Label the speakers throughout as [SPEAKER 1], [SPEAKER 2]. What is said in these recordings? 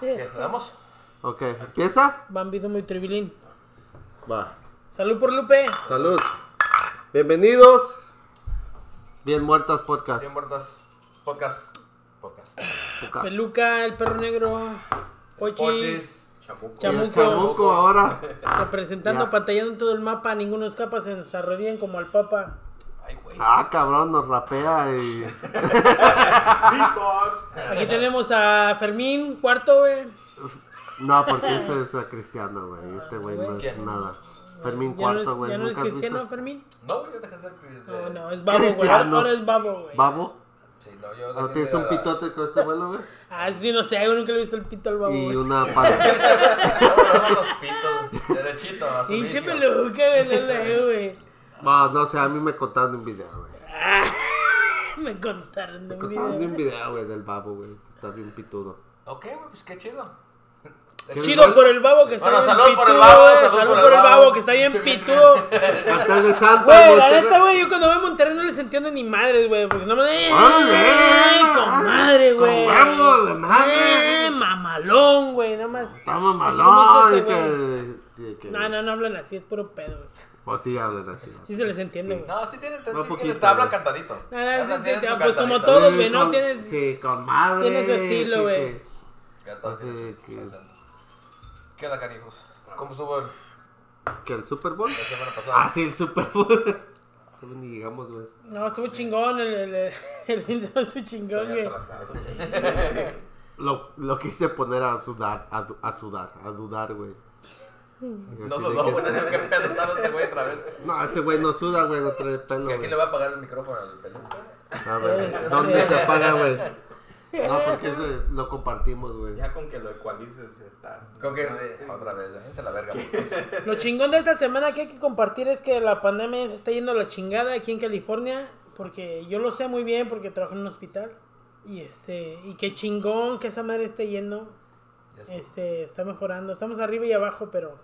[SPEAKER 1] ¿Ya jugamos?
[SPEAKER 2] Ok, ¿empieza?
[SPEAKER 3] Bambino muy tribilín.
[SPEAKER 2] Va.
[SPEAKER 3] Salud por Lupe.
[SPEAKER 2] Salud. Bienvenidos. Bien muertas podcast.
[SPEAKER 1] Bien muertas. Podcast. Podcast.
[SPEAKER 2] Poca-
[SPEAKER 3] Peluca, el perro negro. Pochis.
[SPEAKER 1] Pochis. Chamuco.
[SPEAKER 2] Y el
[SPEAKER 3] Chamuco.
[SPEAKER 2] chamuco ahora.
[SPEAKER 3] Representando,
[SPEAKER 2] Ya.
[SPEAKER 3] pantallando en todo el mapa. Ninguno escapa, se nos arrodillan como al papa.
[SPEAKER 1] Ay, güey.
[SPEAKER 2] Ah, cabrón, nos rapea y.
[SPEAKER 4] Beatbox.
[SPEAKER 3] Aquí tenemos a Fermín, cuarto, güey.
[SPEAKER 2] No, porque ese es a cristiano, güey. Este güey no es
[SPEAKER 1] ¿Quién?
[SPEAKER 2] nada.
[SPEAKER 3] Ya
[SPEAKER 2] Fermín
[SPEAKER 3] no es,
[SPEAKER 2] Cuarto, güey.
[SPEAKER 3] ya no es
[SPEAKER 2] ¿Nunca has
[SPEAKER 3] cristiano,
[SPEAKER 2] visto?
[SPEAKER 3] Fermín.
[SPEAKER 1] No, güey, yo dejé de ser cristiano.
[SPEAKER 3] No, no, es babo, güey.
[SPEAKER 2] Cristiano.
[SPEAKER 3] Ahora es babo, güey.
[SPEAKER 2] ¿Babo?
[SPEAKER 1] Sí, no, yo
[SPEAKER 2] ¿O
[SPEAKER 1] dejé
[SPEAKER 2] Ah, tienes
[SPEAKER 1] de-
[SPEAKER 2] un pitote con este vuelo, güey?
[SPEAKER 3] Ah, sí, no sé, güey, nunca le he visto el pito al babo,
[SPEAKER 2] Y
[SPEAKER 3] güey.
[SPEAKER 2] una pala.
[SPEAKER 1] No, no, no, los pitos. Derechito, a su
[SPEAKER 3] Pinche
[SPEAKER 1] vicio.
[SPEAKER 3] peluca, güey, no sé, güey.
[SPEAKER 2] No, no sé, a mí me contaron un video, güey.
[SPEAKER 3] Me contaron de
[SPEAKER 2] Me
[SPEAKER 3] un
[SPEAKER 2] contaron
[SPEAKER 3] video.
[SPEAKER 2] un video, güey, del babo, güey. Está bien pitudo.
[SPEAKER 1] Ok, güey, pues qué chido.
[SPEAKER 2] ¿Qué
[SPEAKER 3] Chido por el babo que está
[SPEAKER 1] Bueno,
[SPEAKER 3] bien
[SPEAKER 1] salud por el
[SPEAKER 3] pitudo,
[SPEAKER 1] babo,
[SPEAKER 3] güey,
[SPEAKER 1] salud por el
[SPEAKER 3] babo,
[SPEAKER 1] babo.
[SPEAKER 3] que está bien
[SPEAKER 1] Pinche bien
[SPEAKER 3] pitudo.
[SPEAKER 2] Cartel de Santa.
[SPEAKER 3] Güey, la
[SPEAKER 2] Monterrey.
[SPEAKER 3] neta, güey, yo cuando voy a Monterrey no les entiendo ni madres, güey, porque no me...
[SPEAKER 2] Ay,
[SPEAKER 3] ¡Ay,
[SPEAKER 2] ay,
[SPEAKER 3] comadre,
[SPEAKER 2] con
[SPEAKER 3] güey!
[SPEAKER 2] huevo de madre.
[SPEAKER 3] ¡Eh, mamalón, güey! Nada más.
[SPEAKER 2] Estamos
[SPEAKER 3] Hacemos
[SPEAKER 2] malón.
[SPEAKER 3] eso,
[SPEAKER 2] y que- y que-
[SPEAKER 3] No, no, no hablan así, es puro pedo, güey.
[SPEAKER 2] Pues sí, hablan así. ¿no?
[SPEAKER 3] Sí se les entiende, güey.
[SPEAKER 1] No, sí tiene, sí
[SPEAKER 2] Un
[SPEAKER 1] tiene-
[SPEAKER 2] poquito,
[SPEAKER 1] te habla
[SPEAKER 2] güey.
[SPEAKER 1] cantadito.
[SPEAKER 3] Ah,
[SPEAKER 1] Habla-
[SPEAKER 3] sí,
[SPEAKER 1] tienen
[SPEAKER 3] sí,
[SPEAKER 1] su
[SPEAKER 3] pues, como
[SPEAKER 1] cantadito.
[SPEAKER 3] todos, güey, ¿no?
[SPEAKER 2] con-
[SPEAKER 3] Tienes-
[SPEAKER 2] Sí, con madre.
[SPEAKER 3] tiene su estilo,
[SPEAKER 2] sí
[SPEAKER 3] güey.
[SPEAKER 2] que-
[SPEAKER 1] Ya todos
[SPEAKER 2] Así
[SPEAKER 1] tienen su-
[SPEAKER 2] Ah, que-
[SPEAKER 1] su acento. ¿Qué onda, canijos? ¿Cómo estuvo el-
[SPEAKER 2] Que el Super Bowl.
[SPEAKER 1] la semana pasada?
[SPEAKER 2] Ah, sí, el Super Bowl. Pues Ni llegamos, güey.
[SPEAKER 3] No, estuvo chingón, el, el, el, el Vince estuvo chingón, güey.
[SPEAKER 2] Lo, lo quise poner a sudar, a, du- a sudar, a dudar, güey.
[SPEAKER 1] No,
[SPEAKER 2] Así
[SPEAKER 1] no,
[SPEAKER 2] de
[SPEAKER 1] no,
[SPEAKER 2] que-
[SPEAKER 1] bueno, qué pedo está este güey otra vez.
[SPEAKER 2] No, ese güey no suda, güey, no trae pelo,
[SPEAKER 1] ¿Que ¿A
[SPEAKER 2] güey.
[SPEAKER 1] quién le va a pagar el micrófono al peluca?
[SPEAKER 2] A ver, ¿dónde se apaga, güey? No, porque ese lo compartimos, güey.
[SPEAKER 4] Ya con que lo ecualices está. Ah,
[SPEAKER 1] Con que
[SPEAKER 4] Sí.
[SPEAKER 1] otra vez, váyanse a la verga. putos.
[SPEAKER 3] Lo chingón de esta semana que hay que compartir es que la pandemia ya se está yendo a la chingada aquí en California, porque yo lo sé muy bien porque trabajo en un hospital. Y este, y qué chingón que esa madre esté yendo.
[SPEAKER 1] Ya sé.
[SPEAKER 3] Este, está mejorando. Estamos arriba y abajo, pero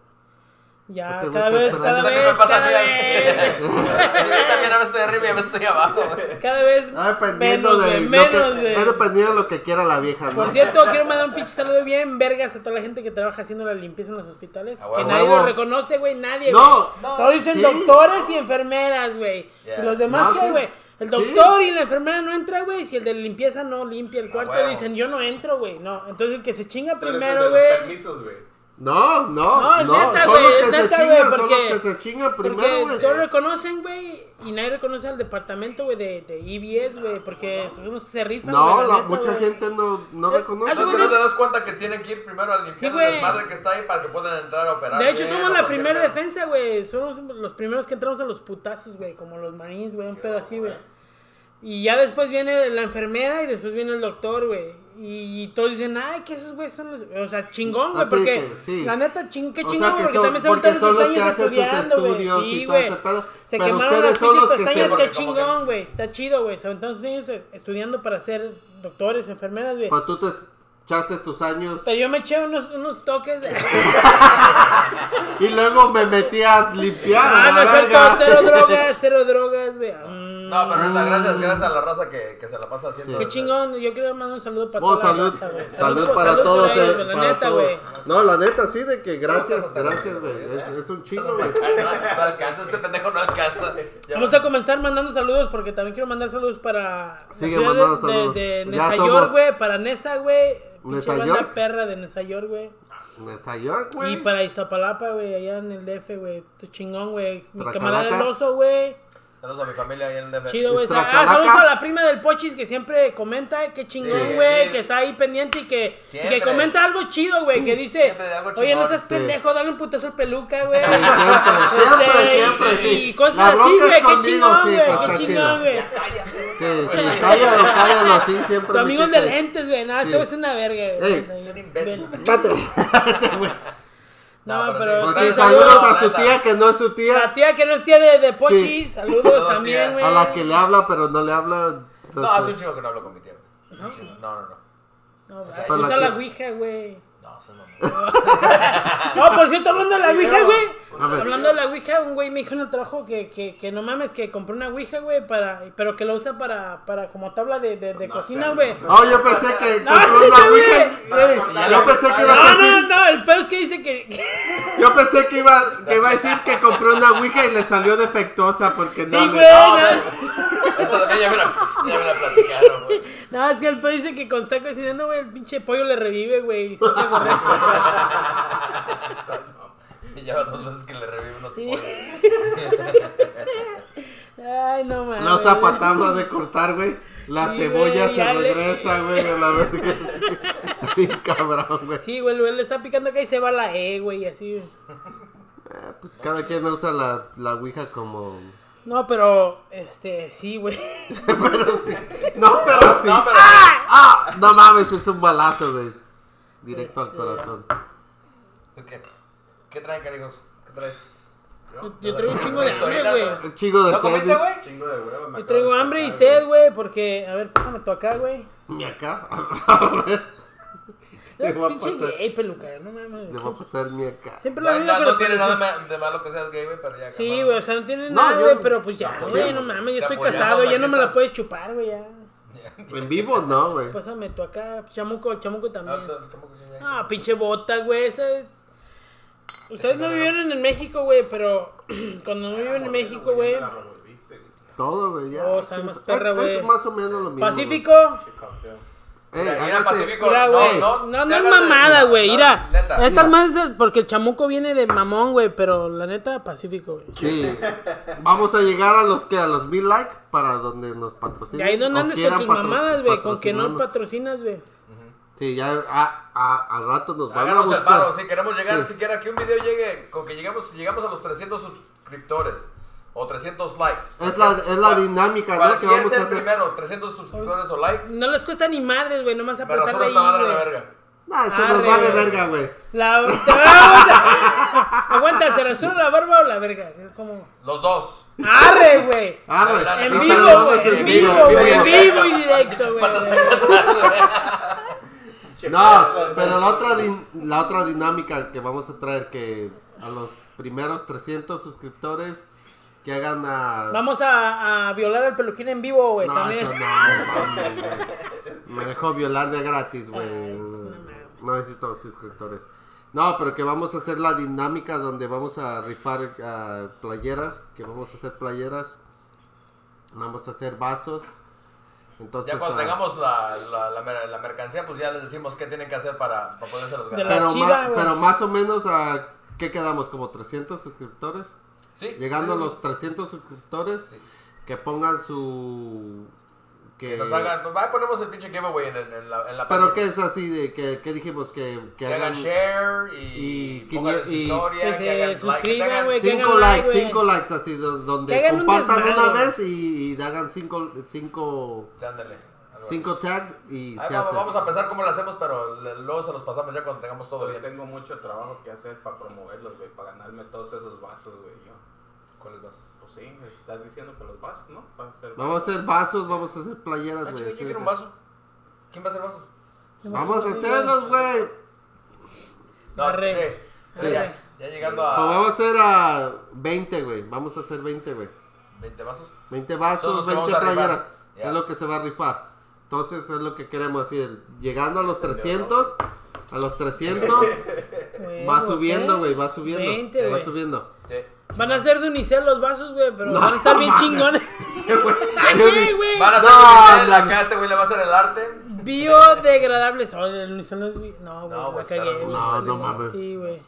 [SPEAKER 3] ya
[SPEAKER 2] No te
[SPEAKER 3] cada
[SPEAKER 2] gusta
[SPEAKER 3] vez,
[SPEAKER 2] esperar.
[SPEAKER 3] cada
[SPEAKER 1] Eso también
[SPEAKER 3] vez,
[SPEAKER 1] me pasa a
[SPEAKER 3] cada
[SPEAKER 1] mí.
[SPEAKER 3] vez,
[SPEAKER 1] Yo también ahora estoy arriba y ahora estoy abajo. güey.
[SPEAKER 3] cada vez
[SPEAKER 2] Ah, dependiendo
[SPEAKER 3] menos,
[SPEAKER 2] de,
[SPEAKER 3] güey,
[SPEAKER 2] lo
[SPEAKER 3] menos,
[SPEAKER 2] que,
[SPEAKER 3] güey.
[SPEAKER 2] va dependiendo de lo que quiera la vieja, ¿no?
[SPEAKER 3] Por cierto, quiero mandar un pinche saludo bien vergas a toda la gente que trabaja haciendo la limpieza en los hospitales.
[SPEAKER 1] A
[SPEAKER 3] que
[SPEAKER 1] huevo.
[SPEAKER 3] nadie
[SPEAKER 2] Huevo.
[SPEAKER 3] lo reconoce, güey, nadie. güey.
[SPEAKER 2] No,
[SPEAKER 3] Todos dicen
[SPEAKER 2] Sí.
[SPEAKER 3] doctores y enfermeras, güey.
[SPEAKER 1] Yeah.
[SPEAKER 3] Y los demás,
[SPEAKER 2] No,
[SPEAKER 3] ¿qué,
[SPEAKER 2] sí.
[SPEAKER 3] güey? El
[SPEAKER 2] Sí.
[SPEAKER 3] doctor y la enfermera no entra, güey. Si el de limpieza no limpia el
[SPEAKER 1] A
[SPEAKER 3] cuarto,
[SPEAKER 1] huevo.
[SPEAKER 3] dicen yo no entro, güey. No, entonces el que se chinga
[SPEAKER 4] Pero es el
[SPEAKER 3] primero,
[SPEAKER 4] de los
[SPEAKER 3] güey.
[SPEAKER 4] Permisos, güey.
[SPEAKER 2] no,
[SPEAKER 3] No,
[SPEAKER 2] no, no.
[SPEAKER 3] es neta,
[SPEAKER 2] son los
[SPEAKER 3] güey,
[SPEAKER 2] que
[SPEAKER 3] es
[SPEAKER 2] se
[SPEAKER 3] neta,
[SPEAKER 2] chingan,
[SPEAKER 3] güey,
[SPEAKER 2] son
[SPEAKER 3] porque-
[SPEAKER 2] los que se chingan primero,
[SPEAKER 3] Porque
[SPEAKER 2] güey.
[SPEAKER 3] todos reconocen, güey, y nadie reconoce al departamento, güey, de, de EBS, güey, porque son los que se rifan.
[SPEAKER 2] No,
[SPEAKER 3] güey,
[SPEAKER 2] la,
[SPEAKER 3] neta,
[SPEAKER 2] mucha
[SPEAKER 3] güey.
[SPEAKER 2] gente no, no
[SPEAKER 3] Eh,
[SPEAKER 2] reconoce.
[SPEAKER 3] hace
[SPEAKER 1] Entonces,
[SPEAKER 3] güey,
[SPEAKER 1] que no
[SPEAKER 3] yo-
[SPEAKER 1] te das cuenta que tienen que ir primero al
[SPEAKER 3] Sí,
[SPEAKER 1] infierno
[SPEAKER 3] güey.
[SPEAKER 1] desmadre que está ahí para que puedan entrar a operar.
[SPEAKER 3] De hecho,
[SPEAKER 1] bien,
[SPEAKER 3] somos
[SPEAKER 1] o
[SPEAKER 3] la
[SPEAKER 1] cualquier
[SPEAKER 3] primera
[SPEAKER 1] pedo.
[SPEAKER 3] defensa, güey. Somos los primeros que entramos a los putazos, güey. Como los marines, güey. Un
[SPEAKER 1] Qué
[SPEAKER 3] pedo así,
[SPEAKER 1] loco,
[SPEAKER 3] güey. Y ya después viene la enfermera y después viene el doctor, güey. Y todos dicen, ay, que esos güey son los... O sea, chingón, güey,
[SPEAKER 2] Así
[SPEAKER 3] porque...
[SPEAKER 2] que, sí.
[SPEAKER 3] La neta, ching, qué
[SPEAKER 2] O sea,
[SPEAKER 3] chingón,
[SPEAKER 2] que
[SPEAKER 3] porque
[SPEAKER 2] son-
[SPEAKER 3] también se van
[SPEAKER 2] porque
[SPEAKER 3] todos
[SPEAKER 2] son
[SPEAKER 3] sus
[SPEAKER 2] los que
[SPEAKER 3] años
[SPEAKER 2] hacen sus
[SPEAKER 3] estudiando, güey.
[SPEAKER 2] estudios y
[SPEAKER 3] Sí,
[SPEAKER 2] todo
[SPEAKER 3] güey.
[SPEAKER 2] ese pedo.
[SPEAKER 3] Se
[SPEAKER 2] Pero
[SPEAKER 3] quemaron
[SPEAKER 2] ustedes
[SPEAKER 3] las
[SPEAKER 2] son
[SPEAKER 3] pinches
[SPEAKER 2] los que se-
[SPEAKER 3] pestañas,
[SPEAKER 1] Porque
[SPEAKER 3] qué
[SPEAKER 1] como
[SPEAKER 3] chingón, güey. Está chido, güey. Se aventaron sus años eh, estudiando para ser doctores, enfermeras, güey.
[SPEAKER 2] Cuando tú te echaste tus años
[SPEAKER 3] Pero yo me eché unos, unos toques... De... ah,
[SPEAKER 2] y luego me metí a limpiar.
[SPEAKER 3] ah,
[SPEAKER 2] a
[SPEAKER 3] no
[SPEAKER 2] la
[SPEAKER 3] es cierto,
[SPEAKER 2] verga.
[SPEAKER 3] cero drogas, cero drogas, güey. Mm.
[SPEAKER 1] No, pero neta, gracias, gracias a la raza que, que se la pasa haciendo.
[SPEAKER 3] Qué chingón, yo quiero mandar un saludo para
[SPEAKER 2] Oh,
[SPEAKER 3] toda la
[SPEAKER 2] salud,
[SPEAKER 3] raza, güey.
[SPEAKER 2] salud, para
[SPEAKER 3] por
[SPEAKER 2] todos,
[SPEAKER 3] ellos,
[SPEAKER 2] eh,
[SPEAKER 3] güey, la
[SPEAKER 2] para
[SPEAKER 3] neta,
[SPEAKER 2] todos.
[SPEAKER 3] güey.
[SPEAKER 2] No, la neta, sí, de que
[SPEAKER 1] Estás
[SPEAKER 2] gracias,
[SPEAKER 1] hasta la
[SPEAKER 2] gracias,
[SPEAKER 1] verga,
[SPEAKER 2] güey.
[SPEAKER 1] güey.
[SPEAKER 2] Es, es un chingo, güey.
[SPEAKER 1] Ay, No, no alcanza, este pendejo no alcanza. Ya.
[SPEAKER 3] Vamos a comenzar mandando saludos porque también quiero mandar saludos para la
[SPEAKER 2] Sigue
[SPEAKER 3] ciudad
[SPEAKER 2] mandando
[SPEAKER 3] de-
[SPEAKER 2] saludos.
[SPEAKER 3] de, de
[SPEAKER 2] Ya
[SPEAKER 3] Nesayor,
[SPEAKER 2] somos-
[SPEAKER 3] güey, para Nesa, güey. Pinche
[SPEAKER 2] ¿Nesayor?
[SPEAKER 3] banda perra de Nesayor, güey.
[SPEAKER 2] Nueva York,
[SPEAKER 3] Y
[SPEAKER 2] güey.
[SPEAKER 3] para Iztapalapa, güey, allá en el DF, güey. Tu chingón, güey. Mi
[SPEAKER 2] Tracalaca.
[SPEAKER 3] camarada el oso, güey.
[SPEAKER 1] Saludos a mi familia ahí en el DF.
[SPEAKER 3] Chido, güey.
[SPEAKER 2] Es
[SPEAKER 3] Ah,
[SPEAKER 2] Tracalaca.
[SPEAKER 3] saludos a la prima del Pochis que siempre comenta, eh, qué chingón,
[SPEAKER 1] Sí,
[SPEAKER 3] güey,
[SPEAKER 1] sí.
[SPEAKER 3] que está ahí pendiente y que, y
[SPEAKER 1] Siempre.
[SPEAKER 3] que comenta algo chido, güey, que dice,
[SPEAKER 1] siempre de algo
[SPEAKER 3] oye, no
[SPEAKER 1] chingón".
[SPEAKER 3] seas
[SPEAKER 2] Sí.
[SPEAKER 3] pendejo, dale un putazo al peluca, güey.
[SPEAKER 2] Sí, siempre,
[SPEAKER 3] Este,
[SPEAKER 2] siempre, siempre,
[SPEAKER 3] y-
[SPEAKER 2] sí.
[SPEAKER 3] Y cosas
[SPEAKER 2] La
[SPEAKER 3] así,
[SPEAKER 2] bronca
[SPEAKER 3] güey,
[SPEAKER 2] es
[SPEAKER 3] qué
[SPEAKER 2] conmigo,
[SPEAKER 3] chingón,
[SPEAKER 2] sí,
[SPEAKER 3] güey,
[SPEAKER 2] pues,
[SPEAKER 3] qué
[SPEAKER 2] está
[SPEAKER 3] chingón,
[SPEAKER 2] chido.
[SPEAKER 3] güey.
[SPEAKER 2] Sí, sí, cállalo, cállalo, sí, siempre.
[SPEAKER 3] Tu amigo
[SPEAKER 2] mijito.
[SPEAKER 3] de lentes, güey, nada,
[SPEAKER 2] Sí.
[SPEAKER 3] te ves una verga,
[SPEAKER 2] Ey.
[SPEAKER 3] güey.
[SPEAKER 1] Es un imbécil.
[SPEAKER 2] Espérate.
[SPEAKER 3] No,
[SPEAKER 1] sí.
[SPEAKER 3] pero
[SPEAKER 2] Este Pues
[SPEAKER 1] Bueno,
[SPEAKER 2] sí,
[SPEAKER 3] sí,
[SPEAKER 2] saludos
[SPEAKER 1] saludos.
[SPEAKER 2] a su tía que no es su
[SPEAKER 3] La
[SPEAKER 2] tía.
[SPEAKER 3] tía que no es tía de, de Pochis,
[SPEAKER 2] Sí.
[SPEAKER 3] saludos
[SPEAKER 1] Saludos,
[SPEAKER 3] también,
[SPEAKER 1] tía.
[SPEAKER 3] güey.
[SPEAKER 2] A la que le habla, pero no le habla.
[SPEAKER 1] No, hace un chingo que no hablo con mi tía. güey. Un chingo. No, no, no.
[SPEAKER 3] No,
[SPEAKER 1] sea,
[SPEAKER 3] usa
[SPEAKER 2] la
[SPEAKER 3] la
[SPEAKER 2] que-
[SPEAKER 3] ouija, güey.
[SPEAKER 1] No, eso no.
[SPEAKER 3] No, por cierto, hablando de la Ouija, güey.
[SPEAKER 2] A ver.
[SPEAKER 3] Hablando de la Ouija, un güey me dijo en el trabajo que, que, que no mames, que compró una Ouija, güey, para, pero que la usa para, para como tabla de, de, de
[SPEAKER 4] No
[SPEAKER 3] cocina,
[SPEAKER 4] seas-
[SPEAKER 3] güey.
[SPEAKER 2] No, yo pensé que
[SPEAKER 3] No,
[SPEAKER 2] encontró
[SPEAKER 3] sí,
[SPEAKER 2] una
[SPEAKER 3] güey.
[SPEAKER 2] ouija. y-
[SPEAKER 4] No,
[SPEAKER 2] ey,
[SPEAKER 4] ya
[SPEAKER 2] yo
[SPEAKER 4] lo-
[SPEAKER 2] pensé que
[SPEAKER 4] no,
[SPEAKER 2] ibas a
[SPEAKER 3] No, no,
[SPEAKER 2] decir.
[SPEAKER 3] no, el pedo es que dice que... que-
[SPEAKER 2] Yo pensé que iba, que iba a decir que compró una ouija y le salió defectuosa porque
[SPEAKER 3] Sí,
[SPEAKER 2] no
[SPEAKER 3] güey,
[SPEAKER 2] le.
[SPEAKER 1] No,
[SPEAKER 3] no.
[SPEAKER 1] no. Esto también ya me la, ya me la platicaron, güey.
[SPEAKER 3] No, es que el pedo dice que cuando está cocinando, güey, el pinche pollo le revive, güey, y se echa a correr.
[SPEAKER 1] Y ya va dos veces que le revive unos
[SPEAKER 3] Sí.
[SPEAKER 1] pollos.
[SPEAKER 3] Ay, no mames.
[SPEAKER 2] Los zapatazos de cortar, güey. La
[SPEAKER 3] Sí,
[SPEAKER 2] cebolla
[SPEAKER 3] güey,
[SPEAKER 2] se
[SPEAKER 3] ya le-
[SPEAKER 2] regresa, güey, a la verga. Está bien cabrón, güey.
[SPEAKER 3] Sí, güey, el güey le está picando acá y se va la E, güey, y así, güey.
[SPEAKER 2] Ah, pues cada quien usa la, la ouija como.
[SPEAKER 3] No, pero, este, sí, güey.
[SPEAKER 2] pero sí. No, pero sí.
[SPEAKER 1] No, pero.
[SPEAKER 2] ¡Ah! No mames, es un balazo, güey. Directo al
[SPEAKER 3] Este-
[SPEAKER 2] corazón.
[SPEAKER 1] ¿Tú ¿Qué? ¿Qué traen, carigos? ¿Qué traes?
[SPEAKER 3] Yo, yo traigo un chingo de hambre, güey.
[SPEAKER 2] Un chingo de
[SPEAKER 1] ¿No comiste,
[SPEAKER 2] series.
[SPEAKER 1] güey?
[SPEAKER 4] Chingo de hueva, me
[SPEAKER 3] Yo
[SPEAKER 4] acabo
[SPEAKER 3] traigo
[SPEAKER 4] de
[SPEAKER 3] hambre y
[SPEAKER 4] despertar,
[SPEAKER 3] sed, güey, porque... A ver, pásame tú acá, güey.
[SPEAKER 2] Ni acá. A ver. Le voy a
[SPEAKER 3] Pinche
[SPEAKER 2] pasar-
[SPEAKER 3] gay, peluca, no mames.
[SPEAKER 2] Le voy a pasar mi acá.
[SPEAKER 3] Siempre lo
[SPEAKER 1] No,
[SPEAKER 3] mismo
[SPEAKER 1] no,
[SPEAKER 3] que
[SPEAKER 1] no
[SPEAKER 3] la
[SPEAKER 1] tiene
[SPEAKER 3] peluca.
[SPEAKER 1] nada ma- de malo que seas gay, güey, pero ya.
[SPEAKER 3] Sí,
[SPEAKER 1] cabrón.
[SPEAKER 3] güey, o sea, no tiene
[SPEAKER 2] No,
[SPEAKER 3] nada,
[SPEAKER 2] yo-
[SPEAKER 3] güey, pero pues ya,
[SPEAKER 2] Ya,
[SPEAKER 3] güey,
[SPEAKER 2] ya.
[SPEAKER 3] no mames, yo
[SPEAKER 1] Ya,
[SPEAKER 3] estoy
[SPEAKER 1] pues, ya,
[SPEAKER 3] casado, ya no me la
[SPEAKER 1] galletas.
[SPEAKER 3] puedes chupar, güey, ya.
[SPEAKER 2] En vivo no, güey.
[SPEAKER 3] Pásame tú acá, chamuco, el chamuco también.
[SPEAKER 1] No, t- tampoco que sea
[SPEAKER 3] Ah,
[SPEAKER 1] gay.
[SPEAKER 3] pinche bota, güey, esa es- Ustedes no
[SPEAKER 1] Échamela.
[SPEAKER 3] vivieron en México, güey, pero cuando no
[SPEAKER 4] güey.
[SPEAKER 3] vivieron en México, güey,
[SPEAKER 4] Ya me la revolviste, güey.
[SPEAKER 2] Todo, güey, ya.
[SPEAKER 3] No, sabe más
[SPEAKER 2] Es-
[SPEAKER 3] perra, güey.
[SPEAKER 2] Es más o menos lo mismo. güey.
[SPEAKER 3] Pacífico,
[SPEAKER 4] Qué campeón.
[SPEAKER 2] Ey,
[SPEAKER 1] Mira,
[SPEAKER 2] hágase-
[SPEAKER 1] Pacífico.
[SPEAKER 3] mira,
[SPEAKER 1] No,
[SPEAKER 3] güey,
[SPEAKER 1] no,
[SPEAKER 3] no, no,
[SPEAKER 1] te
[SPEAKER 3] es
[SPEAKER 1] hagas de-
[SPEAKER 3] mamada, güey,
[SPEAKER 1] no,
[SPEAKER 3] mira,
[SPEAKER 1] neta.
[SPEAKER 3] estas
[SPEAKER 2] Mira.
[SPEAKER 3] más es porque el chamuco viene de mamón, güey, pero la neta, Pacífico, güey.
[SPEAKER 2] Sí. Vamos a llegar a los que a los mil like para donde nos
[SPEAKER 3] Y
[SPEAKER 2] patrocinen.
[SPEAKER 3] ahí no
[SPEAKER 2] o
[SPEAKER 3] andes con
[SPEAKER 2] quieran
[SPEAKER 3] tus
[SPEAKER 2] patro-
[SPEAKER 3] mamadas, güey, con que no
[SPEAKER 2] patrocinarnos.
[SPEAKER 3] patrocinas, güey.
[SPEAKER 2] Sí, ya a, a- al rato nos van a
[SPEAKER 1] Hagamos el
[SPEAKER 2] buscar.
[SPEAKER 1] paro, si queremos llegar
[SPEAKER 2] Sí.
[SPEAKER 1] siquiera que un video llegue, con que llegamos, si llegamos a los 300 suscriptores o 300 likes.
[SPEAKER 2] Es la, es la dinámica, ¿no? Que
[SPEAKER 1] ¿Quién
[SPEAKER 2] vamos
[SPEAKER 1] es
[SPEAKER 2] a
[SPEAKER 1] el
[SPEAKER 2] hacer.
[SPEAKER 1] primero? 300 suscriptores o likes.
[SPEAKER 3] No les cuesta ni madres, güey, nomás
[SPEAKER 1] Me razona
[SPEAKER 3] apretarle ahí,
[SPEAKER 1] esta madre a la
[SPEAKER 3] güey.
[SPEAKER 1] verga.
[SPEAKER 2] Nah, eso nos
[SPEAKER 3] Arre,
[SPEAKER 2] vale
[SPEAKER 3] güey.
[SPEAKER 2] verga, güey.
[SPEAKER 3] La... te va a- Aguanta, ¿se rasura la barba o la verga? Es como...
[SPEAKER 1] Los dos.
[SPEAKER 3] ¡Arre, güey!
[SPEAKER 2] Arre,
[SPEAKER 3] En
[SPEAKER 2] nos
[SPEAKER 3] vivo,
[SPEAKER 2] saludamos
[SPEAKER 3] güey, en
[SPEAKER 1] vivo,
[SPEAKER 3] vivo, güey, en
[SPEAKER 1] en
[SPEAKER 3] vivo
[SPEAKER 1] vivo.
[SPEAKER 3] y directo, güey.
[SPEAKER 1] Patas acá atrás, güey.
[SPEAKER 4] Che,
[SPEAKER 2] No,
[SPEAKER 4] pedazo,
[SPEAKER 2] pero la otra, din- la otra dinámica que vamos a traer que a los primeros 300 suscriptores que hagan a...
[SPEAKER 3] Vamos a, a violar al peluquín en vivo, güey,
[SPEAKER 2] no,
[SPEAKER 3] también.
[SPEAKER 2] eso no, no, güey. Me dejó violar de gratis, güey.
[SPEAKER 3] Ay, es una madre.
[SPEAKER 2] No necesito suscriptores. No, pero que vamos a hacer la dinámica donde vamos a rifar ah, playeras, que vamos a hacer playeras, vamos a hacer vasos. Entonces,
[SPEAKER 1] Ya cuando
[SPEAKER 2] ah,
[SPEAKER 1] tengamos la, la, la, mer- la mercancía, pues ya les decimos qué tienen que hacer para, para poderse los
[SPEAKER 3] De
[SPEAKER 1] ganar.
[SPEAKER 3] la-
[SPEAKER 2] pero,
[SPEAKER 3] chida,
[SPEAKER 2] ma-
[SPEAKER 3] güey.
[SPEAKER 2] pero más o menos, ¿a qué quedamos? ¿Como 300 suscriptores?
[SPEAKER 1] Sí,
[SPEAKER 2] Llegando a
[SPEAKER 1] sí,
[SPEAKER 2] los 300 suscriptores,
[SPEAKER 1] Sí.
[SPEAKER 2] que pongan su...
[SPEAKER 1] Que nos hagan, pues, ahí ponemos el pinche giveaway en, el- en la, en la
[SPEAKER 2] Pero
[SPEAKER 1] página.
[SPEAKER 2] que es así de que, que dijimos que, que
[SPEAKER 1] que hagan share
[SPEAKER 2] y
[SPEAKER 1] y,
[SPEAKER 2] que
[SPEAKER 1] pongan su
[SPEAKER 2] y-
[SPEAKER 1] historia,
[SPEAKER 3] que
[SPEAKER 1] que,
[SPEAKER 3] se
[SPEAKER 1] hagan like, que
[SPEAKER 3] suscriban,
[SPEAKER 1] tengan-
[SPEAKER 3] güey, que
[SPEAKER 2] cinco
[SPEAKER 3] hagan like,
[SPEAKER 2] likes,
[SPEAKER 3] güey.
[SPEAKER 2] cinco likes así do-
[SPEAKER 3] Que
[SPEAKER 2] donde
[SPEAKER 3] hagan un
[SPEAKER 2] compartan
[SPEAKER 3] desmadre,
[SPEAKER 2] una
[SPEAKER 3] güey.
[SPEAKER 2] vez y, y hagan cinco cinco,
[SPEAKER 1] Sí, ándale, algo así.
[SPEAKER 2] cinco tags y
[SPEAKER 1] Ahí
[SPEAKER 2] se
[SPEAKER 1] vamos,
[SPEAKER 2] hace.
[SPEAKER 1] vamos a pensar cómo lo hacemos, pero le- luego se los pasamos ya cuando tengamos todo
[SPEAKER 4] Entonces
[SPEAKER 1] bien.
[SPEAKER 4] tengo mucho trabajo que hacer para promoverlos, güey, para ganarme todos esos vasos, güey. Yo,
[SPEAKER 1] ¿Cuáles más?
[SPEAKER 4] pues sí, me estás diciendo que los vasos, ¿no? Para hacer
[SPEAKER 2] Vamos a hacer vasos, vamos a hacer playeras,
[SPEAKER 1] Ah,
[SPEAKER 2] güey.
[SPEAKER 1] chinga, yo
[SPEAKER 2] sí.
[SPEAKER 1] quiero un vaso. ¿Quién va a hacer vasos?
[SPEAKER 2] Vamos a hacerlos, güey.
[SPEAKER 1] No,
[SPEAKER 3] Arre.
[SPEAKER 1] sí, sí,
[SPEAKER 3] Arre.
[SPEAKER 1] Ya, ya llegando
[SPEAKER 2] Pues vamos
[SPEAKER 1] a
[SPEAKER 2] a hacer a 20, güey. Vamos a hacer 20, güey.
[SPEAKER 1] 20 vasos.
[SPEAKER 2] 20
[SPEAKER 1] Son los
[SPEAKER 2] vasos,
[SPEAKER 1] que
[SPEAKER 2] 20
[SPEAKER 1] vamos a rifar.
[SPEAKER 2] playeras.
[SPEAKER 1] Ya.
[SPEAKER 2] Es lo que se va a rifar. Entonces es lo que queremos decir. Llegando a los 300, a los 300,
[SPEAKER 3] Güey,
[SPEAKER 2] va
[SPEAKER 3] no
[SPEAKER 2] subiendo,
[SPEAKER 3] sé.
[SPEAKER 2] güey, va subiendo.
[SPEAKER 3] 20,
[SPEAKER 2] va
[SPEAKER 3] ¿eh? güey.
[SPEAKER 2] subiendo.
[SPEAKER 1] Sí.
[SPEAKER 3] Van a ser de unicel los vasos, güey, pero
[SPEAKER 2] No,
[SPEAKER 3] van a estar bien
[SPEAKER 2] mames.
[SPEAKER 3] chingones. Ay, sí, güey.
[SPEAKER 1] Van a hacer
[SPEAKER 2] No,
[SPEAKER 1] no,
[SPEAKER 2] no,
[SPEAKER 1] acá, este güey le va a hacer el arte.
[SPEAKER 3] Biodegradables. Oh, el unicel no es... bi- No, güey,
[SPEAKER 1] No,
[SPEAKER 3] la
[SPEAKER 1] güey,
[SPEAKER 3] cagué,
[SPEAKER 1] estarán-
[SPEAKER 3] güey.
[SPEAKER 2] No, no mames.
[SPEAKER 3] Sí, güey.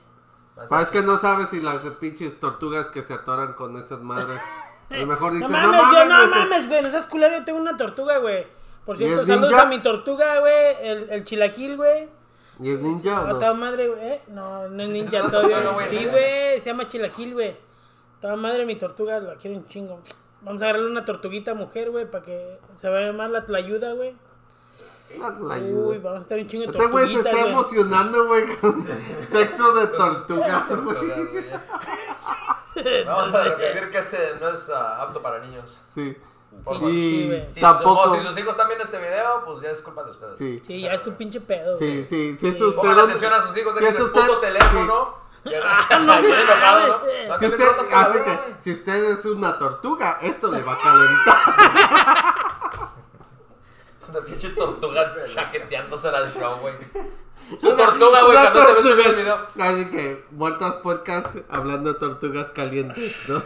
[SPEAKER 1] Va a
[SPEAKER 2] Pero
[SPEAKER 1] ser-
[SPEAKER 2] es que no sabes si las pinches tortugas que se atoran con esas madres. A lo mejor
[SPEAKER 3] No
[SPEAKER 2] dicen,
[SPEAKER 3] mames,
[SPEAKER 2] no
[SPEAKER 3] yo
[SPEAKER 2] mames,
[SPEAKER 1] pues,
[SPEAKER 3] no
[SPEAKER 2] neces-
[SPEAKER 3] mames, güey, no seas culero, yo tengo una tortuga, güey. Por
[SPEAKER 2] ¿Y
[SPEAKER 3] cierto,
[SPEAKER 2] es
[SPEAKER 3] saludos
[SPEAKER 2] ninja?
[SPEAKER 3] a mi tortuga, güey, el, el chilaquil, güey.
[SPEAKER 2] ¿Y es ninja
[SPEAKER 3] A
[SPEAKER 2] o
[SPEAKER 3] toda
[SPEAKER 2] no?
[SPEAKER 3] madre, güey. ¿Eh? No, no es ninja
[SPEAKER 1] No,
[SPEAKER 3] todavía.
[SPEAKER 1] no, güey.
[SPEAKER 3] sí, güey, se llama chilaquil, güey. Toda madre mi tortuga, la quiero un chingo. Vamos a agarrarle una tortuguita mujer, güey, para que se vaya a llamar la tlayuda, güey.
[SPEAKER 2] Las
[SPEAKER 3] Uy,
[SPEAKER 2] ayuda.
[SPEAKER 3] vamos a estar un chingo de
[SPEAKER 2] Este güey se
[SPEAKER 3] tortuguitas,
[SPEAKER 2] está
[SPEAKER 3] güey.
[SPEAKER 2] emocionando, güey, con sexo de tortugas,
[SPEAKER 1] Tortugas,
[SPEAKER 2] güey.
[SPEAKER 1] güey. Vamos a repetir que este no es ah, apto para niños.
[SPEAKER 2] Sí.
[SPEAKER 1] Por
[SPEAKER 3] Sí,
[SPEAKER 1] favor.
[SPEAKER 2] Y
[SPEAKER 3] güey.
[SPEAKER 1] Si,
[SPEAKER 2] tampoco.
[SPEAKER 1] su- si sus hijos están viendo este video, pues ya es culpa de ustedes.
[SPEAKER 2] Sí,
[SPEAKER 3] Sí, ya es tu pinche pedo.
[SPEAKER 2] sí,
[SPEAKER 3] güey.
[SPEAKER 2] sí. Si es
[SPEAKER 3] Sí.
[SPEAKER 2] usted.
[SPEAKER 1] Pongan atención a sus hijos,
[SPEAKER 2] si
[SPEAKER 1] dejen
[SPEAKER 2] es
[SPEAKER 1] el
[SPEAKER 2] usted-
[SPEAKER 1] puto teléfono. Y-
[SPEAKER 3] Ah,
[SPEAKER 1] bien enojado, ¿no? No
[SPEAKER 2] Si
[SPEAKER 1] te
[SPEAKER 2] usted,
[SPEAKER 1] metas con la
[SPEAKER 2] hace
[SPEAKER 1] verga,
[SPEAKER 2] que-
[SPEAKER 1] güey.
[SPEAKER 2] si usted es una tortuga, esto le va a calentar.
[SPEAKER 1] Una pinche tortuga chaqueteándose al show, güey.
[SPEAKER 2] Una
[SPEAKER 1] Una tortuga, güey, cuando
[SPEAKER 2] una
[SPEAKER 1] te ves en
[SPEAKER 2] tortuga.
[SPEAKER 1] el video.
[SPEAKER 2] Así que, muertas puercas hablando de tortugas calientes, ¿no?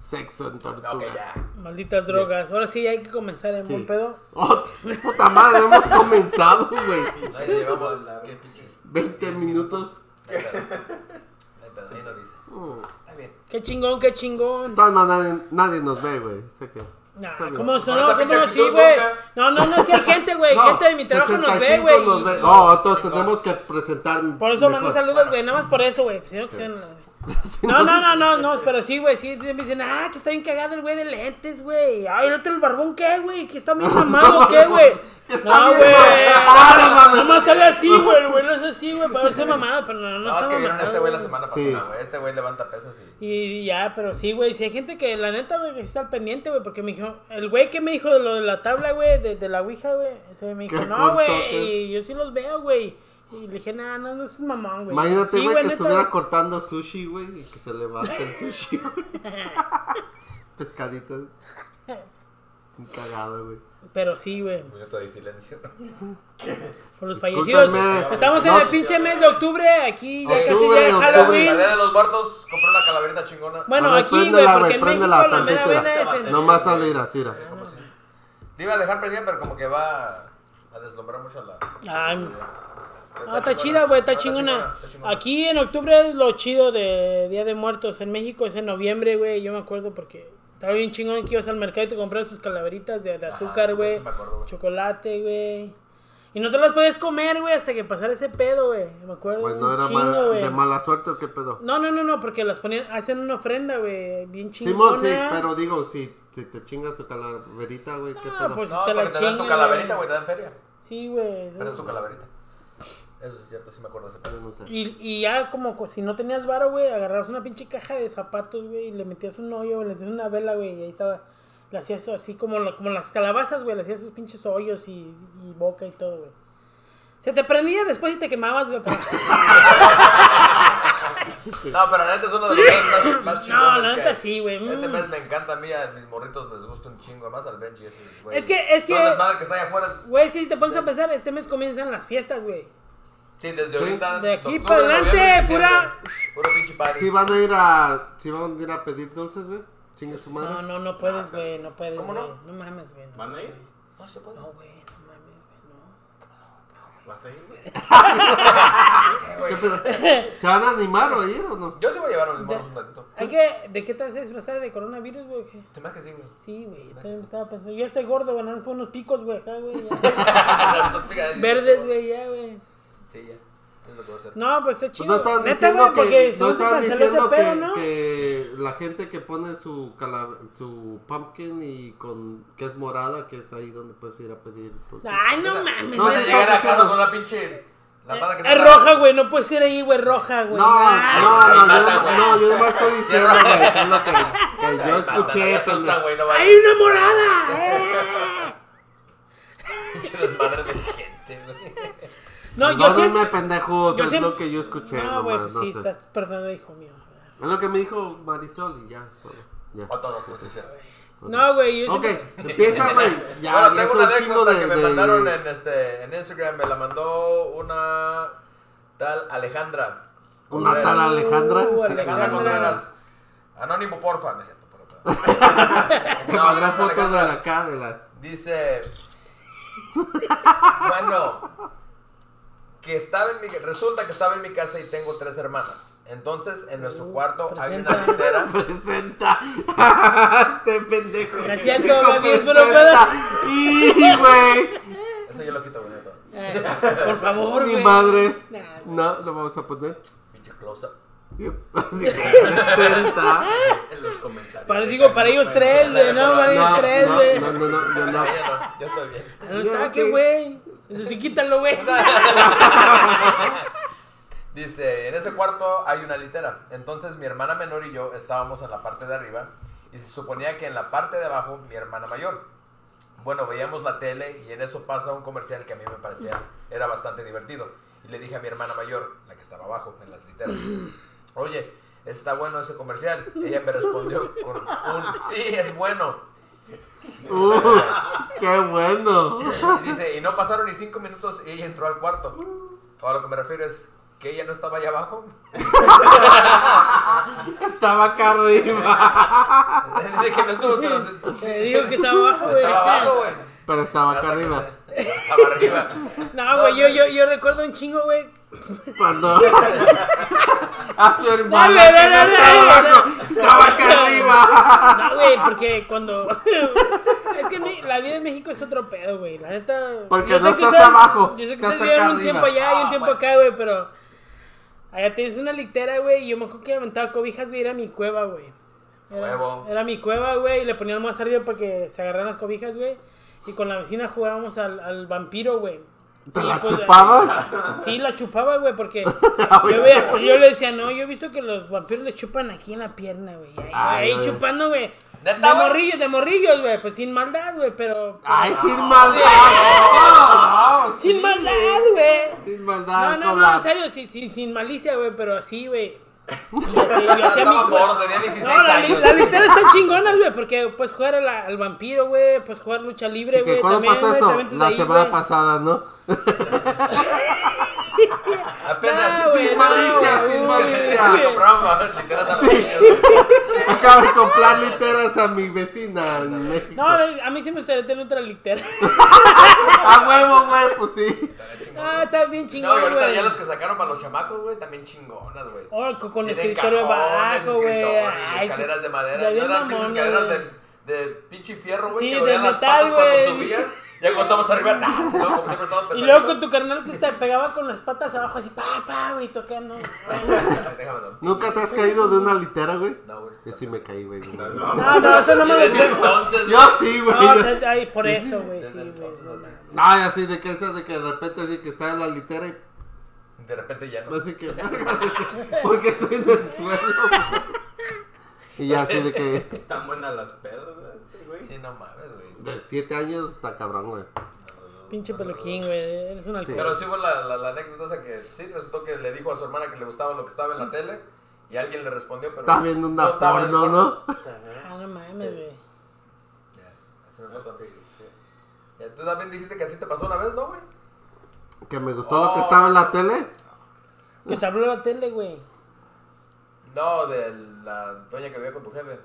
[SPEAKER 2] Sexo en tortuga.
[SPEAKER 1] No, que ya.
[SPEAKER 3] Malditas drogas. Ahora sí, ya hay que comenzar en
[SPEAKER 2] Sí.
[SPEAKER 3] buen pedo.
[SPEAKER 2] Oh, puta madre, hemos comenzado, güey.
[SPEAKER 1] No, ya llevamos. ¿Qué pinches?
[SPEAKER 2] 20 minutos.
[SPEAKER 1] No hay pedo. No hay pedo, ahí no dice.
[SPEAKER 2] Mm.
[SPEAKER 1] Está bien.
[SPEAKER 3] Qué chingón, qué chingón.
[SPEAKER 2] De todas maneras, nadie, nadie nos ve, güey. Sé que.
[SPEAKER 3] Nah,
[SPEAKER 2] Está bien.
[SPEAKER 3] ¿cómo
[SPEAKER 1] Con
[SPEAKER 3] son? No,
[SPEAKER 1] esa
[SPEAKER 3] ¿Cómo
[SPEAKER 1] pinche
[SPEAKER 3] no? Sí,
[SPEAKER 1] actitud
[SPEAKER 3] güey.
[SPEAKER 1] loca.
[SPEAKER 3] No, no, no, sí hay gente, güey.
[SPEAKER 2] No,
[SPEAKER 3] gente de mi trabajo nos ve,
[SPEAKER 2] 65
[SPEAKER 3] güey.
[SPEAKER 2] nos
[SPEAKER 3] y-
[SPEAKER 2] ve. No, todos tenemos que presentar.
[SPEAKER 3] Por eso
[SPEAKER 2] mejor.
[SPEAKER 3] mandé saludos, güey. Nada más por eso, güey. pues, si no, que sean- No, no, no, no, no, pero sí, güey, sí, me dicen, ah, que está bien cagado el güey de lentes, güey. Ay, el otro, el barbón, ¿qué, güey? Que está bien mamado, ¿qué, güey?
[SPEAKER 2] Que está
[SPEAKER 3] No,
[SPEAKER 2] bien
[SPEAKER 3] güey.
[SPEAKER 2] mamado. Ah, no mames.
[SPEAKER 3] Nada más sale así, güey, el güey no es así, güey, para verse mamado, pero no, no,
[SPEAKER 1] No, es
[SPEAKER 3] está
[SPEAKER 1] que vieron a
[SPEAKER 3] mamado,
[SPEAKER 1] este güey la
[SPEAKER 3] güey.
[SPEAKER 1] semana
[SPEAKER 2] Sí.
[SPEAKER 1] pasada, güey. Este güey levanta pesas y.
[SPEAKER 3] Y y ya, pero sí, güey, si hay gente que la neta, güey, que está al pendiente, güey, porque me dijo, el güey que me dijo de lo de la tabla, güey, de, de la Ouija, güey, ese güey me dijo,
[SPEAKER 2] Qué
[SPEAKER 3] no,
[SPEAKER 2] cortotes.
[SPEAKER 3] güey, y yo sí los veo, güey. Y le dije, nah, no, no es mamón, güey.
[SPEAKER 2] Imagínate,
[SPEAKER 3] Sí,
[SPEAKER 2] güey, que
[SPEAKER 3] neta,
[SPEAKER 2] estuviera
[SPEAKER 3] güey.
[SPEAKER 2] cortando sushi, güey, y que se levante el sushi, güey. Pescaditos. Un cagado, güey.
[SPEAKER 3] Pero sí, güey.
[SPEAKER 1] Un minuto de silencio.
[SPEAKER 3] Por los
[SPEAKER 2] Discúlpenme.
[SPEAKER 3] fallecidos. Estamos en
[SPEAKER 2] No.
[SPEAKER 3] el pinche mes de octubre, aquí ya casi
[SPEAKER 2] Octubre,
[SPEAKER 3] ya es
[SPEAKER 2] octubre.
[SPEAKER 3] Halloween.
[SPEAKER 1] La día de los muertos, compró una calaverita chingona.
[SPEAKER 3] Bueno,
[SPEAKER 2] A ver,
[SPEAKER 3] aquí, güey,
[SPEAKER 2] préndela, güey,
[SPEAKER 3] porque en México
[SPEAKER 2] préndela
[SPEAKER 3] la mera
[SPEAKER 2] tantito.
[SPEAKER 3] vena es en...
[SPEAKER 2] No más salir así, era.
[SPEAKER 1] ¿Cómo así? Eh, Te iba a dejar perdida, pero como que va a deslumbrar mucho la.
[SPEAKER 3] Ay.
[SPEAKER 1] Ah,
[SPEAKER 3] Ah, está chida, güey, está chingona. Aquí en octubre es lo chido de Día de Muertos. En México es en noviembre, güey. Yo me acuerdo porque estaba bien chingón que ibas al mercado y te comprabas tus calaveritas de, de
[SPEAKER 1] Ajá,
[SPEAKER 3] azúcar,
[SPEAKER 1] yo
[SPEAKER 3] güey.
[SPEAKER 1] sí me acuerdo, güey.
[SPEAKER 3] Chocolate, güey. Y no te las podías comer, güey, hasta que pasara ese pedo, güey. Me acuerdo.
[SPEAKER 2] Pues
[SPEAKER 3] un
[SPEAKER 2] no era
[SPEAKER 3] chingo,
[SPEAKER 2] ma-
[SPEAKER 3] güey.
[SPEAKER 2] de mala suerte o qué pedo.
[SPEAKER 3] No, no, no, no, porque las ponían, hacen una ofrenda, güey, bien chingona.
[SPEAKER 2] Simón, sí, pero digo, si, si te chingas tu calaverita, güey, qué
[SPEAKER 3] Ah,
[SPEAKER 2] pedo.
[SPEAKER 3] pues-
[SPEAKER 1] No,
[SPEAKER 3] te la
[SPEAKER 1] porque te dan tu
[SPEAKER 3] chingan,
[SPEAKER 1] calaverita,
[SPEAKER 3] güey.
[SPEAKER 1] güey, te dan feria.
[SPEAKER 3] Sí, güey.
[SPEAKER 1] Pero es tu calaverita. Eso es cierto, sí me acuerdo de ese
[SPEAKER 2] Yo
[SPEAKER 1] pedo.
[SPEAKER 2] no sé.
[SPEAKER 3] Y, y ya como co- si no tenías varo, güey, agarrabas una pinche caja de zapatos, güey, y le metías un hoyo, le metías una vela, güey, y ahí estaba. Le hacías eso así como, lo- como las calabazas, güey, le hacías sus pinches hoyos y, y boca y todo, güey. Se te prendía después y te quemabas, güey. pero-
[SPEAKER 1] No, pero la neta es uno de los meses más, más
[SPEAKER 3] No,
[SPEAKER 1] chingones.
[SPEAKER 3] la
[SPEAKER 1] que
[SPEAKER 3] neta
[SPEAKER 1] hay.
[SPEAKER 3] sí, güey,
[SPEAKER 1] Este
[SPEAKER 3] mm.
[SPEAKER 1] mes me encanta a mí, a mis morritos les gusta un chingo. Más al Benji ese, güey.
[SPEAKER 3] Es que- es que-
[SPEAKER 1] Toda la madre que está allá afuera. es-
[SPEAKER 3] Güey, es que si te pones a pensar, este mes comienzan las fiestas, güey.
[SPEAKER 1] Sí, desde ahorita.
[SPEAKER 3] de aquí
[SPEAKER 1] octubre,
[SPEAKER 3] para adelante,
[SPEAKER 1] noviembre, diciembre,
[SPEAKER 3] pura-
[SPEAKER 1] Puro pinche party.
[SPEAKER 2] Si van a ir a, si van a ir a pedir dulces, güey, chinga su madre.
[SPEAKER 3] No, no, no puedes, güey, no puedes,
[SPEAKER 1] Ah, ¿Cómo
[SPEAKER 3] güey.
[SPEAKER 1] no?
[SPEAKER 3] No? mames, güey. no,
[SPEAKER 4] ¿Van a ir?
[SPEAKER 3] güey.
[SPEAKER 1] No se puede.
[SPEAKER 3] No, güey, no mames, güey, no.
[SPEAKER 4] ¿Vas a ir, güey?
[SPEAKER 1] güey.
[SPEAKER 2] ¿Qué pedo? ¿Se van a animar o ir o no?
[SPEAKER 1] Yo sí voy a llevar a mis morros un ratito.
[SPEAKER 3] Hay que, ¿de qué te vas a disfrazar? ¿De coronavirus, güey? o qué?
[SPEAKER 1] Te me que sí, güey.
[SPEAKER 3] Sí, güey, yo también estaba pensando. Yo estoy gordo, güey, no me pongo unos picos, güey, acá, güey. ya. Verdes, güey, ya, güey.
[SPEAKER 1] Sí, ya. Es lo que voy a hacer.
[SPEAKER 3] No, pues está
[SPEAKER 2] Pues
[SPEAKER 3] chido.
[SPEAKER 2] no estaban
[SPEAKER 3] Neta,
[SPEAKER 2] diciendo
[SPEAKER 3] güey, porque
[SPEAKER 2] que,
[SPEAKER 3] si
[SPEAKER 2] no
[SPEAKER 3] no se
[SPEAKER 2] estaban
[SPEAKER 3] canceló ese
[SPEAKER 2] diciendo
[SPEAKER 3] pedo,
[SPEAKER 2] que,
[SPEAKER 3] ¿no?
[SPEAKER 2] que la gente que pone su cala- su pumpkin y con que es morada, que es ahí donde puedes ir a pedir dulces.
[SPEAKER 3] Ay, no mames.
[SPEAKER 1] No
[SPEAKER 2] No,
[SPEAKER 1] te
[SPEAKER 2] no,
[SPEAKER 3] güey.
[SPEAKER 1] llegar
[SPEAKER 2] no,
[SPEAKER 1] a casa
[SPEAKER 2] no.
[SPEAKER 1] con la pinche. La madre que te
[SPEAKER 3] Es
[SPEAKER 1] da-
[SPEAKER 3] roja, güey, no puedes ir ahí, güey, roja,
[SPEAKER 2] No,
[SPEAKER 3] güey. Ay,
[SPEAKER 2] no,
[SPEAKER 1] Ahí
[SPEAKER 2] no, yo,
[SPEAKER 1] mata, güey.
[SPEAKER 2] no, yo nomás estoy diciendo, güey, que es lo que, que yo
[SPEAKER 1] Ay, mata,
[SPEAKER 2] escuché.
[SPEAKER 1] no te asusta,
[SPEAKER 2] pendejo.
[SPEAKER 1] güey, no
[SPEAKER 3] ¡Hay
[SPEAKER 1] vayas.
[SPEAKER 3] una morada! eh.
[SPEAKER 1] Pinche desmadre de gente, güey.
[SPEAKER 3] No, yo
[SPEAKER 2] Perdónenme,
[SPEAKER 3] siempre...
[SPEAKER 2] pendejos,
[SPEAKER 3] yo
[SPEAKER 2] es
[SPEAKER 3] siempre-
[SPEAKER 2] lo que yo escuché,
[SPEAKER 3] No, güey,
[SPEAKER 2] nomás,
[SPEAKER 3] pues
[SPEAKER 2] no
[SPEAKER 3] sí,
[SPEAKER 2] sé.
[SPEAKER 3] estás perdonado, hijo mío.
[SPEAKER 2] Es lo que me dijo Marisol y ya, es todo. Ya.
[SPEAKER 1] O todos, pues, sí, cierto.
[SPEAKER 3] No, güey, yo
[SPEAKER 2] Ok,
[SPEAKER 3] siempre...
[SPEAKER 2] empieza, güey. Ya,
[SPEAKER 1] bueno,
[SPEAKER 2] ya
[SPEAKER 1] tengo
[SPEAKER 2] es
[SPEAKER 1] una
[SPEAKER 2] un chingo
[SPEAKER 1] anécdota
[SPEAKER 2] de-
[SPEAKER 1] que me
[SPEAKER 2] de-
[SPEAKER 1] mandaron en, este, en Instagram. Me la mandó una tal Alejandra.
[SPEAKER 2] Una
[SPEAKER 1] Contreras.
[SPEAKER 2] tal Alejandra.
[SPEAKER 3] Uh,
[SPEAKER 2] Sí,
[SPEAKER 1] Alejandra
[SPEAKER 3] Alejandra.
[SPEAKER 1] Contreras. Anónimo, porfa. No es cierto, pero-
[SPEAKER 2] Te
[SPEAKER 1] No,
[SPEAKER 2] mandaré
[SPEAKER 1] no,
[SPEAKER 2] fotos de
[SPEAKER 1] Alejandra.
[SPEAKER 2] acá, de las.
[SPEAKER 1] Dice. Bueno. Que estaba en mi, resulta que estaba en mi casa y tengo tres hermanas. Entonces, en nuestro
[SPEAKER 3] Uh,
[SPEAKER 1] cuarto hay una
[SPEAKER 3] presenta.
[SPEAKER 1] litera.
[SPEAKER 2] Presenta. este pendejo.
[SPEAKER 3] Lo siento,
[SPEAKER 2] Dijo,
[SPEAKER 3] mami, es
[SPEAKER 2] presenta.
[SPEAKER 3] broma.
[SPEAKER 2] Y, güey.
[SPEAKER 1] Eso yo lo quito, güey. neta.
[SPEAKER 3] Eh, por favor,
[SPEAKER 2] Ni
[SPEAKER 3] güey.
[SPEAKER 2] madres.
[SPEAKER 3] Nah, güey.
[SPEAKER 2] No, lo vamos a poner.
[SPEAKER 1] Pinche close
[SPEAKER 2] Así que presenta.
[SPEAKER 4] En los comentarios.
[SPEAKER 3] Para, digo, para ellos tres, güey, no, para ellos
[SPEAKER 2] No,
[SPEAKER 3] tres, güey.
[SPEAKER 2] no, no, no, no, yo no.
[SPEAKER 1] yo estoy bien.
[SPEAKER 3] No lo
[SPEAKER 2] Ya,
[SPEAKER 3] saque,
[SPEAKER 2] sí.
[SPEAKER 3] güey. Entonces sí, quítalo, güey.
[SPEAKER 1] Dice, en ese cuarto hay una litera. Entonces mi hermana menor y yo estábamos en la parte de arriba y y se suponía que en la parte de abajo mi hermana mayor. Bueno, veíamos la tele y en eso pasa un comercial que a mí me parecía era bastante divertido. Y le dije a mi hermana mayor, la que estaba abajo en las literas, oye, está bueno ese comercial. Ella me respondió con un sí, es bueno.
[SPEAKER 2] Uh, ¡Qué bueno!
[SPEAKER 1] Y dice, y no pasaron ni cinco minutos y ella entró al cuarto. A lo que me refiero es que ella no estaba allá abajo.
[SPEAKER 2] Estaba acá arriba.
[SPEAKER 1] Dice que no estuvo, pero se-
[SPEAKER 3] Te Eh, digo que está abajo, güey.
[SPEAKER 1] estaba abajo, güey.
[SPEAKER 2] Pero estaba acá
[SPEAKER 1] Hasta que
[SPEAKER 2] arriba.
[SPEAKER 1] se- Estaba arriba.
[SPEAKER 3] No, güey, yo, yo, yo recuerdo un chingo, güey.
[SPEAKER 2] Cuando a su hermana
[SPEAKER 3] Dale,
[SPEAKER 2] que
[SPEAKER 3] dale,
[SPEAKER 2] no estaba
[SPEAKER 3] dale,
[SPEAKER 2] abajo, estaba acá arriba.
[SPEAKER 3] No, güey, porque cuando. es que mi- la vida en México es otro pedo, güey. La neta.
[SPEAKER 2] Porque
[SPEAKER 3] yo sé
[SPEAKER 2] no
[SPEAKER 3] que
[SPEAKER 2] estás
[SPEAKER 3] ustedes-
[SPEAKER 2] abajo,
[SPEAKER 3] Yo sé que
[SPEAKER 2] estás
[SPEAKER 3] ustedes vivieron
[SPEAKER 2] acá
[SPEAKER 3] un tiempo
[SPEAKER 2] arriba.
[SPEAKER 3] allá y un
[SPEAKER 1] Ah,
[SPEAKER 3] tiempo
[SPEAKER 1] pues.
[SPEAKER 3] acá, güey, pero. Allá tienes una litera, güey. Y yo me acuerdo que aventaba cobijas, güey. Era mi cueva, güey. Era,
[SPEAKER 1] Huevo.
[SPEAKER 3] era mi cueva, güey. Y le ponían más arriba para que se agarraran las cobijas, güey. Y con la vecina jugábamos al, al vampiro, güey.
[SPEAKER 2] ¿Te
[SPEAKER 3] Y
[SPEAKER 2] la
[SPEAKER 3] pues,
[SPEAKER 2] chupabas?
[SPEAKER 3] Sí, la chupaba, güey, porque
[SPEAKER 2] Ah,
[SPEAKER 3] yo, veía- yo le decía, no, yo he visto que los vampiros le chupan aquí en la pierna, güey. Ahí,
[SPEAKER 2] Ay,
[SPEAKER 3] ahí
[SPEAKER 2] güey.
[SPEAKER 3] chupando, güey. De
[SPEAKER 1] ¿Neta, güey?
[SPEAKER 3] morrillos, de morrillos, güey. Pues sin maldad, güey, pero...
[SPEAKER 2] ¡Ay, sin maldad! No,
[SPEAKER 3] sin maldad, güey.
[SPEAKER 2] Sin
[SPEAKER 3] No,
[SPEAKER 2] maldad
[SPEAKER 3] no,
[SPEAKER 2] con
[SPEAKER 3] no, en
[SPEAKER 2] la...
[SPEAKER 3] serio, sin, sin, sin malicia, güey, pero así, güey. Y así, yo hacía
[SPEAKER 1] Estaba
[SPEAKER 3] mi-
[SPEAKER 1] gordo, tenía 16
[SPEAKER 3] No, la,
[SPEAKER 1] años.
[SPEAKER 3] li- la litera está chingonas, güey, porque pues jugar a la- al vampiro, güey, pues jugar lucha libre,
[SPEAKER 2] Así
[SPEAKER 3] güey.
[SPEAKER 2] que, ¿Cuándo
[SPEAKER 3] también,
[SPEAKER 2] pasó
[SPEAKER 3] güey, te
[SPEAKER 2] eso?
[SPEAKER 3] aventas
[SPEAKER 2] La
[SPEAKER 3] ahí,
[SPEAKER 2] semana
[SPEAKER 3] güey.
[SPEAKER 2] pasada, ¿no?
[SPEAKER 1] Apenas.
[SPEAKER 3] No, Ah, güey,
[SPEAKER 2] Sin
[SPEAKER 3] no,
[SPEAKER 2] malicia,
[SPEAKER 3] güey,
[SPEAKER 2] sin
[SPEAKER 3] no,
[SPEAKER 2] malicia.
[SPEAKER 3] güey.
[SPEAKER 1] Compraba literas a
[SPEAKER 2] Acabo de comprar literas a mi vecina en México.
[SPEAKER 3] No, a mí sí me gustaría tener otra litera.
[SPEAKER 2] A Ah, huevo, güey, pues sí.
[SPEAKER 3] Ah, está bien chingón,
[SPEAKER 1] No, y
[SPEAKER 3] güey.
[SPEAKER 1] ahorita ya las que sacaron para los chamacos, güey, también chingonas, güey.
[SPEAKER 3] Oh, con, con el
[SPEAKER 1] Tienen
[SPEAKER 3] escritorio
[SPEAKER 1] cajones,
[SPEAKER 3] abajo, güey.
[SPEAKER 1] escritorios,
[SPEAKER 3] Ay,
[SPEAKER 1] Escaleras
[SPEAKER 3] sí.
[SPEAKER 1] de
[SPEAKER 3] Ya
[SPEAKER 1] madera.
[SPEAKER 3] bien
[SPEAKER 1] Yo eran pinches
[SPEAKER 3] mamona,
[SPEAKER 1] escaleras
[SPEAKER 3] güey.
[SPEAKER 1] de, de pinche fierro, güey,
[SPEAKER 3] Sí,
[SPEAKER 1] que
[SPEAKER 3] de
[SPEAKER 1] dolían las
[SPEAKER 3] metal,
[SPEAKER 1] patas cuando
[SPEAKER 3] güey.
[SPEAKER 1] subías. Ya cuando estabas arriba, ¡tas! Y luego, como siempre, todo
[SPEAKER 3] Y luego con
[SPEAKER 1] pesadito.
[SPEAKER 3] tu carnal que te pegaba con las patas abajo así, pa, pa, güey, tocando.
[SPEAKER 1] Déjame dormir.
[SPEAKER 2] ¿Nunca te has caído de una litera, güey?
[SPEAKER 1] No, güey.
[SPEAKER 2] Yo sí me caí, güey.
[SPEAKER 4] No, no.
[SPEAKER 3] No, no, eso no
[SPEAKER 1] Y
[SPEAKER 3] me lo
[SPEAKER 1] desde entonces,
[SPEAKER 2] Yo sí, güey.
[SPEAKER 3] No,
[SPEAKER 2] yo sí.
[SPEAKER 3] te- ay, por eso, güey, sí,
[SPEAKER 1] Desde
[SPEAKER 3] güey.
[SPEAKER 1] entonces,
[SPEAKER 3] no
[SPEAKER 1] o sea.
[SPEAKER 3] mames.
[SPEAKER 2] No, así de que esas de que de repente así que está en la litera y
[SPEAKER 1] de repente ya no.
[SPEAKER 2] no sé qué porque estoy en el suelo. Y ya así de que
[SPEAKER 4] Tan buenas las pedas, güey.
[SPEAKER 1] Sí, no mames, güey.
[SPEAKER 2] de siete años está cabrón, güey.
[SPEAKER 3] Pinche peluquín, güey, eres un
[SPEAKER 1] Pero
[SPEAKER 3] alcohólico.
[SPEAKER 1] sí fue la, la, la anécdota esa que sí resultó que le dijo a su hermana que le gustaba lo que estaba en la tele y alguien le respondió, pero.
[SPEAKER 2] Estás Mm. viendo
[SPEAKER 1] no
[SPEAKER 2] una
[SPEAKER 1] estaba en el
[SPEAKER 2] porno,
[SPEAKER 1] cuarto.
[SPEAKER 2] ¿no?
[SPEAKER 3] Ah, no mames,
[SPEAKER 1] Sí.
[SPEAKER 3] güey.
[SPEAKER 1] Ya, así
[SPEAKER 3] Ah,
[SPEAKER 1] me pasó. Ya, Tú también dijiste que así te pasó una vez, ¿no, güey?
[SPEAKER 2] Que me gustó lo que estaba en la tele.
[SPEAKER 3] Que se habló la tele, güey.
[SPEAKER 1] No, de la doña que vivía con tu jefe.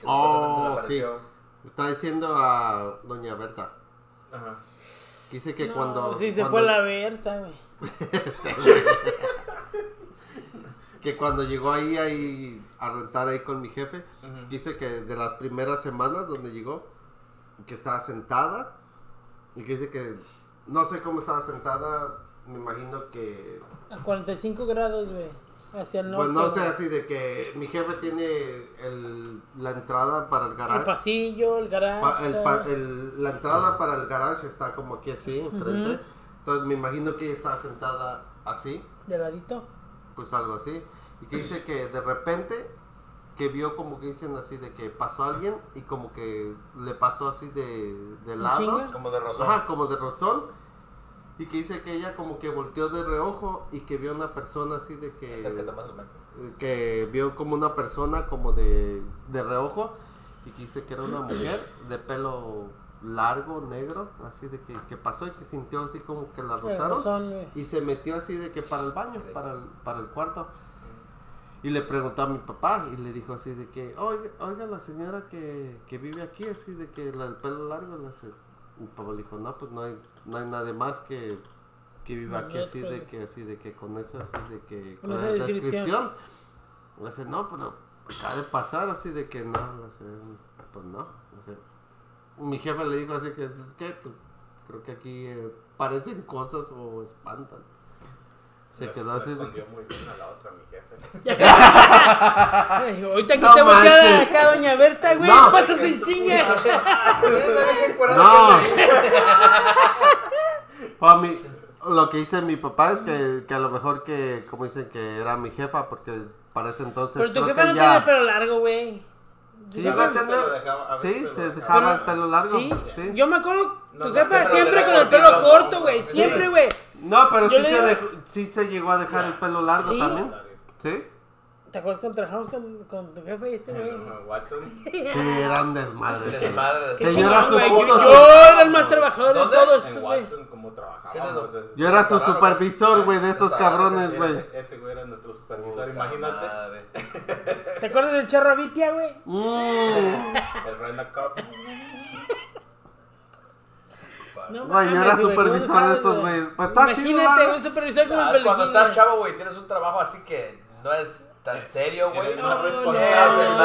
[SPEAKER 1] Que
[SPEAKER 2] Oh,
[SPEAKER 1] supuestamente
[SPEAKER 2] sí.
[SPEAKER 1] se le apareció.
[SPEAKER 2] Está diciendo a doña Berta.
[SPEAKER 4] Ajá.
[SPEAKER 2] Dice que
[SPEAKER 3] No,
[SPEAKER 2] cuando
[SPEAKER 3] Sí, se
[SPEAKER 2] cuando-
[SPEAKER 3] fue la Berta, güey.
[SPEAKER 2] que cuando llegó ahí, ahí a rentar ahí con mi jefe,
[SPEAKER 4] Ujú.
[SPEAKER 2] dice que de las primeras semanas donde llegó, que estaba sentada, y que dice que no sé cómo estaba sentada, me imagino que...
[SPEAKER 3] A 45 grados, güey. Hacia el norte.
[SPEAKER 2] pues no sé,
[SPEAKER 3] güey.
[SPEAKER 2] así de que mi jefe tiene el- la entrada para el
[SPEAKER 3] El
[SPEAKER 2] garaje.
[SPEAKER 3] pasillo, el garaje.
[SPEAKER 2] Pa- el pa- el- la entrada para el garage está como aquí así, enfrente.
[SPEAKER 3] Ujú.
[SPEAKER 2] Entonces me imagino que ella estaba sentada así.
[SPEAKER 3] De ladito.
[SPEAKER 2] pues algo así. Y que dice que de repente, que vio como que dicen así, de que pasó alguien y como que le pasó así de, de lado.
[SPEAKER 3] chinga?
[SPEAKER 1] Como de razón.
[SPEAKER 2] Ajá, como de rozón. Y que dice que ella como que volteó de reojo y que vio una persona así de
[SPEAKER 1] Acércate
[SPEAKER 2] que...
[SPEAKER 1] más o menos.
[SPEAKER 2] Que vio como una persona como de, de reojo y que dice que era una mujer de pelo largo, negro, así de que, que pasó y que sintió así como que la
[SPEAKER 3] El
[SPEAKER 2] rozaron.
[SPEAKER 3] rozón, güey.
[SPEAKER 2] Y se metió así de que para el baño, para el, para el cuarto. Y le preguntó a mi papá y le dijo así de que, oiga, oiga la señora que, que vive aquí, así de que la, el pelo largo. La se-". Mi papá le dijo, no, pues no hay, no hay nadie más que, que vive
[SPEAKER 3] No,
[SPEAKER 2] aquí,
[SPEAKER 3] no,
[SPEAKER 2] así de
[SPEAKER 3] espérate.
[SPEAKER 2] que, así de que con eso, así de que con
[SPEAKER 3] Con esa
[SPEAKER 2] la descripción.
[SPEAKER 3] descripción.
[SPEAKER 2] Le dice, no, pero acaba de pasar, así de que no, le dice, pues no. le dice. mi jefe le dijo así que, es que pues, creo que aquí eh, parecen cosas o espantan. Se
[SPEAKER 4] Res-
[SPEAKER 2] quedó así de que...
[SPEAKER 4] Respondió muy bien a la otra, mi jefe.
[SPEAKER 3] Ay, Ahorita aquí
[SPEAKER 2] No
[SPEAKER 3] te voy a quedar
[SPEAKER 2] manches.
[SPEAKER 3] acá, doña Berta, güey.
[SPEAKER 2] No.
[SPEAKER 3] Pasas en chinga.
[SPEAKER 2] No. Pues, a mí, lo que dice mi papá es que, que a lo mejor que, como dicen, que era mi jefa, porque para ese entonces
[SPEAKER 3] Pero tu
[SPEAKER 2] creo
[SPEAKER 3] jefa
[SPEAKER 2] que
[SPEAKER 3] no
[SPEAKER 2] ya...
[SPEAKER 3] tenía pelo largo, güey.
[SPEAKER 2] Sí,
[SPEAKER 4] A
[SPEAKER 2] iba a
[SPEAKER 4] veces se
[SPEAKER 2] tener-
[SPEAKER 4] lo dejaba- a veces
[SPEAKER 2] Sí,
[SPEAKER 4] se
[SPEAKER 2] se
[SPEAKER 4] lo
[SPEAKER 2] dejaba
[SPEAKER 4] dejaba.
[SPEAKER 2] el pelo largo.
[SPEAKER 3] Sí,
[SPEAKER 2] sí.
[SPEAKER 3] yo me acuerdo,
[SPEAKER 4] No,
[SPEAKER 3] tu
[SPEAKER 4] no,
[SPEAKER 3] jefa
[SPEAKER 4] siempre
[SPEAKER 3] siempre
[SPEAKER 4] lo
[SPEAKER 3] con el
[SPEAKER 4] dejo
[SPEAKER 3] pelo
[SPEAKER 4] cortito,
[SPEAKER 3] corto,
[SPEAKER 4] ¿no?
[SPEAKER 3] güey,
[SPEAKER 4] Sí.
[SPEAKER 3] siempre, güey.
[SPEAKER 2] No, pero sí
[SPEAKER 3] Yo le
[SPEAKER 2] se,
[SPEAKER 3] digo-
[SPEAKER 2] dejó- sí se llegó a dejar el pelo largo
[SPEAKER 3] Sí.
[SPEAKER 2] también. ¿Sí?
[SPEAKER 3] ¿Te acuerdas cuando trabajamos con, con tu jefa y este güey?
[SPEAKER 4] Ajá, Watson.
[SPEAKER 2] Sí, eran desmadres.
[SPEAKER 1] Madre, madre.
[SPEAKER 3] Qué
[SPEAKER 2] Señora,
[SPEAKER 3] chingón,
[SPEAKER 2] su
[SPEAKER 3] güey,
[SPEAKER 2] puto-
[SPEAKER 3] Yo era el más trabajador de
[SPEAKER 1] ¿Dónde?
[SPEAKER 3] todos estos,
[SPEAKER 4] En
[SPEAKER 3] güey.
[SPEAKER 4] Watson, como
[SPEAKER 1] ¿Qué
[SPEAKER 4] trabajábamos.
[SPEAKER 1] es eso?
[SPEAKER 4] ese-
[SPEAKER 2] Yo era su
[SPEAKER 1] Está raro,
[SPEAKER 2] supervisor, güey, de
[SPEAKER 1] Está
[SPEAKER 2] esos
[SPEAKER 1] raro,
[SPEAKER 2] cabrones,
[SPEAKER 4] era-
[SPEAKER 2] güey.
[SPEAKER 4] Ese güey era nuestro
[SPEAKER 1] Puta
[SPEAKER 4] supervisor, imagínate.
[SPEAKER 1] madre.
[SPEAKER 3] ¿Te acuerdas del charro Avitia, güey?
[SPEAKER 2] Mm.
[SPEAKER 4] El Rena Cup.
[SPEAKER 3] No
[SPEAKER 2] Güey, yo era
[SPEAKER 3] mames, güey, qué buenos
[SPEAKER 2] supervisor de
[SPEAKER 3] padres,
[SPEAKER 2] estos, güey. Pues está chido,
[SPEAKER 3] Imagínate,
[SPEAKER 2] ¿no?
[SPEAKER 3] un supervisor como
[SPEAKER 1] Ah,
[SPEAKER 3] el
[SPEAKER 1] es
[SPEAKER 3] Pelín.
[SPEAKER 1] cuando estás chavo, güey, tienes un trabajo así que no es tan serio, güey.
[SPEAKER 4] Eres más
[SPEAKER 1] No,
[SPEAKER 4] responsable,
[SPEAKER 1] eres el más-
[SPEAKER 4] güey,
[SPEAKER 1] el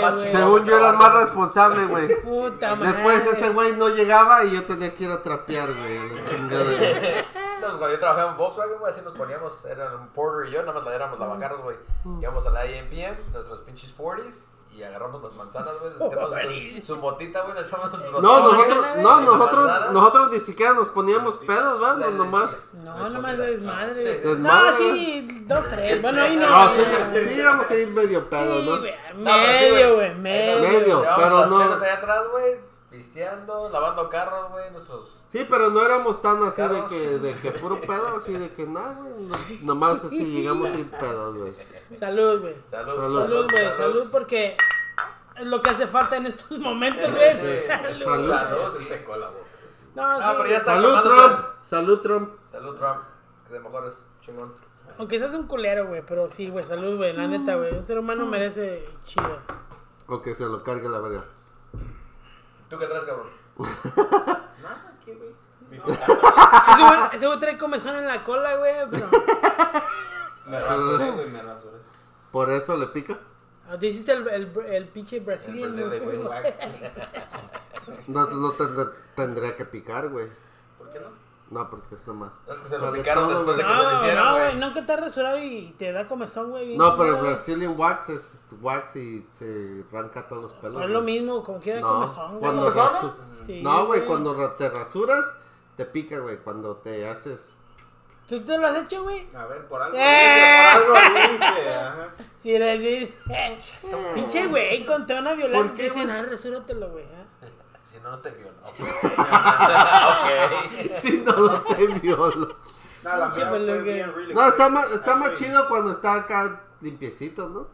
[SPEAKER 1] más
[SPEAKER 3] güey.
[SPEAKER 1] chingón
[SPEAKER 2] Según
[SPEAKER 1] que
[SPEAKER 2] yo era el más
[SPEAKER 1] trabaja.
[SPEAKER 2] responsable, güey.
[SPEAKER 3] Puta madre.
[SPEAKER 2] Después ese güey no llegaba y yo tenía que ir a trapear, güey. a la chingada, güey.
[SPEAKER 1] Nosotros, cuando yo trabajaba en Volkswagen, güey, así nos poníamos, eran un Porter y yo, nada más la éramos lavacarros, güey. Íbamos a la IMPM, nuestros pinches 40s, y agarramos las manzanas, güey, le metemos su, su botita, güey, le echamos sus
[SPEAKER 2] No, nosotros,
[SPEAKER 3] güey.
[SPEAKER 2] no,
[SPEAKER 1] Las
[SPEAKER 2] nosotros,
[SPEAKER 1] manzanas.
[SPEAKER 2] nosotros ni siquiera nos poníamos pedos,
[SPEAKER 1] Le-
[SPEAKER 2] ¿verdad?
[SPEAKER 1] le-
[SPEAKER 2] Nomás.
[SPEAKER 3] No, nomás lo desmadre.
[SPEAKER 1] Sí, sí.
[SPEAKER 2] Desmadre.
[SPEAKER 3] No, sí, dos, tres. Bueno, ahí no.
[SPEAKER 2] No, sí, sí íbamos a ir medio pedos,
[SPEAKER 3] Sí,
[SPEAKER 2] ¿no?
[SPEAKER 3] güey,
[SPEAKER 1] No, pero sí,
[SPEAKER 3] Medio, güey,
[SPEAKER 1] Entonces,
[SPEAKER 3] medio.
[SPEAKER 2] Medio,
[SPEAKER 1] llevábamos
[SPEAKER 2] pero
[SPEAKER 1] las
[SPEAKER 2] no.
[SPEAKER 1] chelas allá atrás, güey, pisteando, lavando carros, güey, nuestros...
[SPEAKER 2] Sí, pero no éramos tan así de
[SPEAKER 1] Carros.
[SPEAKER 2] que, de que puro pedo, así de que nada, güey. no- Nomás así llegamos a ir pedos, güey.
[SPEAKER 3] Salud, güey.
[SPEAKER 1] Salud,
[SPEAKER 2] Salud.
[SPEAKER 3] Salud, güey. Salud porque es lo que hace falta en estos momentos, güey.
[SPEAKER 1] Sí.
[SPEAKER 3] Salud.
[SPEAKER 1] Salud.
[SPEAKER 4] Salud, sí.
[SPEAKER 1] sí.
[SPEAKER 4] Se secó la boca.
[SPEAKER 3] No,
[SPEAKER 1] Ah,
[SPEAKER 3] sí.
[SPEAKER 1] pero ya está.
[SPEAKER 2] Salud,
[SPEAKER 1] tomándose-
[SPEAKER 2] Trump. Salud, Trump.
[SPEAKER 1] Salud, Trump. Que de mejores, chingón.
[SPEAKER 3] Aunque seas un culero, güey, pero sí, güey, salud, güey, la neta, güey. Un ser humano merece chido.
[SPEAKER 2] O que se lo cargue la verga.
[SPEAKER 1] ¿Tú qué traes, cabrón?
[SPEAKER 4] Nada, aquí, güey. "Ah,
[SPEAKER 3] Ese güey- Ese güey trae comezón en la cola, güey, pero...
[SPEAKER 4] Me rasuré, güey, me rasuré.
[SPEAKER 2] ¿Por eso le pica?
[SPEAKER 3] Ah, Te hiciste el, el, el pinche brasileño,
[SPEAKER 1] El brasileño,
[SPEAKER 3] güey.
[SPEAKER 1] güey.
[SPEAKER 4] Wax.
[SPEAKER 2] No, no tend- tendría que picar, güey.
[SPEAKER 4] ¿Por qué no?
[SPEAKER 2] No, porque es nomás.
[SPEAKER 1] No, es que se lo
[SPEAKER 2] Sale
[SPEAKER 1] picaron
[SPEAKER 2] todo,
[SPEAKER 1] después de
[SPEAKER 2] güey.
[SPEAKER 1] que se lo
[SPEAKER 3] No,
[SPEAKER 1] hicieron,
[SPEAKER 3] no,
[SPEAKER 1] güey.
[SPEAKER 3] güey, nunca te has rasurado y te da comezón, güey. bien
[SPEAKER 2] No, pero
[SPEAKER 3] culero, güey.
[SPEAKER 2] Brazilian wax es wax y se arranca todos los pelos.
[SPEAKER 3] Pero es
[SPEAKER 2] güey.
[SPEAKER 3] lo mismo, como quiera comezón,
[SPEAKER 2] No,
[SPEAKER 3] güey.
[SPEAKER 2] cuando
[SPEAKER 1] ¿Comezón,
[SPEAKER 2] rasu-
[SPEAKER 3] Sí,
[SPEAKER 2] No, güey, cuando ra- te rasuras, te pica, güey. Cuando te haces.
[SPEAKER 3] ¿Tú te lo has hecho, güey?
[SPEAKER 4] A ver, por algo.
[SPEAKER 3] Eh.
[SPEAKER 4] dice, Por algo dice. Ajá.
[SPEAKER 3] Sí, le dices... "Eh, Pinche güey, conté una violenta
[SPEAKER 2] ¿Por
[SPEAKER 3] que
[SPEAKER 2] qué,
[SPEAKER 3] dicen,
[SPEAKER 2] güey?
[SPEAKER 3] ah, rasúratelo, güey. ah.
[SPEAKER 1] Si no, no te vio, ¿no? ok.
[SPEAKER 2] Si no, no te violo.
[SPEAKER 4] No, la
[SPEAKER 3] Pinche
[SPEAKER 4] mía fue
[SPEAKER 3] peluque.
[SPEAKER 4] bien, really Ah,
[SPEAKER 2] No,
[SPEAKER 4] quick.
[SPEAKER 2] está más, está más
[SPEAKER 4] Así.
[SPEAKER 2] chido cuando está acá limpiecito, ¿no?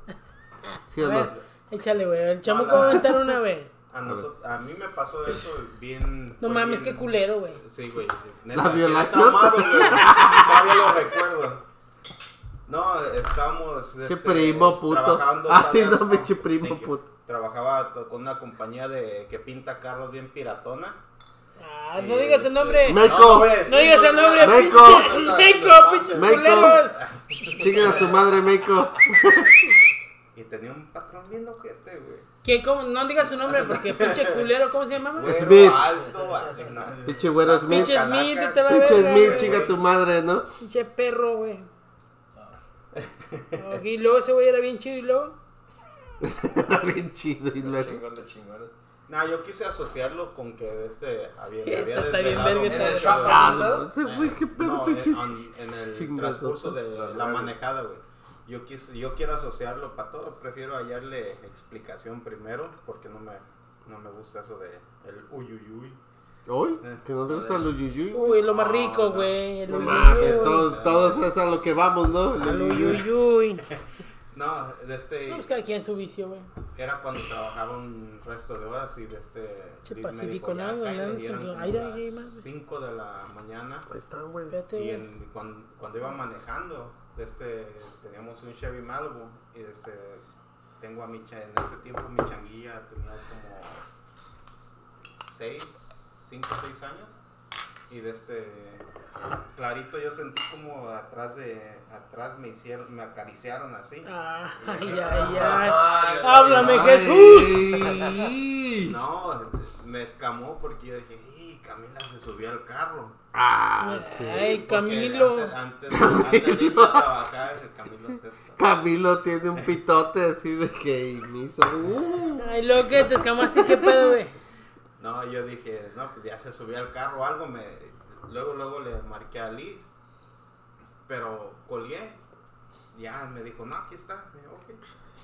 [SPEAKER 2] ¿Sí
[SPEAKER 3] A
[SPEAKER 2] o
[SPEAKER 3] ver,
[SPEAKER 2] no?
[SPEAKER 3] échale, güey, el chamo
[SPEAKER 4] Hola.
[SPEAKER 3] va a aventar una, güey.
[SPEAKER 4] A, noso- a mí me pasó eso bien.
[SPEAKER 3] No
[SPEAKER 4] fue
[SPEAKER 3] mames,
[SPEAKER 4] bien-
[SPEAKER 3] qué culero, güey.
[SPEAKER 4] Sí, güey.
[SPEAKER 2] La
[SPEAKER 4] quedé
[SPEAKER 2] violación.
[SPEAKER 4] traumado, güey. Todavía lo recuerdo. No, estábamos.
[SPEAKER 2] Che primo puto.
[SPEAKER 4] trabajando
[SPEAKER 2] Ah, sí,
[SPEAKER 4] para-
[SPEAKER 2] no, pinche primo
[SPEAKER 4] Thank you.
[SPEAKER 2] puto.
[SPEAKER 4] Trabajaba to- con una compañía de que pinta carros bien piratona.
[SPEAKER 3] Ah, no digas el nombre.
[SPEAKER 2] Me- Este, Meco.
[SPEAKER 4] voy a decir
[SPEAKER 3] No digas el nombre,
[SPEAKER 4] nada.
[SPEAKER 2] Meco.
[SPEAKER 3] pinche. Meco, pinches
[SPEAKER 2] Meco.
[SPEAKER 3] culeros.
[SPEAKER 2] Chica a su madre, Meiko.
[SPEAKER 4] Y tenía un patrón bien ojete, güey.
[SPEAKER 3] ¿Qué, cómo? No digas su nombre porque pinche culero, ¿cómo se llama? güey?
[SPEAKER 4] Güero,
[SPEAKER 2] Smith.
[SPEAKER 4] Alto, así, no.
[SPEAKER 2] Pinche güero Smith.
[SPEAKER 3] Pinche Smith,
[SPEAKER 4] calaca.
[SPEAKER 3] vete a la
[SPEAKER 2] Pinche
[SPEAKER 3] verga,
[SPEAKER 2] Smith,
[SPEAKER 3] güey.
[SPEAKER 2] chica tu madre, ¿no?
[SPEAKER 3] Pinche perro, güey. Ok, Y luego ese güey era bien chido y luego.
[SPEAKER 2] Era bien chido y luego.
[SPEAKER 1] Chingón de chingones.
[SPEAKER 4] No, yo quise asociarlo con que este había,
[SPEAKER 3] Esto
[SPEAKER 4] había
[SPEAKER 3] está bien
[SPEAKER 4] desvelado
[SPEAKER 3] verga,
[SPEAKER 1] En el
[SPEAKER 4] mucho,
[SPEAKER 1] shop,
[SPEAKER 4] güey.
[SPEAKER 2] Ah,
[SPEAKER 1] ¿no?
[SPEAKER 2] no, ese
[SPEAKER 3] eh,
[SPEAKER 2] güey, qué pedo,
[SPEAKER 4] No,
[SPEAKER 2] pinche.
[SPEAKER 4] en, an- en el
[SPEAKER 2] Chingados.
[SPEAKER 4] transcurso de
[SPEAKER 1] Los
[SPEAKER 4] la
[SPEAKER 1] huevos.
[SPEAKER 4] manejada, güey. Yo, quis- yo quiero asociarlo para todo, prefiero hallarle explicación primero, porque no me, no me gusta eso de el uyuyuy.
[SPEAKER 2] ¿Uy? ¿Que no le gusta el uyuyuy?
[SPEAKER 3] Uy, lo más
[SPEAKER 4] No,
[SPEAKER 3] rico,
[SPEAKER 4] no.
[SPEAKER 3] güey. el
[SPEAKER 2] No
[SPEAKER 3] uyuyuy.
[SPEAKER 2] mames, todos, todos es a lo que vamos, ¿no?
[SPEAKER 3] Al
[SPEAKER 2] El uyuyuy.
[SPEAKER 3] uyuyuy.
[SPEAKER 4] No, de este,
[SPEAKER 3] No, pues cada quien su vicio, güey.
[SPEAKER 4] era cuando trabajaba un resto de horas y de este...
[SPEAKER 3] Che,
[SPEAKER 4] Luis me
[SPEAKER 3] Pacífico,
[SPEAKER 4] dijo, "Ya,
[SPEAKER 3] nada, nada,
[SPEAKER 4] cállate", y eran
[SPEAKER 3] es que-
[SPEAKER 4] como
[SPEAKER 3] ay, ay,
[SPEAKER 4] las
[SPEAKER 3] ay, madre.
[SPEAKER 4] 5 de la mañana.
[SPEAKER 2] Ahí está, güey.
[SPEAKER 3] Espérate,
[SPEAKER 4] Y
[SPEAKER 3] güey.
[SPEAKER 4] en- cuando, cuando iba manejando, este, teníamos un Chevy Malibu. Y este, tengo a mi cha- en ese tiempo mi changuilla tenía como 6, 5, 6 años. Y de este, clarito yo sentí como atrás de, atrás me hicieron, me acariciaron así.
[SPEAKER 3] Ah, Ay, ay, ay.
[SPEAKER 1] Ay,
[SPEAKER 3] Háblame,
[SPEAKER 1] ay,
[SPEAKER 2] Jesús!
[SPEAKER 4] No, me escamó porque yo dije, "Y, Camila se subió al carro.
[SPEAKER 2] Ah, sí.
[SPEAKER 3] Ay,
[SPEAKER 4] Porque
[SPEAKER 3] Camilo.
[SPEAKER 4] Antes, antes, antes de irme a trabajar, el Camilo es esto.
[SPEAKER 2] Camilo tiene un pitote así de que inicio. Uh.
[SPEAKER 3] Ay, este luego que te escamaste, qué pedo, güey.
[SPEAKER 4] No, yo dije, no, pues ya se subió al carro o algo, me... luego, luego le marqué a Liz, pero colgué, ya me dijo, no, aquí está, Y yo, ok,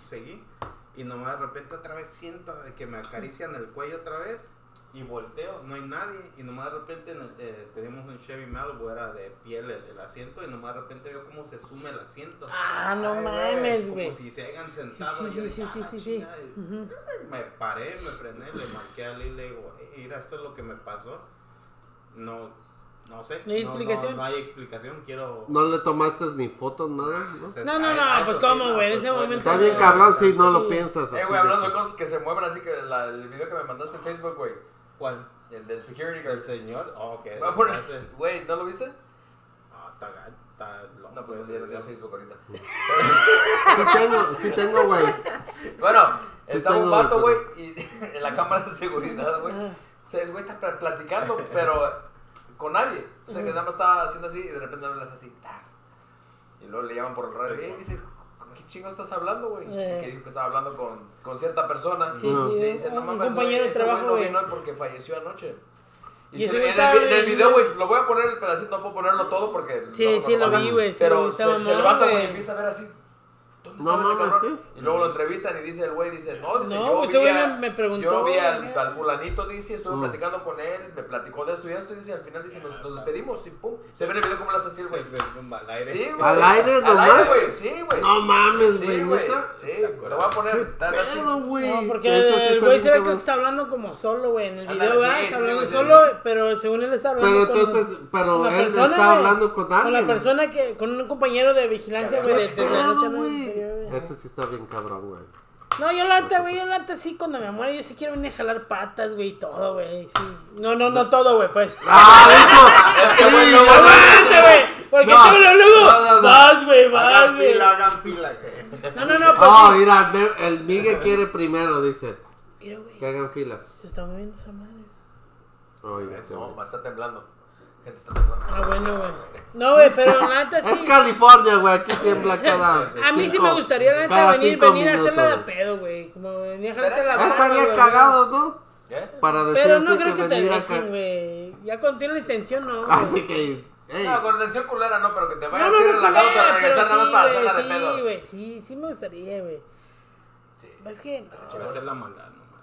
[SPEAKER 4] seguí, Y nomás de repente otra vez siento de que me acarician el cuello otra vez. Y volteo, no hay nadie. Y nomás de repente en el- eh, tenemos un Chevy Malibu, era de piel el, el asiento. Y nomás de repente veo cómo se suma el asiento.
[SPEAKER 3] Ah, no
[SPEAKER 4] Ay,
[SPEAKER 3] mames, güey.
[SPEAKER 4] Como si se hayan
[SPEAKER 3] Sí,
[SPEAKER 4] sentado.
[SPEAKER 3] sí,
[SPEAKER 4] y yo
[SPEAKER 3] sí, sí,
[SPEAKER 4] dije,
[SPEAKER 3] sí,
[SPEAKER 4] "Ah,
[SPEAKER 3] sí, sí.
[SPEAKER 4] chingada". Y-
[SPEAKER 3] Ujú.
[SPEAKER 4] me paré, me frené, le marqué a Lee y le digo, "Ey, mira, esto es lo que me pasó. No, no sé.
[SPEAKER 3] No hay explicación.
[SPEAKER 4] No, hay explicación, quiero...
[SPEAKER 2] No le tomaste ni fotos, nada. ¿no?
[SPEAKER 4] o sea,
[SPEAKER 3] No, no,
[SPEAKER 4] a-
[SPEAKER 3] no,
[SPEAKER 4] a
[SPEAKER 3] pues,
[SPEAKER 4] eso
[SPEAKER 3] ¿cómo, güey? En
[SPEAKER 4] pues,
[SPEAKER 3] ese
[SPEAKER 4] bueno,
[SPEAKER 3] momento
[SPEAKER 2] Está bien
[SPEAKER 3] no.
[SPEAKER 2] cabrón si no lo piensas así.
[SPEAKER 1] Eh,
[SPEAKER 2] de
[SPEAKER 1] güey, hablando de
[SPEAKER 2] que-
[SPEAKER 1] cosas que se mueven así que la- el video que me mandaste en Facebook, güey.
[SPEAKER 4] ¿Cuál?
[SPEAKER 1] El del security
[SPEAKER 4] El
[SPEAKER 1] guard.
[SPEAKER 4] señor. Oh, ok.
[SPEAKER 1] Va a poner-
[SPEAKER 4] Ese-
[SPEAKER 1] Güey, ¿no lo viste?
[SPEAKER 4] Ah, está, ga- está loco.
[SPEAKER 1] No, pues no
[SPEAKER 4] ese
[SPEAKER 1] tiene
[SPEAKER 4] video.
[SPEAKER 1] Facebook ahorita.
[SPEAKER 2] Sí tengo, sí tengo, güey.
[SPEAKER 1] Bueno,
[SPEAKER 2] Sí
[SPEAKER 1] estaba un
[SPEAKER 2] tengo,
[SPEAKER 1] vato, güey,
[SPEAKER 2] pero-
[SPEAKER 1] y en la cámara de seguridad, güey.
[SPEAKER 3] Ajá.
[SPEAKER 1] O sea, el güey está pl- platicando, pero con nadie. O sea, que nada más estaba haciendo así y de repente hablas así, tas. Y luego le llaman por el radio y dice, "¿Con ¿qué chingo estás hablando, güey?
[SPEAKER 3] Eh.
[SPEAKER 1] Que dijo que estaba hablando con, con cierta persona.
[SPEAKER 3] Sí,
[SPEAKER 2] No.
[SPEAKER 3] sí,
[SPEAKER 1] Le dice, no
[SPEAKER 3] un
[SPEAKER 1] mames,
[SPEAKER 3] compañero
[SPEAKER 1] güey,
[SPEAKER 3] de
[SPEAKER 1] ese
[SPEAKER 3] trabajo,
[SPEAKER 1] güey no
[SPEAKER 3] güey.
[SPEAKER 1] vino hoy porque falleció anoche.
[SPEAKER 3] Y
[SPEAKER 1] Y
[SPEAKER 3] ese
[SPEAKER 1] se-
[SPEAKER 3] güey
[SPEAKER 1] en,
[SPEAKER 3] estaba
[SPEAKER 1] el, vi- en el
[SPEAKER 3] bien-
[SPEAKER 1] video, güey, lo voy a poner el pedacito, no puedo ponerlo todo porque...
[SPEAKER 3] Sí,
[SPEAKER 1] no,
[SPEAKER 3] sí,
[SPEAKER 1] no
[SPEAKER 3] lo
[SPEAKER 1] va.
[SPEAKER 3] vi, güey, sí,
[SPEAKER 1] Pero
[SPEAKER 3] está
[SPEAKER 1] se,
[SPEAKER 3] mamón,
[SPEAKER 1] se levanta, güey,
[SPEAKER 3] güey.
[SPEAKER 1] y empieza a ver así. ¿Dónde
[SPEAKER 2] No
[SPEAKER 1] estaba ese
[SPEAKER 2] mames,
[SPEAKER 1] cabrón?
[SPEAKER 2] sí.
[SPEAKER 1] Y luego lo entrevistan y dice el güey, dice, no, dice,
[SPEAKER 3] No,
[SPEAKER 1] yo
[SPEAKER 3] pues,
[SPEAKER 1] vi
[SPEAKER 3] ese güey
[SPEAKER 1] a-
[SPEAKER 3] me- me preguntó,
[SPEAKER 1] Yo vi al,
[SPEAKER 3] güey.
[SPEAKER 1] al fulanito, dice, estuve
[SPEAKER 2] Mm.
[SPEAKER 1] platicando con él, me platicó de esto y esto, y dice, al final dice, nos, nos despedimos y pum. Se ve en el video como las así, el güey.
[SPEAKER 4] Facebook, al aire.
[SPEAKER 1] Sí, güey.
[SPEAKER 2] ¿Al aire
[SPEAKER 1] Al aire,
[SPEAKER 2] nomás?
[SPEAKER 1] güey, sí, güey.
[SPEAKER 2] No mames, güey,
[SPEAKER 1] Sí, güey,
[SPEAKER 2] neta.
[SPEAKER 1] sí, lo voy a poner. está- está-
[SPEAKER 2] Pedo, güey.
[SPEAKER 3] No, porque
[SPEAKER 2] Sí, eso sí
[SPEAKER 3] el
[SPEAKER 2] está
[SPEAKER 3] güey
[SPEAKER 2] bien
[SPEAKER 3] se ve que
[SPEAKER 2] cabrón.
[SPEAKER 3] está hablando como solo, güey, en el
[SPEAKER 1] Ándale,
[SPEAKER 3] video,
[SPEAKER 1] sí,
[SPEAKER 3] ¿verdad?
[SPEAKER 1] sí,
[SPEAKER 3] Está
[SPEAKER 1] sí,
[SPEAKER 3] hablando
[SPEAKER 1] güey, sí,
[SPEAKER 3] solo,
[SPEAKER 1] sí.
[SPEAKER 3] pero según él está hablando
[SPEAKER 2] Pero
[SPEAKER 3] con-
[SPEAKER 2] entonces, pero
[SPEAKER 3] con la
[SPEAKER 2] él
[SPEAKER 3] persona,
[SPEAKER 2] está
[SPEAKER 3] güey.
[SPEAKER 2] hablando con alguien.
[SPEAKER 3] Con la persona que, con un compañero de vigilancia, güey, de,
[SPEAKER 2] ¿Qué
[SPEAKER 3] de la noche,
[SPEAKER 2] pedo,
[SPEAKER 3] ¿no?
[SPEAKER 2] güey?
[SPEAKER 3] Anterior,
[SPEAKER 2] Eso sí está bien cabrón, güey.
[SPEAKER 3] No, yo la neta, güey, yo la neta sí, cuando me muera, yo sí quiero venir a jalar patas, güey, y todo, güey, sí. No, no, no todo, güey, pues.
[SPEAKER 2] ¡Ah, dijo!
[SPEAKER 1] que, güey,
[SPEAKER 2] Sí,
[SPEAKER 1] no
[SPEAKER 2] güey.
[SPEAKER 3] ¡Aguante, güey! Porque
[SPEAKER 2] No,
[SPEAKER 3] tú lo luego.
[SPEAKER 2] no, no, no.
[SPEAKER 3] Vas, güey, vas,
[SPEAKER 4] Hagan
[SPEAKER 3] güey.
[SPEAKER 4] fila, hagan fila. güey.
[SPEAKER 3] No, no, no, pues.
[SPEAKER 2] Oh,
[SPEAKER 3] sí.
[SPEAKER 2] mira, me- el Miguel quiere primero, dice.
[SPEAKER 3] Mira, güey,
[SPEAKER 2] Que hagan fila.
[SPEAKER 3] se está moviendo esa madre.
[SPEAKER 2] Oye, este,
[SPEAKER 1] No,
[SPEAKER 2] güey.
[SPEAKER 1] ma, está temblando. Gente está temblando.
[SPEAKER 3] Ah, bueno, güey. No, güey, pero la neta sí.
[SPEAKER 2] Es California, güey. Aquí tiembla cada.
[SPEAKER 3] A mí sí
[SPEAKER 2] cinco-
[SPEAKER 3] me gustaría la neta
[SPEAKER 2] cada
[SPEAKER 3] venir,
[SPEAKER 2] cinco
[SPEAKER 3] venir a hacerla de
[SPEAKER 2] minutos, güey.
[SPEAKER 3] pedo, güey. Como venir a jalarte la
[SPEAKER 1] Ah,
[SPEAKER 2] Ah,
[SPEAKER 3] mano.
[SPEAKER 2] Estaría
[SPEAKER 3] güey,
[SPEAKER 2] cagado, ¿no?
[SPEAKER 1] ¿Qué?
[SPEAKER 2] Para decir
[SPEAKER 3] Pero
[SPEAKER 2] así
[SPEAKER 3] no creo que te
[SPEAKER 2] venir Ah, acá-
[SPEAKER 3] dejen, güey. Ya contiene la intención, ¿no? güey.
[SPEAKER 2] Así que. ey,
[SPEAKER 1] No, con atención culera no, pero que te
[SPEAKER 3] No,
[SPEAKER 1] vayas
[SPEAKER 3] no,
[SPEAKER 1] a ir
[SPEAKER 3] no,
[SPEAKER 1] relajado
[SPEAKER 3] culera,
[SPEAKER 1] para regresar
[SPEAKER 3] pero
[SPEAKER 1] nada más para
[SPEAKER 3] sí,
[SPEAKER 1] hacerla de
[SPEAKER 3] güey,
[SPEAKER 1] pedo.
[SPEAKER 3] Sí, güey, sí, sí me gustaría, güey. Es que, no,
[SPEAKER 4] Quiero hacer la maldad, no mames.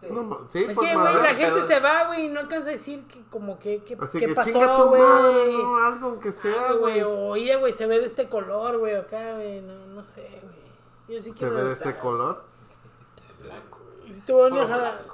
[SPEAKER 1] Sí.
[SPEAKER 2] no ma- sí,
[SPEAKER 3] es
[SPEAKER 2] por
[SPEAKER 3] que, güey,
[SPEAKER 2] madre.
[SPEAKER 3] la gente
[SPEAKER 1] Pero-
[SPEAKER 3] se va, güey, y no alcanza a decir que, como que, que
[SPEAKER 2] Así
[SPEAKER 3] qué
[SPEAKER 2] que
[SPEAKER 3] pasó,
[SPEAKER 2] chinga tu
[SPEAKER 3] güey.
[SPEAKER 2] madre, ¿no? Algo aunque sea,
[SPEAKER 3] Algo,
[SPEAKER 2] güey.
[SPEAKER 3] Oye, güey, se ve de este color, güey, acá, güey. No, no sé, güey. Yo sí
[SPEAKER 2] Se
[SPEAKER 3] quiero
[SPEAKER 2] ve de
[SPEAKER 3] estar-
[SPEAKER 2] este color.
[SPEAKER 3] Si te voy a venir a
[SPEAKER 1] Puro
[SPEAKER 3] jalar.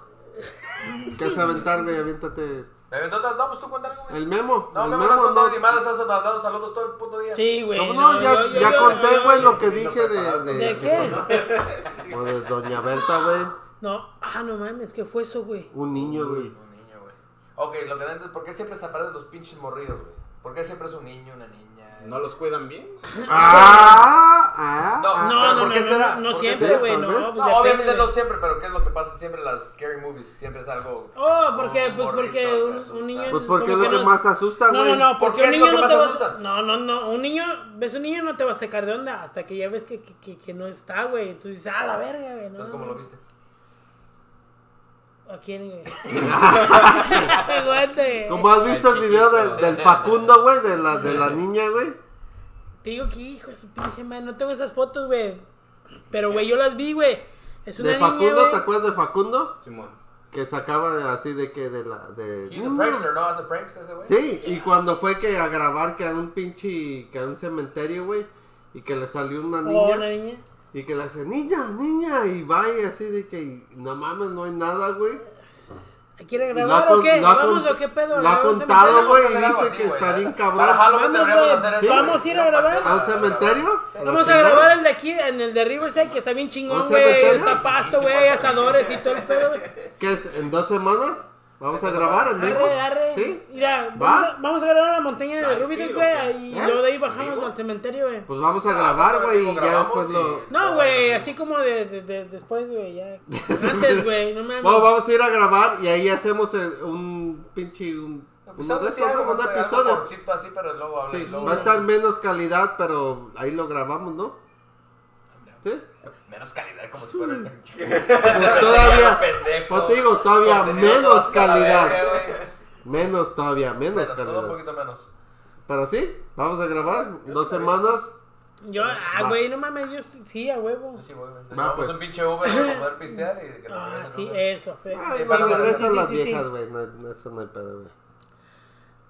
[SPEAKER 2] ¿Qué hace aventar, güey? Aviéntate.
[SPEAKER 1] Me aventó otra- No, pues tú cuenta algo, güey.
[SPEAKER 2] El memo.
[SPEAKER 1] No,
[SPEAKER 2] el
[SPEAKER 1] me
[SPEAKER 2] memo,
[SPEAKER 1] vas
[SPEAKER 2] no.
[SPEAKER 1] contando animales, has mandado saludos todo el puto día.
[SPEAKER 3] Sí, güey.
[SPEAKER 2] No, no, ya,
[SPEAKER 3] yo- yo-
[SPEAKER 2] ya
[SPEAKER 3] yo-
[SPEAKER 2] conté,
[SPEAKER 3] yo-
[SPEAKER 2] güey, lo que
[SPEAKER 1] yo-
[SPEAKER 2] dije de. ¿De,
[SPEAKER 3] ¿De qué?
[SPEAKER 2] O de Doña Berta, güey.
[SPEAKER 3] No, ah, no mames, ¿qué fue eso, güey?
[SPEAKER 2] Un niño, güey.
[SPEAKER 1] Un niño, güey. Ok, lo que no entiendo, ¿por qué siempre se aparecen los pinches morridos, güey? ¿Por qué siempre es un niño, una niña?
[SPEAKER 4] ¿No los cuidan bien?
[SPEAKER 2] ¡Ah! ¡Ah!
[SPEAKER 1] No,
[SPEAKER 2] ah.
[SPEAKER 3] No,
[SPEAKER 1] pero
[SPEAKER 3] no,
[SPEAKER 1] ¿por
[SPEAKER 3] no,
[SPEAKER 1] qué
[SPEAKER 3] no,
[SPEAKER 1] será?
[SPEAKER 3] no, no
[SPEAKER 1] ¿Por qué
[SPEAKER 3] siempre,
[SPEAKER 2] será?
[SPEAKER 3] güey,
[SPEAKER 2] Tal
[SPEAKER 3] no.
[SPEAKER 2] vez.
[SPEAKER 3] pues
[SPEAKER 1] No,
[SPEAKER 3] depende,
[SPEAKER 1] obviamente no
[SPEAKER 3] güey.
[SPEAKER 1] siempre, pero ¿qué es lo que pasa siempre en las scary movies? Siempre es algo...
[SPEAKER 3] Oh, ¿por qué?
[SPEAKER 1] un
[SPEAKER 3] Pues
[SPEAKER 1] morrito
[SPEAKER 3] porque
[SPEAKER 1] que
[SPEAKER 3] un-
[SPEAKER 1] asusta.
[SPEAKER 3] un niño-
[SPEAKER 2] Pues porque es
[SPEAKER 3] Como
[SPEAKER 2] lo
[SPEAKER 3] que
[SPEAKER 2] que
[SPEAKER 3] no-
[SPEAKER 2] más asusta,
[SPEAKER 3] No,
[SPEAKER 2] Ah, güey.
[SPEAKER 3] no, no,
[SPEAKER 1] ¿Por
[SPEAKER 3] porque
[SPEAKER 1] qué
[SPEAKER 3] un
[SPEAKER 1] es lo
[SPEAKER 3] niño
[SPEAKER 1] que
[SPEAKER 3] no
[SPEAKER 1] más
[SPEAKER 3] te va
[SPEAKER 1] asusta?
[SPEAKER 3] a... No, no, no, un niño, ves un niño no te va a sacar de onda hasta que ya ves que, que, que, que no está, güey. Entonces dices, ah, la verga, güey. No.
[SPEAKER 1] Entonces, ¿cómo lo viste?
[SPEAKER 3] ¿A quién, güey? Aguante.
[SPEAKER 2] Como has visto el
[SPEAKER 4] Al
[SPEAKER 2] video del,
[SPEAKER 4] chiquito.
[SPEAKER 2] del Facundo, güey, de la, de la niña, güey.
[SPEAKER 3] Te digo que hijo de su pinche madre, no tengo esas fotos, güey. Pero, güey, yo las vi, güey. Es una
[SPEAKER 2] De
[SPEAKER 3] niña,
[SPEAKER 2] Facundo,
[SPEAKER 3] güey.
[SPEAKER 2] ¿te acuerdas de Facundo?
[SPEAKER 4] Simón.
[SPEAKER 2] Que sacaba de- así de que de la. De...
[SPEAKER 1] He's a prankster, ¿no? Hace pranks ese güey.
[SPEAKER 2] Sí, y cuando fue que a grabar que a un pinche. que a un cementerio, güey. Y que le salió una
[SPEAKER 3] Oh,
[SPEAKER 2] niña.
[SPEAKER 3] una niña.
[SPEAKER 2] Y que le hace, niña, niña. Y va y así de que. y no mames, no hay nada, güey.
[SPEAKER 3] ¿Quiere
[SPEAKER 2] Y lo Pues ha
[SPEAKER 3] grabar
[SPEAKER 2] con-
[SPEAKER 3] o qué?
[SPEAKER 2] lo ha
[SPEAKER 3] ¿Vamos
[SPEAKER 2] con-
[SPEAKER 3] o qué pedo?
[SPEAKER 2] lo ha
[SPEAKER 3] ¿Le vamos a
[SPEAKER 2] contado,
[SPEAKER 3] meter?
[SPEAKER 2] güey,
[SPEAKER 1] Tenemos que hacer algo
[SPEAKER 2] dice
[SPEAKER 1] así,
[SPEAKER 2] que
[SPEAKER 1] güey,
[SPEAKER 2] está
[SPEAKER 1] la-
[SPEAKER 2] bien cabrón.
[SPEAKER 1] Para Halloween
[SPEAKER 3] Vamos,
[SPEAKER 1] deberíamos
[SPEAKER 3] güey.
[SPEAKER 1] hacer eso.
[SPEAKER 3] Sí.
[SPEAKER 1] güey.
[SPEAKER 3] Vamos a ir a
[SPEAKER 1] Una
[SPEAKER 3] grabar.
[SPEAKER 1] pantera,
[SPEAKER 2] ¿A un cementerio? Pues,
[SPEAKER 1] Sí.
[SPEAKER 3] Vamos a grabar el de aquí, en el de Riverside, que está bien
[SPEAKER 2] ¿Un
[SPEAKER 3] chingón, güey.
[SPEAKER 2] cementerio?
[SPEAKER 3] Está pasto,
[SPEAKER 1] Sí, sí,
[SPEAKER 2] pues
[SPEAKER 3] güey,
[SPEAKER 1] pasa.
[SPEAKER 3] asadores y todo el pedo, güey.
[SPEAKER 2] ¿Qué es? ¿En dos semanas? ¿Vamos a grabar en vivo?
[SPEAKER 3] Arre, arre.
[SPEAKER 2] ¿Sí?
[SPEAKER 3] Mira, vamos
[SPEAKER 2] ¿Va?
[SPEAKER 3] a, vamos a grabar en la montaña de
[SPEAKER 4] Ay,
[SPEAKER 3] Rubidez,
[SPEAKER 4] tiro,
[SPEAKER 3] güey. Y
[SPEAKER 2] ¿Eh?
[SPEAKER 3] luego de ahí bajamos
[SPEAKER 4] ¿Vivo?
[SPEAKER 3] al cementerio, güey.
[SPEAKER 2] Pues vamos a grabar, güey, y ya
[SPEAKER 1] Grabamos
[SPEAKER 2] después
[SPEAKER 1] y-
[SPEAKER 2] lo...
[SPEAKER 3] No, güey, así como de, de- de- después, güey, ya. Antes, güey, no mames.
[SPEAKER 2] Bueno, vamos a ir a grabar y ahí hacemos eh, un pinche... Un, uno
[SPEAKER 1] Episodio,
[SPEAKER 2] de
[SPEAKER 1] sí,
[SPEAKER 2] esos,
[SPEAKER 1] algo,
[SPEAKER 2] pues, ¿no? un
[SPEAKER 1] vamos a hacer algo
[SPEAKER 2] episodio.
[SPEAKER 1] cortito así, pero luego hablar-
[SPEAKER 2] Sí,
[SPEAKER 1] luego
[SPEAKER 2] va a estar
[SPEAKER 1] hablamos.
[SPEAKER 2] menos calidad, pero ahí lo grabamos, ¿no? ¿Sí?
[SPEAKER 1] Menos calidad, como si fuera el pinche.
[SPEAKER 2] Pues todavía,
[SPEAKER 1] pendejo.
[SPEAKER 2] pues te digo, todavía
[SPEAKER 1] Contenido
[SPEAKER 2] menos
[SPEAKER 1] todo hasta la
[SPEAKER 2] calidad.
[SPEAKER 1] verga, güey.
[SPEAKER 2] Menos todavía, menos
[SPEAKER 1] Menos, todo un
[SPEAKER 2] calidad.
[SPEAKER 1] poquito menos.
[SPEAKER 2] Pero sí, vamos a grabar
[SPEAKER 1] Yo
[SPEAKER 2] dos
[SPEAKER 1] sí lo vi.
[SPEAKER 2] semanas.
[SPEAKER 3] Yo, ah,
[SPEAKER 2] Va.
[SPEAKER 3] güey, no mames, yo estoy- sí, a huevo.
[SPEAKER 1] Sí, güey.
[SPEAKER 2] Va,
[SPEAKER 1] Vamos
[SPEAKER 2] pues.
[SPEAKER 1] un pinche Uber para poder pistear y que nos
[SPEAKER 3] Ah,
[SPEAKER 1] regresen
[SPEAKER 3] sí,
[SPEAKER 1] Uber.
[SPEAKER 3] eso. fe-
[SPEAKER 2] Ah,
[SPEAKER 1] Sí,
[SPEAKER 2] igual
[SPEAKER 1] para-
[SPEAKER 2] regresan
[SPEAKER 3] sí,
[SPEAKER 2] las
[SPEAKER 3] sí, sí.
[SPEAKER 2] viejas, güey. no- no, eso no hay pedo, güey.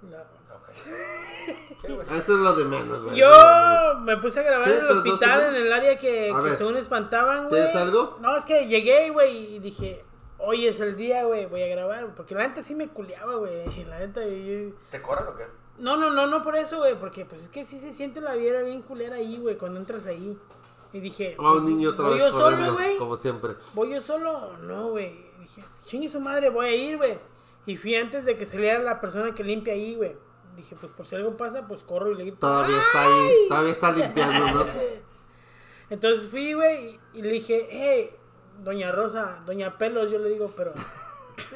[SPEAKER 3] No.
[SPEAKER 1] Ok. Sí, güey.
[SPEAKER 2] Eso es lo de menos, güey.
[SPEAKER 3] Yo
[SPEAKER 2] Eso es lo de menos.
[SPEAKER 3] me puse a grabar
[SPEAKER 2] Sí,
[SPEAKER 3] en el
[SPEAKER 2] entonces, no
[SPEAKER 3] hospital,
[SPEAKER 2] se-
[SPEAKER 3] en el área que,
[SPEAKER 2] A
[SPEAKER 3] que
[SPEAKER 2] ver,
[SPEAKER 3] según espantaban, güey.
[SPEAKER 2] ¿tienes algo?
[SPEAKER 3] No, es que llegué, güey, y dije, hoy es el día, güey, voy a grabar. Porque la neta sí me culeaba, güey. La neta, yo-
[SPEAKER 1] ¿Te corren o qué?
[SPEAKER 3] No, no, no, no por eso, güey, porque pues es que sí se siente la viera bien culera ahí, güey, cuando entras ahí. Y dije,
[SPEAKER 2] Ah, un niño otra
[SPEAKER 3] voy
[SPEAKER 2] vez
[SPEAKER 3] yo solo,
[SPEAKER 2] corriendo,
[SPEAKER 3] güey.
[SPEAKER 2] como siempre.
[SPEAKER 3] ¿Voy yo solo o no, güey? Dije, chingue su madre, voy a ir, güey. Y fui antes de que saliera la persona que limpia ahí, güey. Dije, pues por si algo pasa, pues corro y le grito.
[SPEAKER 2] Todavía está ahí, todavía está limpiando, ¿no?
[SPEAKER 3] Entonces fui, güey, y- y le dije, hey, doña Rosa, doña Pelos, yo le digo, pero...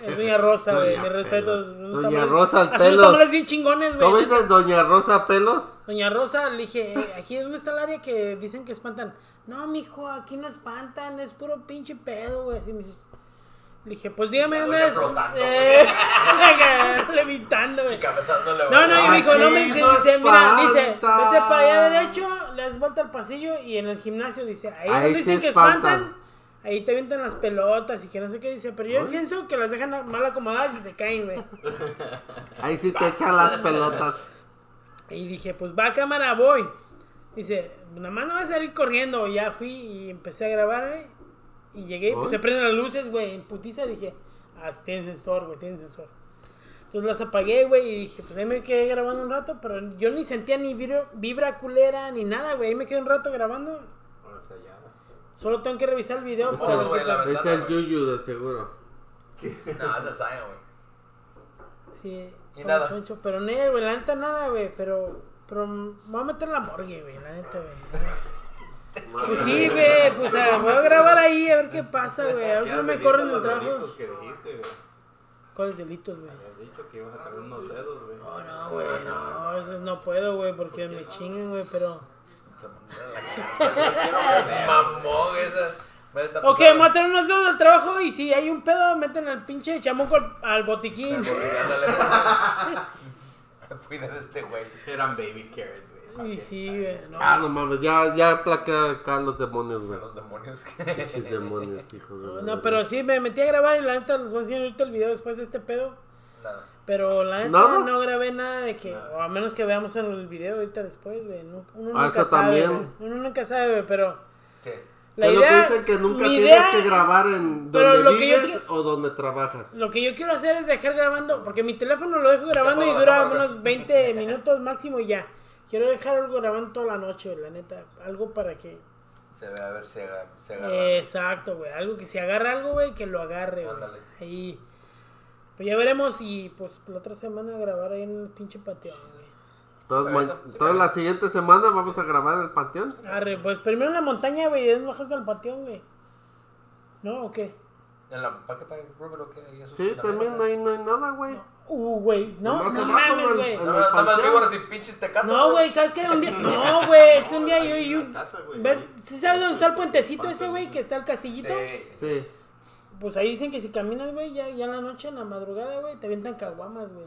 [SPEAKER 3] Es doña Rosa, güey,
[SPEAKER 2] Doña
[SPEAKER 3] mi respeto.
[SPEAKER 2] Pelos. Doña Rosa al Pelos.
[SPEAKER 3] Los tamales bien chingones, güey.
[SPEAKER 2] ¿Cómo dices, Doña Rosa Pelos?
[SPEAKER 3] Doña Rosa, le dije, "Eh, aquí dónde está el área que dicen que espantan. No, mijo, aquí no espantan, es puro pinche pedo, güey. Así me dice. Le dije, pues dígame
[SPEAKER 1] La
[SPEAKER 3] dónde
[SPEAKER 1] doña
[SPEAKER 3] es.
[SPEAKER 1] flotando,
[SPEAKER 3] Eh, levitando, güey.
[SPEAKER 1] Chica, besándole,
[SPEAKER 3] No, no, y
[SPEAKER 2] Aquí
[SPEAKER 1] güey.
[SPEAKER 3] dijo, no me dice,
[SPEAKER 2] no
[SPEAKER 3] dice, mira, dice, vete
[SPEAKER 2] espantan.
[SPEAKER 3] para allá derecho, le das vuelta al pasillo y en el gimnasio dice, ahí,
[SPEAKER 2] Ahí
[SPEAKER 3] donde
[SPEAKER 2] sí
[SPEAKER 3] dicen que
[SPEAKER 2] espantan.
[SPEAKER 3] espantan. ahí te avientan las pelotas y que no sé qué dice, pero yo
[SPEAKER 2] Uy.
[SPEAKER 3] pienso que las dejan mal acomodadas y se caen, güey.
[SPEAKER 2] Ahí sí te echan las pelotas.
[SPEAKER 3] Y dije, pues va cámara, voy. Dice, nada más no voy a salir corriendo. Ya fui y empecé a grabar, güey. Y llegué, y, pues
[SPEAKER 2] Uy.
[SPEAKER 3] se prenden las luces, güey. En putiza dije, ah, tiene sensor, güey, tiene sensor. Entonces las apagué, güey, y dije, pues ahí me quedé grabando un rato, pero yo ni sentía ni vibra, vibra culera ni nada, güey. Ahí me quedé un rato grabando.
[SPEAKER 4] Ahora se llama.
[SPEAKER 3] Solo tengo que revisar el video.
[SPEAKER 2] Es
[SPEAKER 3] para
[SPEAKER 1] Pues, güey,
[SPEAKER 3] ver
[SPEAKER 1] la
[SPEAKER 3] qué tal.
[SPEAKER 1] verdad.
[SPEAKER 2] Es el yuyu de seguro.
[SPEAKER 1] No, es el Zion, güey.
[SPEAKER 3] Sí,
[SPEAKER 1] Y
[SPEAKER 3] como
[SPEAKER 1] nada.
[SPEAKER 3] choncho, pero no, güey, la neta nada, güey, pero, pero me voy a meter en la morgue, güey, la neta, güey. Pues sí, güey, pues ah, voy a grabar ahí a ver qué pasa, güey. A ver si
[SPEAKER 4] Ya
[SPEAKER 3] no me
[SPEAKER 4] delitos
[SPEAKER 3] corren el
[SPEAKER 4] los
[SPEAKER 3] trabajo.
[SPEAKER 4] delitos que dijiste, güey.
[SPEAKER 3] ¿Cuáles delitos, güey?
[SPEAKER 4] Habías dicho que ibas a traer unos dedos, güey.
[SPEAKER 3] No, no, güey, no, eso no puedo, güey, porque me chingan, güey, pero...
[SPEAKER 1] Es mamón esa. Vete Pues a
[SPEAKER 3] Ok,
[SPEAKER 1] pasar, güey.
[SPEAKER 3] mataron unos dedos del trabajo y si hay un pedo, meten al pinche chamuco al, al botiquín.
[SPEAKER 1] Ándale, güey. Cuida de este güey.
[SPEAKER 4] Eran baby carrots, güey.
[SPEAKER 3] Y sí, güey, no.
[SPEAKER 2] Ah, no mames, ya, ya aplaca acá los demonios, güey.
[SPEAKER 1] Los demonios
[SPEAKER 2] Pinches
[SPEAKER 1] que.
[SPEAKER 2] demonios, hijos de la
[SPEAKER 3] No,
[SPEAKER 2] verga.
[SPEAKER 3] pero sí, me metí a grabar y la neta les voy a enseñar ahorita el video después de este pedo.
[SPEAKER 1] Nada.
[SPEAKER 3] Pero la neta
[SPEAKER 2] ¿Nada?
[SPEAKER 3] no grabé nada de que,
[SPEAKER 4] Nada.
[SPEAKER 3] o a menos que veamos en el video ahorita después, güey. nu- Uno
[SPEAKER 2] Ah,
[SPEAKER 3] nunca sabe,
[SPEAKER 2] eso también.
[SPEAKER 3] güey, Uno nunca sabe, güey, pero
[SPEAKER 1] ¿Qué?
[SPEAKER 3] la
[SPEAKER 2] Pero
[SPEAKER 3] idea...
[SPEAKER 2] piensan que nunca
[SPEAKER 3] mi
[SPEAKER 2] tienes
[SPEAKER 3] idea-
[SPEAKER 2] que grabar en
[SPEAKER 3] pero
[SPEAKER 2] donde
[SPEAKER 3] lo que yo
[SPEAKER 2] vives
[SPEAKER 3] quiero-
[SPEAKER 2] o donde trabajas.
[SPEAKER 3] Lo que yo quiero hacer es dejar grabando, porque mi teléfono lo dejo grabando y
[SPEAKER 1] apago la
[SPEAKER 3] dura
[SPEAKER 1] cámara,
[SPEAKER 3] unos 20 minutos máximo y ya. Quiero dejar algo grabando toda la noche, güey, la neta. Algo para que...
[SPEAKER 1] Se ve a ver si agarra. Si agarra.
[SPEAKER 3] Eh, Exacto, güey. Algo que si agarra algo, güey, que lo agarre, güey.
[SPEAKER 1] Ándale.
[SPEAKER 3] Ahí. Pues ya veremos y pues la otra semana grabar ahí en el pinche patio, güey.
[SPEAKER 2] Entonces, ma-
[SPEAKER 1] Perfecto, sí,
[SPEAKER 2] entonces la siguiente semana vamos a grabar en el panteón.
[SPEAKER 3] Arre, pues primero en la montaña, güey, es bajas al panteón, güey. ¿No? ¿O qué?
[SPEAKER 1] ¿En la paqueta para Rubber o qué? ¿Y eso?
[SPEAKER 2] Sí,
[SPEAKER 1] ¿La
[SPEAKER 2] también
[SPEAKER 1] mesa?
[SPEAKER 2] ahí no hay nada, güey.
[SPEAKER 3] Uh, güey, no,
[SPEAKER 2] Nomás
[SPEAKER 3] no
[SPEAKER 2] abajo,
[SPEAKER 3] mames,
[SPEAKER 2] güey.
[SPEAKER 3] güey.
[SPEAKER 1] No, nada más
[SPEAKER 2] panteón.
[SPEAKER 1] víboras y pinches tecatos.
[SPEAKER 3] No, güey, ¿sabes qué? Un día... No, güey, es que un día yo...
[SPEAKER 4] Ahí en
[SPEAKER 3] yo-
[SPEAKER 4] la casa, güey,
[SPEAKER 3] ¿Ves?
[SPEAKER 4] ahí.
[SPEAKER 3] ¿Sí sabes dónde está el puentecito ese, güey,
[SPEAKER 4] Sí.
[SPEAKER 3] que está el
[SPEAKER 1] Sí,
[SPEAKER 3] castillito?
[SPEAKER 1] sí, sí.
[SPEAKER 2] Sí.
[SPEAKER 3] Pues ahí dicen que si caminas, güey, ya, ya en la noche, en la madrugada, güey, te avientan caguamas, güey.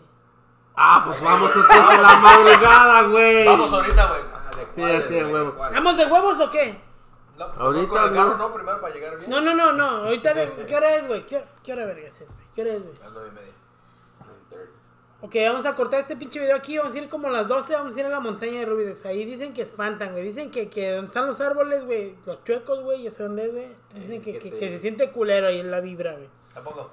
[SPEAKER 2] Ah, pues vamos entonces a la madrugada, güey.
[SPEAKER 1] Vamos ahorita, güey.
[SPEAKER 4] Ah, de
[SPEAKER 2] Sí,
[SPEAKER 4] cuál,
[SPEAKER 2] así
[SPEAKER 4] güey,
[SPEAKER 2] de huevo.
[SPEAKER 4] cuál.
[SPEAKER 3] ¿Vamos de huevos o qué?
[SPEAKER 1] No,
[SPEAKER 2] Ahorita,
[SPEAKER 1] con el carro,
[SPEAKER 2] ¿no?
[SPEAKER 1] no, primero para llegar bien.
[SPEAKER 3] No, no, no, no. Ahorita, de- ¿qué hora es, güey? ¿Qué, qué hora vergas es, güey? ¿Qué hora es, güey?
[SPEAKER 1] Las nueve y media.
[SPEAKER 3] Ok, vamos a cortar este pinche video aquí, vamos a ir como a las 12, vamos a ir a la montaña de Rubidox. Ahí dicen que espantan, güey. Dicen que, que donde están los árboles, güey, los chuecos, güey, yo sé dónde es, güey. Dicen que,
[SPEAKER 2] Eh,
[SPEAKER 4] que
[SPEAKER 3] que,
[SPEAKER 4] te-
[SPEAKER 3] que se siente culero ahí en la vibra, güey.
[SPEAKER 1] Tampoco.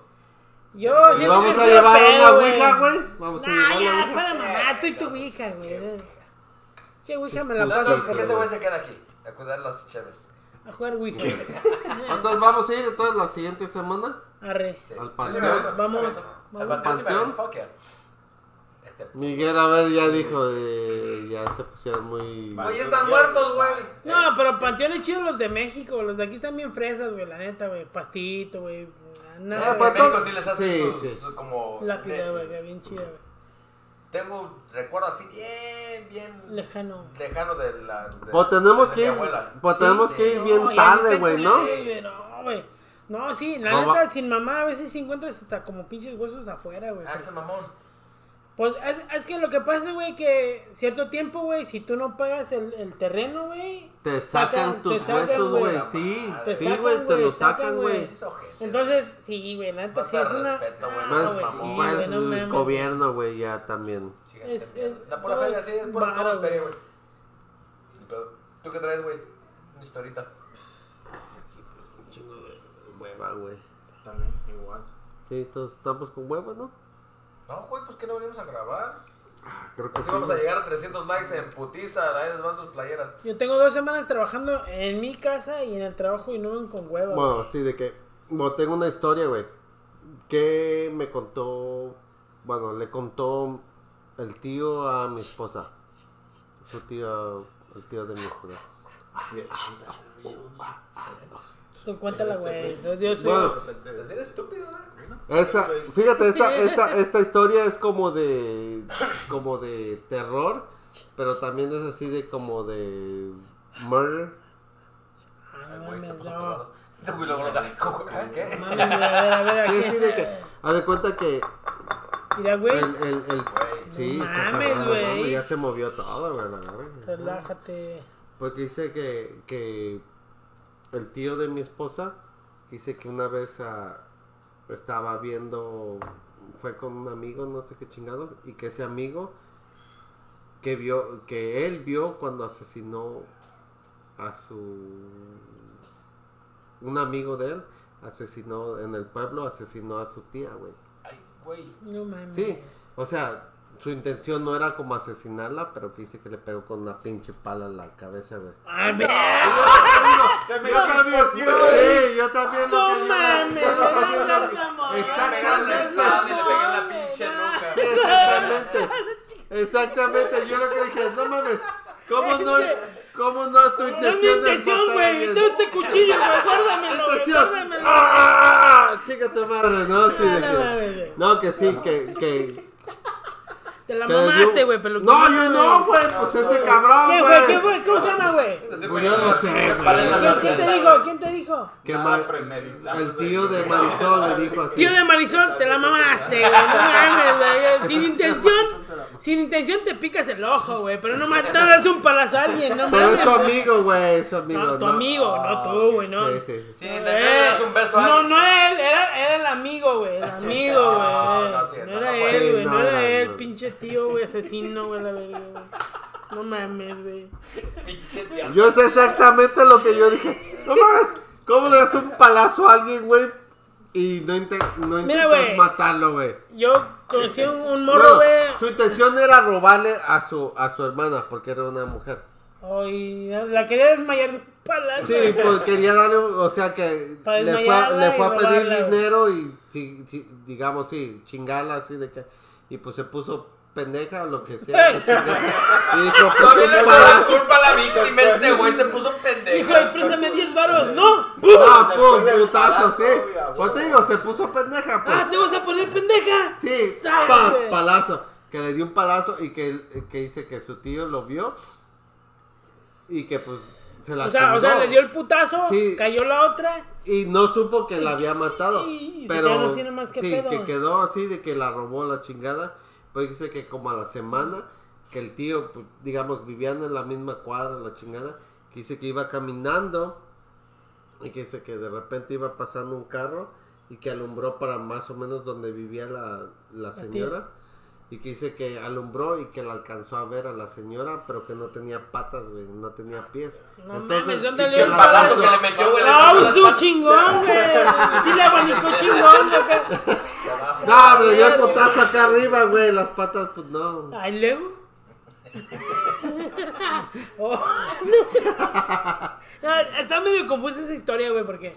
[SPEAKER 3] Yo siento
[SPEAKER 2] ¿Y Pues vamos
[SPEAKER 3] que
[SPEAKER 2] a
[SPEAKER 3] es
[SPEAKER 2] llevar
[SPEAKER 3] pedo,
[SPEAKER 2] una ouija, güey? Vamos a
[SPEAKER 3] Nah,
[SPEAKER 2] llevar la
[SPEAKER 3] ya,
[SPEAKER 2] ouija.
[SPEAKER 3] para mamá, tú y tu ouija, güey. Che, ouija me la
[SPEAKER 1] No,
[SPEAKER 2] Pasa
[SPEAKER 3] paso
[SPEAKER 1] no,
[SPEAKER 2] el
[SPEAKER 1] porque
[SPEAKER 2] pedo.
[SPEAKER 1] ese güey se queda aquí. A cuidar las chaves.
[SPEAKER 3] a jugar ouija. güey.
[SPEAKER 2] Entonces vamos a ir entonces la siguiente semana.
[SPEAKER 3] Arre.
[SPEAKER 1] Sí.
[SPEAKER 2] Al
[SPEAKER 1] Yo sí
[SPEAKER 2] panteón.
[SPEAKER 1] me aviento,
[SPEAKER 3] Vamos,
[SPEAKER 1] me aviento.
[SPEAKER 3] vamos.
[SPEAKER 1] Al panteón. sí me aviento,
[SPEAKER 2] Panteón.
[SPEAKER 1] fuck yeah. Este.
[SPEAKER 2] Miguel, a ver, ya dijo, eh, ya se pusieron muy...
[SPEAKER 1] Oye, están muertos, güey.
[SPEAKER 3] No, pero panteones chidos los de México, los de aquí están bien fresas, güey, la neta, güey. Pastito, güey.
[SPEAKER 1] No,
[SPEAKER 3] Nada,
[SPEAKER 1] es que
[SPEAKER 2] pues,
[SPEAKER 1] Ah, en
[SPEAKER 3] güey.
[SPEAKER 1] México sí les hacen
[SPEAKER 2] Sí,
[SPEAKER 1] sus,
[SPEAKER 2] sí.
[SPEAKER 1] sus como...
[SPEAKER 3] Lápida,
[SPEAKER 1] de-
[SPEAKER 3] güey, que bien chida, güey.
[SPEAKER 1] Tengo un recuerdo así bien, bien...
[SPEAKER 3] Lejano.
[SPEAKER 1] Lejano de la... de-
[SPEAKER 2] Pues tenemos
[SPEAKER 1] de
[SPEAKER 2] que
[SPEAKER 1] mi
[SPEAKER 2] ir,
[SPEAKER 1] abuela.
[SPEAKER 2] pues tenemos
[SPEAKER 1] Sí,
[SPEAKER 2] que ir
[SPEAKER 1] no,
[SPEAKER 2] bien
[SPEAKER 3] No, y ahí
[SPEAKER 2] tarde,
[SPEAKER 3] está
[SPEAKER 2] güey,
[SPEAKER 3] el
[SPEAKER 2] ¿no?
[SPEAKER 3] culero, güey, No, güey. No, sí, la
[SPEAKER 2] No va-
[SPEAKER 3] neta, sin mamá a veces sí encuentras hasta como pinches huesos afuera, güey.
[SPEAKER 1] Ah, ese mamón.
[SPEAKER 3] Pues es, es que lo que pasa, güey, que cierto tiempo, güey, si tú no pagas el, el terreno, güey,
[SPEAKER 2] Te sacan
[SPEAKER 3] Sacan-
[SPEAKER 2] tus
[SPEAKER 3] te sacan,
[SPEAKER 2] huesos,
[SPEAKER 3] güey.
[SPEAKER 2] güey. Sí,
[SPEAKER 1] Te
[SPEAKER 2] sí,
[SPEAKER 3] sacan,
[SPEAKER 2] güey, te
[SPEAKER 3] güey,
[SPEAKER 2] lo
[SPEAKER 3] sacan,
[SPEAKER 2] sacan,
[SPEAKER 3] güey.
[SPEAKER 2] güey.
[SPEAKER 1] Es ojete, güey.
[SPEAKER 3] entonces, sí, güey, la neta, sí
[SPEAKER 1] Falta
[SPEAKER 3] es
[SPEAKER 1] de
[SPEAKER 3] una...
[SPEAKER 1] respeto, güey,
[SPEAKER 3] Ah,
[SPEAKER 1] no
[SPEAKER 2] Pues,
[SPEAKER 1] es
[SPEAKER 3] güey, sí,
[SPEAKER 2] pues,
[SPEAKER 3] güey, no mames.
[SPEAKER 2] gobierno, güey, ya también.
[SPEAKER 1] Chígate,
[SPEAKER 3] es-
[SPEAKER 1] mierda.
[SPEAKER 3] es-
[SPEAKER 1] La pura
[SPEAKER 3] todo
[SPEAKER 1] feria,
[SPEAKER 3] es
[SPEAKER 1] sí, es pura
[SPEAKER 3] vara,
[SPEAKER 1] todo es feria,
[SPEAKER 3] güey.
[SPEAKER 1] güey. Ni pedo. ¿Tú qué traes, güey? Una historita.
[SPEAKER 2] Un chingo de Hueva, güey.
[SPEAKER 4] También, igual.
[SPEAKER 2] Sí, todos estamos con hueva, ¿no?
[SPEAKER 1] No, güey, pues que no venimos a grabar.
[SPEAKER 2] Creo que
[SPEAKER 1] Así
[SPEAKER 2] sí.
[SPEAKER 1] vamos a
[SPEAKER 2] güey.
[SPEAKER 1] llegar a 300 likes en putiza. Ahí les van sus playeras.
[SPEAKER 3] Yo tengo dos semanas trabajando en mi casa y en el trabajo y no ven con hueva. güey.
[SPEAKER 2] Bueno, sí, de que. Bueno, tengo una historia, güey. Que me contó. Bueno, le contó el tío a mi esposa. Su tío. El tío de mi esposa.
[SPEAKER 3] Ah, Tú ah, cuéntala,
[SPEAKER 4] Este,
[SPEAKER 3] güey. Yo- Yo soy...
[SPEAKER 2] Bueno.
[SPEAKER 1] Es Pues, bien estúpido, ¿eh?
[SPEAKER 2] Esa, fíjate, esta, esta, esta historia es como de. Como de terror. Pero también es así de como de. Murder.
[SPEAKER 3] Ah,
[SPEAKER 1] Ay,
[SPEAKER 3] no
[SPEAKER 1] güey, se
[SPEAKER 3] mames,
[SPEAKER 1] puso
[SPEAKER 3] no.
[SPEAKER 1] colorado. Este güey luego lo da. ¿Cómo? ¿Ah, ¿Qué?
[SPEAKER 3] Mames, a ver, a ver,
[SPEAKER 2] Sí,
[SPEAKER 3] aquí.
[SPEAKER 2] sí, de que. Haz de cuenta que.
[SPEAKER 3] Mira, güey,
[SPEAKER 2] El, el, el-
[SPEAKER 1] Güey.
[SPEAKER 2] sí,
[SPEAKER 3] No
[SPEAKER 2] está
[SPEAKER 3] mames,
[SPEAKER 2] cabrón,
[SPEAKER 3] güey.
[SPEAKER 2] mames, Ya se movió todo, güey. la verga.
[SPEAKER 3] relájate.
[SPEAKER 2] Porque dice que, que el tío de mi esposa dice que una vez ah, estaba viendo, fue con un amigo, no sé qué chingados, y que ese amigo que vio, que él vio cuando asesinó a su un amigo de él asesinó en el pueblo asesinó a su tía, güey.
[SPEAKER 1] Ay, güey.
[SPEAKER 3] No mames.
[SPEAKER 2] Sí, o sea, su intención no era como asesinarla, pero que dice que le pegó con una pinche pala en la cabeza, güey.
[SPEAKER 3] A ver.
[SPEAKER 4] Se me
[SPEAKER 2] Yo también, sí, yo también lo que
[SPEAKER 3] No
[SPEAKER 2] yo-
[SPEAKER 3] mames,
[SPEAKER 2] yo
[SPEAKER 3] no
[SPEAKER 2] también lo-
[SPEAKER 3] seas mamón.
[SPEAKER 1] Pegó en la
[SPEAKER 2] Exactamente.
[SPEAKER 1] espalda y le pegué en la pinche nuca.
[SPEAKER 2] Sí, exactamente. Exactamente, yo lo que dije, no mames. ¿Cómo no, cómo no tu
[SPEAKER 3] No es mi
[SPEAKER 2] intención es
[SPEAKER 3] intención,
[SPEAKER 2] matar a
[SPEAKER 3] güey.
[SPEAKER 2] alguien?
[SPEAKER 3] Tengo este cuchillo, güey. Guárdamelo, güey.
[SPEAKER 2] Intención.
[SPEAKER 3] Guárdamelo.
[SPEAKER 2] ¡Ah! Chica tu madre, no, sí, de
[SPEAKER 3] Ah, No, no mames,
[SPEAKER 2] que,
[SPEAKER 3] güey.
[SPEAKER 2] no, que sí, que, que,
[SPEAKER 3] Te la
[SPEAKER 2] que le dio-
[SPEAKER 3] mamaste, güey, peluquín.
[SPEAKER 2] No, yo no, güey, pues ese cabrón,
[SPEAKER 3] ¿Qué, Ah, güey? ¿Qué,
[SPEAKER 2] güey.
[SPEAKER 3] güey? ¿Cómo se llama, güey?
[SPEAKER 1] Ese
[SPEAKER 2] Yo
[SPEAKER 1] güey
[SPEAKER 2] no
[SPEAKER 1] la-
[SPEAKER 2] sé,
[SPEAKER 1] se
[SPEAKER 2] güey.
[SPEAKER 1] para en la
[SPEAKER 3] ¿Quién, quién te
[SPEAKER 1] senta.
[SPEAKER 3] dijo? ¿Quién te dijo?
[SPEAKER 2] Que
[SPEAKER 4] Nada
[SPEAKER 2] mal-
[SPEAKER 4] premeditado,
[SPEAKER 2] el
[SPEAKER 4] güey.
[SPEAKER 2] tío de Marisol le dijo así.
[SPEAKER 3] Tío de Marisol, te la mamaste, güey. No mames, güey. Sin intención, sin intención te picas el ojo, güey. Pero no matarás un palazo a alguien, no
[SPEAKER 2] Pero
[SPEAKER 3] mames.
[SPEAKER 2] es su amigo, güey, es su amigo.
[SPEAKER 3] no, tu
[SPEAKER 2] ¿no?
[SPEAKER 3] amigo, no tú, güey, no.
[SPEAKER 2] Sí, sí, sí.
[SPEAKER 1] Sí, también le das un beso a
[SPEAKER 3] Eh, No,
[SPEAKER 1] alguien.
[SPEAKER 3] no era él, era, era el amigo, güey. El amigo, güey. No,
[SPEAKER 1] No, no, sí, no,
[SPEAKER 3] era
[SPEAKER 1] no,
[SPEAKER 2] sí,
[SPEAKER 3] él, güey.
[SPEAKER 2] no,
[SPEAKER 3] No,
[SPEAKER 2] no,
[SPEAKER 3] era él,
[SPEAKER 2] no.
[SPEAKER 3] pinche tío, güey, asesino, güey, la verga, güey. No mames, güey.
[SPEAKER 1] Pinche tía.
[SPEAKER 2] Yo sé exactamente lo que yo dije. No mames, ¿cómo le das un palazo a alguien, güey? Y no, inte- no intentas
[SPEAKER 3] güey.
[SPEAKER 2] matarlo, güey.
[SPEAKER 3] Yo conocí un, un
[SPEAKER 2] No,
[SPEAKER 3] morro,
[SPEAKER 2] su
[SPEAKER 3] güey.
[SPEAKER 2] intención era robarle a su, a su hermana, porque era una mujer.
[SPEAKER 3] Ay, la quería desmayar de palazo.
[SPEAKER 2] Sí, pues quería darle, un- o sea que
[SPEAKER 3] Para
[SPEAKER 2] le fue, a-
[SPEAKER 3] desmayarla
[SPEAKER 2] le fue a
[SPEAKER 3] y
[SPEAKER 2] pedir
[SPEAKER 3] robarla, güey.
[SPEAKER 2] dinero y, sí, sí, digamos, sí, chingarla así de que... Y pues se puso pendeja o lo que sea.
[SPEAKER 3] ¡Ey!
[SPEAKER 2] lo chingada. Y dijo, pues
[SPEAKER 1] No le
[SPEAKER 2] un
[SPEAKER 1] echó la
[SPEAKER 2] palazo.
[SPEAKER 1] culpa a la víctima. Este güey se puso pendejo.
[SPEAKER 3] Dijo, "Ay, préstame 10 varos, no.
[SPEAKER 2] No, pues,
[SPEAKER 4] Después
[SPEAKER 2] pum,
[SPEAKER 4] del
[SPEAKER 2] putazo,
[SPEAKER 4] palazo,
[SPEAKER 2] sí.
[SPEAKER 4] güey, a
[SPEAKER 2] Pues te
[SPEAKER 4] huevo.
[SPEAKER 2] digo, se puso pendeja, pues.
[SPEAKER 3] Ah, te vas a poner pendeja.
[SPEAKER 2] Sí,
[SPEAKER 3] ¡Sas!
[SPEAKER 2] paz, palazo. Que le dio un palazo y que, que dice que su tío lo vio y que pues se la
[SPEAKER 3] O sea, o sea,
[SPEAKER 2] chingó.
[SPEAKER 3] le dio el putazo,
[SPEAKER 2] Sí.
[SPEAKER 3] cayó la otra.
[SPEAKER 2] Y no supo que la había matado.
[SPEAKER 3] y se
[SPEAKER 2] pero
[SPEAKER 3] quedaron así nomás, ¿qué
[SPEAKER 2] sí,
[SPEAKER 3] pedo?
[SPEAKER 2] que quedó así de que la robó la chingada. Pues dice que como a la semana, que el tío, pues, digamos, vivían en la misma cuadra, la chingada, que dice que iba caminando y que dice que de repente iba pasando un carro y que alumbró para más o menos donde vivía la, la
[SPEAKER 3] tía.
[SPEAKER 2] señora. Y que dice que alumbró y que la alcanzó a ver a la señora, pero que no tenía patas, güey, no tenía pies.
[SPEAKER 3] No mames, ¿dónde le
[SPEAKER 2] pinche
[SPEAKER 3] dio el
[SPEAKER 1] palazo que
[SPEAKER 2] balazo-
[SPEAKER 1] le metió, güey. le
[SPEAKER 3] No,
[SPEAKER 1] echó
[SPEAKER 3] Ah, estuvo
[SPEAKER 1] las
[SPEAKER 3] chingón, güey. Sí le abanicó chingón, güey.
[SPEAKER 1] patas.
[SPEAKER 2] No, me dio el putazo acá arriba, güey. Las patas, pues no.
[SPEAKER 3] Ay, luego. Oh, no. No, Está medio confusa esa historia, güey, porque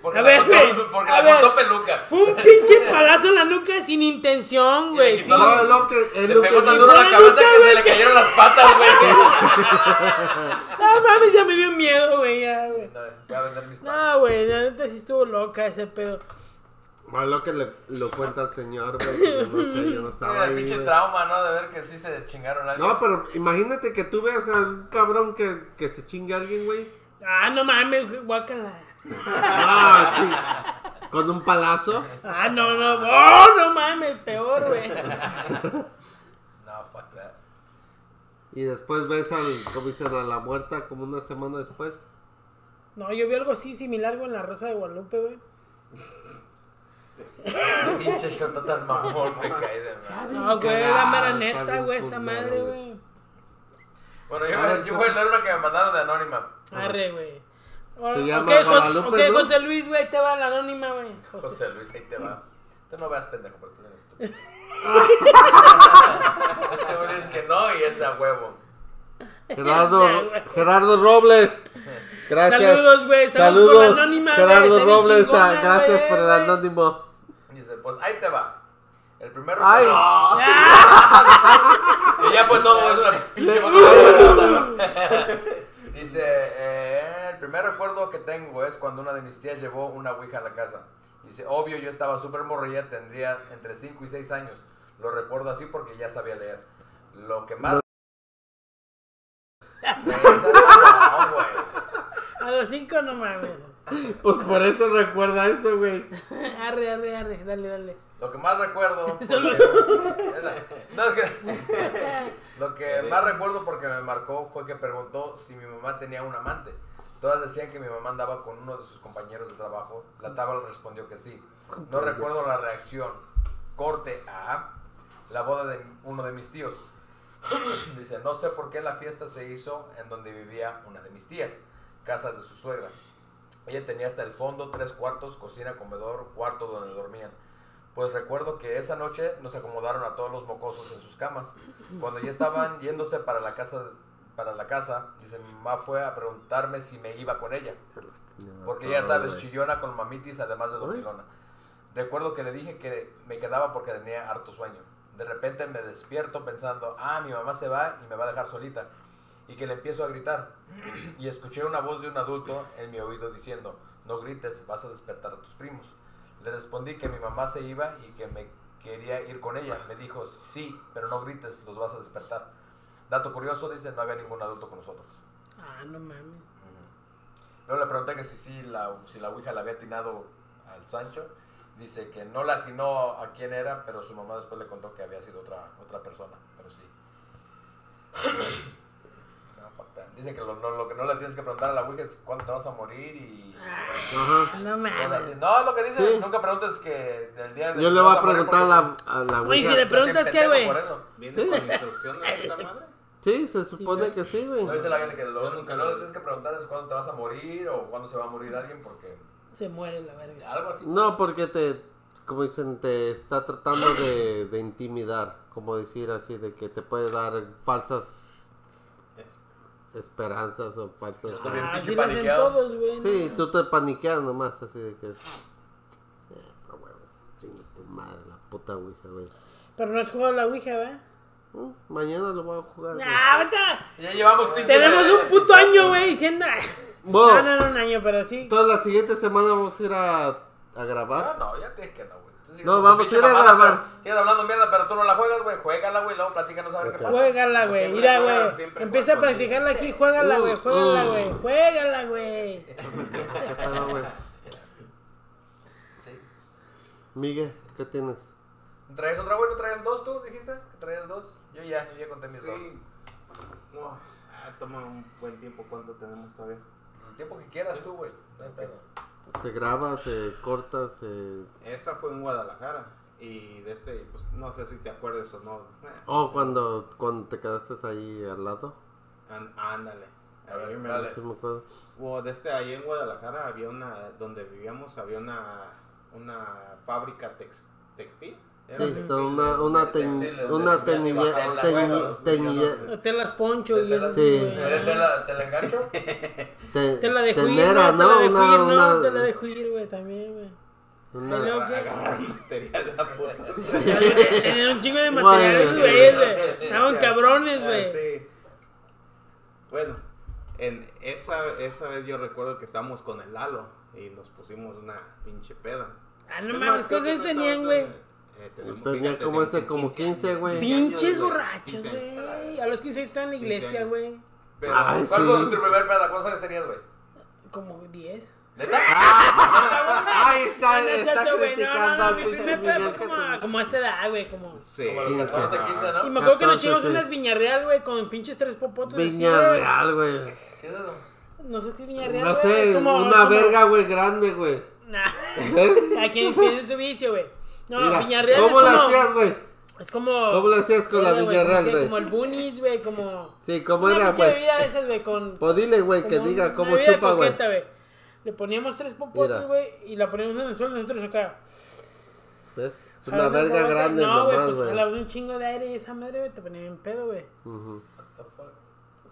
[SPEAKER 1] Porque
[SPEAKER 3] A
[SPEAKER 1] la
[SPEAKER 3] ver,
[SPEAKER 1] cortó-
[SPEAKER 3] güey,
[SPEAKER 1] porque
[SPEAKER 3] a
[SPEAKER 1] la cortó
[SPEAKER 3] ver.
[SPEAKER 1] peluca.
[SPEAKER 3] fue un pinche palazo en la nuca sin intención, güey. Sí.
[SPEAKER 1] quitó
[SPEAKER 2] No, es lo que. Es
[SPEAKER 1] Le
[SPEAKER 2] lo que
[SPEAKER 1] pegó tan
[SPEAKER 2] dice.
[SPEAKER 1] duro la
[SPEAKER 3] Ay,
[SPEAKER 1] cabeza
[SPEAKER 3] nunca,
[SPEAKER 1] que se
[SPEAKER 3] güey,
[SPEAKER 1] le
[SPEAKER 3] que-
[SPEAKER 1] cayeron las patas, güey.
[SPEAKER 3] No mames, ya me dio miedo, güey, ya, güey.
[SPEAKER 1] No, voy a vender mis patas.
[SPEAKER 3] No, güey, la neta sí estuvo loca ese pedo.
[SPEAKER 2] Bueno, es lo que le, lo cuenta el señor, güey. que Yo no sé, yo no estaba
[SPEAKER 1] Mira,
[SPEAKER 2] ahí.
[SPEAKER 1] pinche
[SPEAKER 2] güey.
[SPEAKER 1] trauma, ¿no? De ver que sí se chingaron a alguien.
[SPEAKER 2] No, pero imagínate que tú veas a un cabrón que, que se chingue a alguien, güey.
[SPEAKER 3] Ah, no mames, güey, guácala.
[SPEAKER 2] Ah, sí. Con un palazo.
[SPEAKER 3] Ah, no, no, oh, no mames, peor, güey.
[SPEAKER 2] Y después ves al, como dicen, a la muerta como una semana después.
[SPEAKER 3] No, yo vi algo así similar, güey, en la Rosa de Guadalupe, güey.
[SPEAKER 1] Pinche shota tan mamón, me caí de madre.
[SPEAKER 3] No, güey,
[SPEAKER 2] cagado,
[SPEAKER 3] la mera
[SPEAKER 2] Ah, está
[SPEAKER 3] neta,
[SPEAKER 2] bien
[SPEAKER 3] güey, esa
[SPEAKER 2] culero,
[SPEAKER 3] madre,
[SPEAKER 2] güey.
[SPEAKER 3] güey.
[SPEAKER 1] Bueno, yo,
[SPEAKER 2] A
[SPEAKER 1] voy-
[SPEAKER 2] ver,
[SPEAKER 1] yo voy a leer una que me mandaron de Anónima.
[SPEAKER 3] Arre, güey. O-
[SPEAKER 2] Se llama
[SPEAKER 3] ok, Jo-
[SPEAKER 2] Guadalupe,
[SPEAKER 3] ok,
[SPEAKER 2] ¿no?
[SPEAKER 3] José Luis, güey, te va la anónima, güey. José-
[SPEAKER 1] José Luis, ahí te va. Tú no veas pendejo, porque tú no eres estúpido. este güey dice que no y es de a huevo.
[SPEAKER 2] Gerardo,
[SPEAKER 3] Ya, güey.
[SPEAKER 2] Gerardo Robles. Gracias.
[SPEAKER 3] Saludos, güey, saludos por la anónima, güey,
[SPEAKER 2] Gerardo
[SPEAKER 3] se ve
[SPEAKER 2] Robles,
[SPEAKER 3] chingona,
[SPEAKER 2] ah, gracias
[SPEAKER 3] güey,
[SPEAKER 2] por el
[SPEAKER 3] güey.
[SPEAKER 2] anónimo.
[SPEAKER 1] Dice, pues ahí te va. El primero.
[SPEAKER 2] Ay.
[SPEAKER 1] ¡No!
[SPEAKER 3] ¡Ah!
[SPEAKER 1] Y ya fue todo, es una pinche mamada. Dice, eh, el primer recuerdo que tengo es cuando una de mis tías llevó una ouija a la casa. Dice, obvio, yo estaba súper morrilla, tendría entre 5 y 6 años. Lo recuerdo así porque ya sabía leer. Lo que más... Güey, esa- no, güey.
[SPEAKER 3] A los cinco no mames.
[SPEAKER 2] Pues por eso recuerda eso, güey.
[SPEAKER 3] Arre, arre, arre, dale, dale.
[SPEAKER 1] Lo que más recuerdo... porque-
[SPEAKER 3] Solo-
[SPEAKER 1] es la- no, es que- Lo que más recuerdo porque me marcó fue que preguntó si mi mamá tenía un amante. Todas decían que mi mamá andaba con uno de sus compañeros de trabajo. La tabla respondió que sí. No recuerdo la reacción. Corte a la boda de uno de mis tíos. Dice, no sé por qué la fiesta se hizo en donde vivía una de mis tías, casa de su suegra. Ella tenía hasta el fondo tres cuartos, cocina, comedor, cuarto donde dormían. Pues recuerdo que esa noche nos acomodaron a todos los mocosos en sus camas. Cuando ya estaban yéndose para la casa, para la casa, dice mi mamá fue a preguntarme si me iba con ella,
[SPEAKER 2] Ah,
[SPEAKER 1] porque ya sabes, chillona con mamitis, además de dormilona. Recuerdo que le dije que me quedaba porque tenía harto sueño. De repente me despierto pensando, ah, mi mamá se va y me va a dejar solita. Y que le empiezo a gritar. Y escuché una voz de un adulto en mi oído diciendo, no grites, vas a despertar a tus primos. Le respondí que mi mamá se iba y que me quería ir con ella. Me dijo, sí, pero no grites, los vas a despertar. Dato curioso, dice, no había ningún adulto con nosotros.
[SPEAKER 3] Ah, no mames.
[SPEAKER 1] Ujú. Luego le pregunté que si, sí la, si la Ouija le había atinado al Sancho. Dice que no le atinó a quién era, pero su mamá después le contó que había sido otra, otra persona. Pero sí. No, falta. Dice que lo, no- lo que no le tienes que preguntar a la Ouija es cuándo te vas a morir y...
[SPEAKER 2] Ajá.
[SPEAKER 3] No
[SPEAKER 1] cosas así.
[SPEAKER 3] mames.
[SPEAKER 1] No, lo que dice,
[SPEAKER 2] Sí.
[SPEAKER 1] nunca preguntes que del día de...
[SPEAKER 2] Yo le
[SPEAKER 1] te
[SPEAKER 2] voy
[SPEAKER 1] vas
[SPEAKER 2] a
[SPEAKER 1] morir
[SPEAKER 2] preguntar a
[SPEAKER 1] porque-
[SPEAKER 2] la, a la
[SPEAKER 3] Güey,
[SPEAKER 1] porque
[SPEAKER 3] si
[SPEAKER 2] Ouija.
[SPEAKER 3] le preguntas,
[SPEAKER 1] te
[SPEAKER 3] ¿qué, güey?
[SPEAKER 1] por eso.
[SPEAKER 4] ¿Viene
[SPEAKER 2] Sí.
[SPEAKER 4] con instrucciones esta madre?
[SPEAKER 2] Sí, se supone que sí, güey.
[SPEAKER 1] No dice la gente que lo
[SPEAKER 4] Yo
[SPEAKER 1] único
[SPEAKER 4] nunca
[SPEAKER 1] que
[SPEAKER 4] lo
[SPEAKER 1] no le
[SPEAKER 4] vi.
[SPEAKER 1] tienes que preguntar es cuándo te vas a morir o cuándo se va a morir alguien porque...
[SPEAKER 3] Se muere la
[SPEAKER 2] Ah,
[SPEAKER 3] verga.
[SPEAKER 1] Algo así.
[SPEAKER 2] No, porque te, como dicen, te está tratando de, de intimidar, como decir así, de que te puede dar falsas
[SPEAKER 4] Es-
[SPEAKER 2] esperanzas o falsas...
[SPEAKER 1] Está bien
[SPEAKER 3] Ah,
[SPEAKER 1] pinche
[SPEAKER 3] así lo hacen
[SPEAKER 1] paniqueado.
[SPEAKER 3] todos, güey.
[SPEAKER 2] Sí,
[SPEAKER 3] no.
[SPEAKER 2] tú te paniqueas nomás, así de que... Eh, a huevo, chinga tu madre, la puta Ouija, güey.
[SPEAKER 3] Pero no has jugado la Ouija, ¿verdad?
[SPEAKER 2] Uh, mañana lo voy a jugar. güey.
[SPEAKER 3] ¡Ah, vete! a la-
[SPEAKER 1] Ya llevamos pinche-
[SPEAKER 3] Tenemos un puto año, güey, diciendo.
[SPEAKER 2] Bueno.
[SPEAKER 3] No, no, no, un año, pero sí.
[SPEAKER 2] Entonces la siguiente semana vamos a ir a, a
[SPEAKER 1] No,
[SPEAKER 2] grabar.
[SPEAKER 1] no, ya tienes que no, güey. Tú sigues
[SPEAKER 2] ¿Ah? No,
[SPEAKER 1] con tu
[SPEAKER 2] vamos a
[SPEAKER 1] pinche
[SPEAKER 2] ir a
[SPEAKER 1] mamada,
[SPEAKER 2] grabar.
[SPEAKER 1] pero- Sigues hablando mierda, pero tú no la juegas, güey. Juégala, güey, luego platícanos a ver
[SPEAKER 2] Ok.
[SPEAKER 1] qué pasa.
[SPEAKER 3] Juégala, güey.
[SPEAKER 4] Siempre
[SPEAKER 3] Mira,
[SPEAKER 4] juega,
[SPEAKER 3] güey.
[SPEAKER 4] siempre
[SPEAKER 3] Empieza a
[SPEAKER 4] juega
[SPEAKER 3] practicarla aquí. Juégala,
[SPEAKER 2] Uh,
[SPEAKER 3] güey. Juégala,
[SPEAKER 2] uh.
[SPEAKER 3] güey. Juégala, güey.
[SPEAKER 2] Ah, güey.
[SPEAKER 1] Sí.
[SPEAKER 2] Miguel, ¿qué tienes?
[SPEAKER 1] ¿Traes otra, güey? ¿No traes dos tú? ¿Dijiste que traías dos? Yo ya, yo ya conté mis dos.
[SPEAKER 4] Sí. No, ah, toma un buen tiempo. ¿Cuánto tenemos todavía?
[SPEAKER 1] El tiempo que quieras tú, güey. No hay pedo.
[SPEAKER 2] Se graba, se corta, se...
[SPEAKER 4] Esa fue en Guadalajara. Y de este, pues no sé si te acuerdes o no. Eh,
[SPEAKER 2] Oh, cuando, cuando te quedaste ahí al lado.
[SPEAKER 4] an- ándale.
[SPEAKER 1] A ver,
[SPEAKER 4] Ahí me-
[SPEAKER 1] dale.
[SPEAKER 2] Sí me acuerdo.
[SPEAKER 4] O de este, ahí en Guadalajara había una, donde vivíamos, había una, una fábrica tex- textil. Era
[SPEAKER 2] Sí,
[SPEAKER 4] textil,
[SPEAKER 2] toda una,
[SPEAKER 4] de-
[SPEAKER 2] una,
[SPEAKER 4] de
[SPEAKER 2] teñ-
[SPEAKER 1] textiles,
[SPEAKER 2] una
[SPEAKER 1] de-
[SPEAKER 2] teñille-
[SPEAKER 1] de tela, güey,
[SPEAKER 2] teñi-
[SPEAKER 1] los-
[SPEAKER 2] teñille-
[SPEAKER 4] los-
[SPEAKER 3] Te las poncho y
[SPEAKER 1] ¿Te la,
[SPEAKER 3] eso,
[SPEAKER 2] Sí.
[SPEAKER 1] ¿Te, te
[SPEAKER 3] güey.
[SPEAKER 1] la, te la engancho?
[SPEAKER 2] te-
[SPEAKER 3] Te la de juir,
[SPEAKER 2] tenera,
[SPEAKER 3] güey, te la
[SPEAKER 2] ¿no?
[SPEAKER 3] de
[SPEAKER 2] Una,
[SPEAKER 3] juir, no, te la
[SPEAKER 2] una,
[SPEAKER 3] de juir, güey, también, güey.
[SPEAKER 2] una-
[SPEAKER 3] Luego,
[SPEAKER 4] Para agarrar material de la puta.
[SPEAKER 3] Tenían un chingo de
[SPEAKER 2] Bueno.
[SPEAKER 3] materiales, güey, güey. Estaban cabrones,
[SPEAKER 4] Ah,
[SPEAKER 3] güey.
[SPEAKER 4] sí. Bueno, en esa, esa vez yo recuerdo que estábamos con el Lalo y nos pusimos una pinche peda.
[SPEAKER 3] Ah, no
[SPEAKER 4] Es
[SPEAKER 3] mames,
[SPEAKER 4] creo que
[SPEAKER 3] cosas
[SPEAKER 4] no
[SPEAKER 3] tenían,
[SPEAKER 4] estaba
[SPEAKER 3] güey.
[SPEAKER 4] tan- eh, tenemos-
[SPEAKER 2] Tenía
[SPEAKER 4] fíjate,
[SPEAKER 2] como ese,
[SPEAKER 4] tenemos
[SPEAKER 2] como 15,
[SPEAKER 4] años,
[SPEAKER 2] güey.
[SPEAKER 4] 15 años,
[SPEAKER 3] Pinches borrachos,
[SPEAKER 4] 15 años.
[SPEAKER 3] güey. A los 15 están en la
[SPEAKER 4] 15
[SPEAKER 3] iglesia,
[SPEAKER 4] años.
[SPEAKER 3] güey.
[SPEAKER 4] Pero-
[SPEAKER 2] Ay,
[SPEAKER 1] ¿Cuál
[SPEAKER 2] sí.
[SPEAKER 1] fue tu primer peda? ¿Cuántos años tenías, güey?
[SPEAKER 3] Como 10.
[SPEAKER 1] ¿Neta?
[SPEAKER 2] Ah. Ahí está,
[SPEAKER 3] No es
[SPEAKER 2] está
[SPEAKER 3] cierto, güey,
[SPEAKER 2] criticando
[SPEAKER 3] no, no,
[SPEAKER 2] a
[SPEAKER 3] no, mi
[SPEAKER 2] Peter
[SPEAKER 3] primer
[SPEAKER 2] Miguel
[SPEAKER 3] fue
[SPEAKER 2] que
[SPEAKER 3] como, a-
[SPEAKER 2] tenía-
[SPEAKER 3] como a esa edad, güey, como...
[SPEAKER 4] Sí.
[SPEAKER 1] Como los 14, 15,
[SPEAKER 3] Y
[SPEAKER 1] ¿no?
[SPEAKER 3] me acuerdo que nos
[SPEAKER 2] 14,
[SPEAKER 3] chingamos
[SPEAKER 2] sí.
[SPEAKER 3] unas viñarreal, güey, con pinches tres popotes. así,
[SPEAKER 2] Viña
[SPEAKER 3] güey.
[SPEAKER 2] Real, güey.
[SPEAKER 1] ¿Qué es eso?
[SPEAKER 3] No sé qué es viñarreal,
[SPEAKER 2] No
[SPEAKER 3] güey,
[SPEAKER 2] sé,
[SPEAKER 3] es como-
[SPEAKER 2] una
[SPEAKER 3] como-
[SPEAKER 2] verga, güey, grande, güey.
[SPEAKER 3] Nah. A quien tiene su vicio, güey. No,
[SPEAKER 2] Mira,
[SPEAKER 3] viñarreal
[SPEAKER 2] ¿Cómo
[SPEAKER 3] es
[SPEAKER 2] la
[SPEAKER 3] como...
[SPEAKER 2] hacías, güey?
[SPEAKER 3] Es como...
[SPEAKER 2] ¿Cómo la hacías con la
[SPEAKER 3] Era, güey, como
[SPEAKER 2] Villarreal,
[SPEAKER 3] que-
[SPEAKER 2] güey?
[SPEAKER 3] Como el Bunis, güey, como...
[SPEAKER 2] Sí, ¿cómo
[SPEAKER 3] Una
[SPEAKER 2] era,
[SPEAKER 3] pinche
[SPEAKER 2] güey?
[SPEAKER 3] bebida de esas, güey, con...
[SPEAKER 2] Pues dile, güey, que
[SPEAKER 3] como
[SPEAKER 2] diga
[SPEAKER 3] una
[SPEAKER 2] cómo
[SPEAKER 3] bebida
[SPEAKER 2] chupa, güey.
[SPEAKER 3] coqueta, Le poníamos tres popotes,
[SPEAKER 2] Mira.
[SPEAKER 3] güey, y la poníamos en el suelo y nosotros acá.
[SPEAKER 2] ¿Ves? Es
[SPEAKER 3] Ah,
[SPEAKER 2] una
[SPEAKER 3] no,
[SPEAKER 2] verga
[SPEAKER 3] no,
[SPEAKER 2] grande
[SPEAKER 3] No, güey,
[SPEAKER 2] nomás,
[SPEAKER 3] pues
[SPEAKER 2] güey.
[SPEAKER 3] jalabas un chingo de aire y esa madre, güey, te ponía en pedo, güey.
[SPEAKER 2] Ujú.
[SPEAKER 1] What the fuck?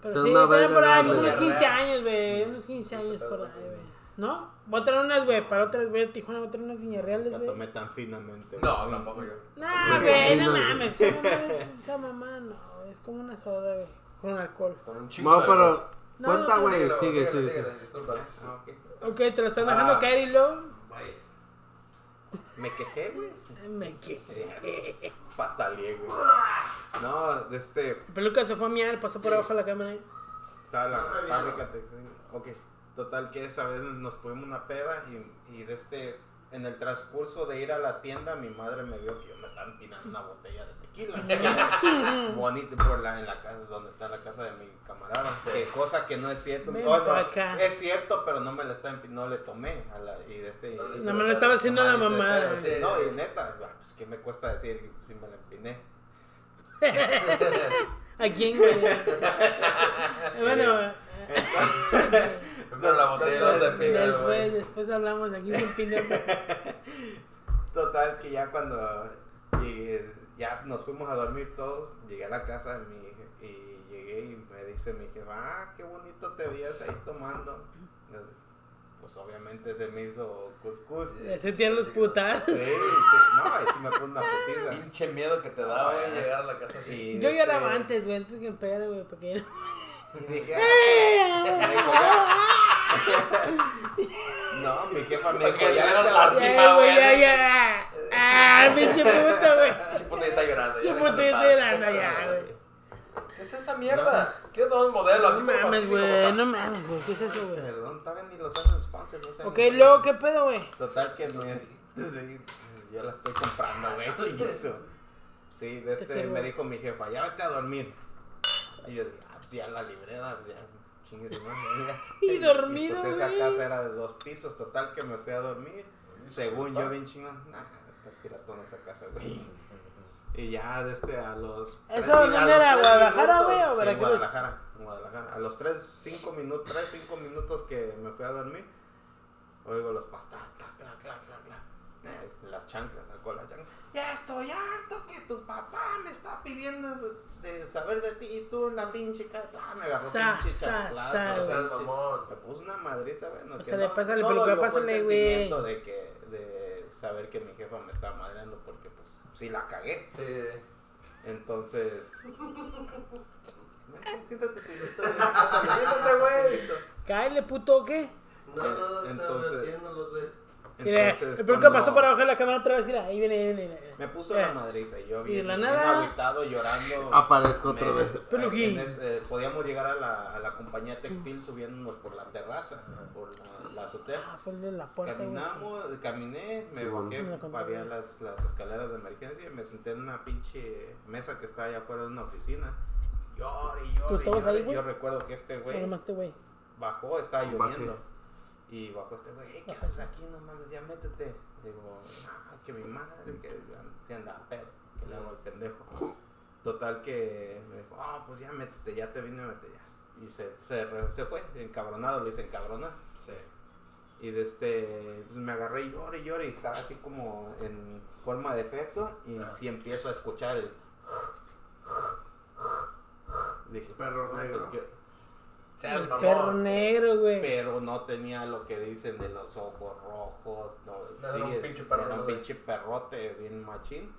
[SPEAKER 3] Pero
[SPEAKER 2] Son
[SPEAKER 3] sí,
[SPEAKER 2] una
[SPEAKER 3] yo tenía
[SPEAKER 2] verga
[SPEAKER 3] por ahí
[SPEAKER 2] grande,
[SPEAKER 3] como unos
[SPEAKER 1] güey.
[SPEAKER 3] 15 años, güey. Unos 15 años por ahí, güey. ¿No? Voy a traer unas, güey, para otras, güey, de Tijuana, voy a traer unas viñarreales,
[SPEAKER 4] La
[SPEAKER 3] güey.
[SPEAKER 4] tomé tan finamente.
[SPEAKER 1] No, tampoco yo.
[SPEAKER 3] Nah, güey, no
[SPEAKER 2] Sí, no,
[SPEAKER 3] mames. Esa mamá, es, esa mamá, no. Es como una soda, güey. Con alcohol.
[SPEAKER 1] Con un chingo
[SPEAKER 2] No,
[SPEAKER 1] de alcohol.
[SPEAKER 2] pero.
[SPEAKER 3] No,
[SPEAKER 2] Cuenta,
[SPEAKER 3] no,
[SPEAKER 2] güey.
[SPEAKER 1] Síguelo,
[SPEAKER 2] Sigue,
[SPEAKER 1] síguelo,
[SPEAKER 2] sigue, sigue.
[SPEAKER 1] síguelo, disculpa.
[SPEAKER 4] Ah, ok.
[SPEAKER 3] Ok, te la estás
[SPEAKER 4] Ah.
[SPEAKER 3] dejando caer y luego.
[SPEAKER 4] Vaya. Me quejé, güey.
[SPEAKER 3] Ay, Me que-
[SPEAKER 4] Pataleé, güey. No, de este.
[SPEAKER 3] Peluca se fue a miar, pasó por abajo de la cámara.
[SPEAKER 4] Estaba la fábrica textil. Ok. Total que esa vez nos tuvimos una peda y, y de este, en el transcurso de ir a la tienda, mi madre me vio que yo me estaba empinando una botella de tequila. Bonito por la, en la casa, donde está la casa de mi camarada. Que cosa que no es cierto.
[SPEAKER 3] Ven
[SPEAKER 4] Oh, no,
[SPEAKER 3] pa' acá.
[SPEAKER 4] es cierto, pero no me la está empinando, no le tomé. a la- y de este,
[SPEAKER 1] No le
[SPEAKER 3] Nada más le estaba haciendo la
[SPEAKER 4] Madre,
[SPEAKER 3] mamada,
[SPEAKER 4] pero sí,
[SPEAKER 3] güey.
[SPEAKER 4] No, y neta, ah, pues que me cuesta decir si me la empiné.
[SPEAKER 3] ¿A quién, güey? bueno,
[SPEAKER 1] Primero la botella, luego se
[SPEAKER 4] Sí,
[SPEAKER 1] empina,
[SPEAKER 3] pues, después,
[SPEAKER 1] güey.
[SPEAKER 3] después hablamos. Aquí se empina, güey.
[SPEAKER 4] Total, que ya cuando y, ya nos fuimos a dormir todos, llegué a la casa de mi je- y llegué y me dice mi jefa, ah, qué bonito te veías ahí tomando. Pues obviamente se me hizo cuscús. Sí,
[SPEAKER 3] Ya sentían los putas.
[SPEAKER 4] sí, no, y sí me puso una putiza.
[SPEAKER 1] Pinche miedo que te
[SPEAKER 3] Ah,
[SPEAKER 1] da, güey, llegar a la casa así.
[SPEAKER 4] Y,
[SPEAKER 3] Yo
[SPEAKER 4] este,
[SPEAKER 3] lloraba antes, güey, antes que me pegara, güey, porque ya-
[SPEAKER 4] Y dije, "Ah". Me dijo, "Ya". no, mi jefa me dijo,
[SPEAKER 1] Porque le
[SPEAKER 4] ya
[SPEAKER 1] dieron
[SPEAKER 4] te
[SPEAKER 1] las-
[SPEAKER 4] vas".
[SPEAKER 3] Ya,
[SPEAKER 1] Lástima,
[SPEAKER 3] güey, ya,
[SPEAKER 1] güey.
[SPEAKER 3] ya. Ah, pinche puta, güey.
[SPEAKER 1] Ah, Pinche puta ya está llorando.
[SPEAKER 3] Yo
[SPEAKER 1] ya déjalo
[SPEAKER 3] puta ya
[SPEAKER 1] en paz.
[SPEAKER 3] estoy llorando ya, güey.
[SPEAKER 1] ¿Qué es esa mierda? Quiero tomar un modelo
[SPEAKER 3] No
[SPEAKER 1] aquí. pero
[SPEAKER 3] mames,
[SPEAKER 1] así,
[SPEAKER 3] güey,
[SPEAKER 1] como-
[SPEAKER 3] no mames, güey, ¿qué es eso, güey?
[SPEAKER 4] Perdón, todavía ni los hacen sponsors. No sé,
[SPEAKER 3] Ok,
[SPEAKER 4] ni-
[SPEAKER 3] luego, ¿qué pedo, güey?
[SPEAKER 4] Total que me, sí, yo la estoy comprando, güey, chinguizo. Sí, de
[SPEAKER 3] Sí,
[SPEAKER 4] este
[SPEAKER 3] güey.
[SPEAKER 4] me dijo mi jefa, ya vete a dormir. Y yo dije, ah, pues ya la libreda, ya chinguizo.
[SPEAKER 3] Y dormido,
[SPEAKER 4] Pues esa
[SPEAKER 3] güey.
[SPEAKER 4] casa era de dos pisos, total que me fui a dormir. Según yo, bien chingón, nah, está piratón esa casa, güey. Y ya de este a los.
[SPEAKER 3] ¿Eso
[SPEAKER 4] a
[SPEAKER 3] dónde
[SPEAKER 4] los
[SPEAKER 3] era?
[SPEAKER 4] tres
[SPEAKER 3] ¿Guadalajara,
[SPEAKER 4] minutos-
[SPEAKER 3] güey, o
[SPEAKER 4] sí,
[SPEAKER 3] Veracruz?
[SPEAKER 4] Guadalajara, Guadalajara. A los 3, 5 minutos, 3, 5 minutos que me fui a dormir, oigo los pastas, clac, clac, clac, clac, clac. Eh, Las chanclas, sacó las chanclas. Ya estoy harto que tu papá me está pidiendo de saber de ti y tú la pinche cara. Ah, me agarró
[SPEAKER 3] Sa,
[SPEAKER 4] pinche
[SPEAKER 3] sa,
[SPEAKER 4] chanclazo,
[SPEAKER 3] sa,
[SPEAKER 1] No
[SPEAKER 4] pinche-
[SPEAKER 1] seas mamón.
[SPEAKER 4] Me puso pues, una madriza, güey. no,
[SPEAKER 3] O
[SPEAKER 4] que
[SPEAKER 3] sea, de
[SPEAKER 4] no-
[SPEAKER 3] pásale,
[SPEAKER 4] no
[SPEAKER 3] peluca,
[SPEAKER 4] lo- lo fue el
[SPEAKER 3] pásale, güey.
[SPEAKER 4] sentimiento De, que, de saber que mi jefa me estaba madreando porque, pues, sí la cagué.
[SPEAKER 1] Sí.
[SPEAKER 4] Entonces. Siéntate, Tito.
[SPEAKER 3] Ah,
[SPEAKER 1] Siéntate, güey.
[SPEAKER 3] Cáele, puto, ¿o ¿qué?
[SPEAKER 2] No, no, no,
[SPEAKER 4] Entonces-
[SPEAKER 2] estaba metiéndolos, güey.
[SPEAKER 3] Mira,
[SPEAKER 4] Entonces,
[SPEAKER 3] el peluca
[SPEAKER 4] cuando
[SPEAKER 3] pasó para bajar la cámara otra vez, mira, ahí viene, ahí viene. ahí viene.
[SPEAKER 4] Me puso
[SPEAKER 3] Mira.
[SPEAKER 4] la madriza y yo
[SPEAKER 3] Y de
[SPEAKER 4] bien,
[SPEAKER 3] la
[SPEAKER 4] bien
[SPEAKER 3] nada-
[SPEAKER 4] agüitado, llorando.
[SPEAKER 2] Aparezco Ah, otra
[SPEAKER 4] Me-
[SPEAKER 2] vez.
[SPEAKER 3] Peluquín.
[SPEAKER 4] en ese- eh, podíamos llegar a la, a la compañía textil subiéndonos por la terraza, por la, la azotea.
[SPEAKER 3] Ah, fue el de la puerta, güey.
[SPEAKER 4] Caminamos, caminé, me
[SPEAKER 2] Sí, bueno.
[SPEAKER 4] bajé,
[SPEAKER 3] Me lo contó,
[SPEAKER 4] había
[SPEAKER 3] güey.
[SPEAKER 4] las, las escaleras de emergencia y me senté en una pinche mesa que estaba allá afuera de una oficina. Llore, llore,
[SPEAKER 3] ¿Tú estabas
[SPEAKER 4] llore.
[SPEAKER 3] ahí, güey?
[SPEAKER 4] Yo recuerdo que este güey...
[SPEAKER 3] Nada más este güey.
[SPEAKER 4] bajó, estaba
[SPEAKER 2] Bajé.
[SPEAKER 4] lloviendo. Y bajó este güey, "Ey, ¿qué haces aquí? No mames, ya métete. Digo, ah, que mi madre, que se anda pedo, que le hago el pendejo. Total que me dijo, ah, pues ya métete, ya te vine, métete ya. Y se, se, re- se fue, encabronado, lo hice encabronar.
[SPEAKER 1] Sí.
[SPEAKER 4] Y de este, me agarré y lloré, lloré, y estaba así como en forma de efecto. Y
[SPEAKER 1] Ajá.
[SPEAKER 4] sí empiezo a escuchar el. Dije,
[SPEAKER 2] Perro
[SPEAKER 4] "No, pues
[SPEAKER 2] negro".
[SPEAKER 4] que-
[SPEAKER 1] Seas
[SPEAKER 3] El
[SPEAKER 1] mamón.
[SPEAKER 3] perro negro, güey.
[SPEAKER 4] pero no tenía lo que dicen de los ojos rojos. No,
[SPEAKER 1] No, era un
[SPEAKER 4] sí,
[SPEAKER 1] pinche perro,
[SPEAKER 4] era un
[SPEAKER 1] ¿no?
[SPEAKER 4] pinche perrote bien machín.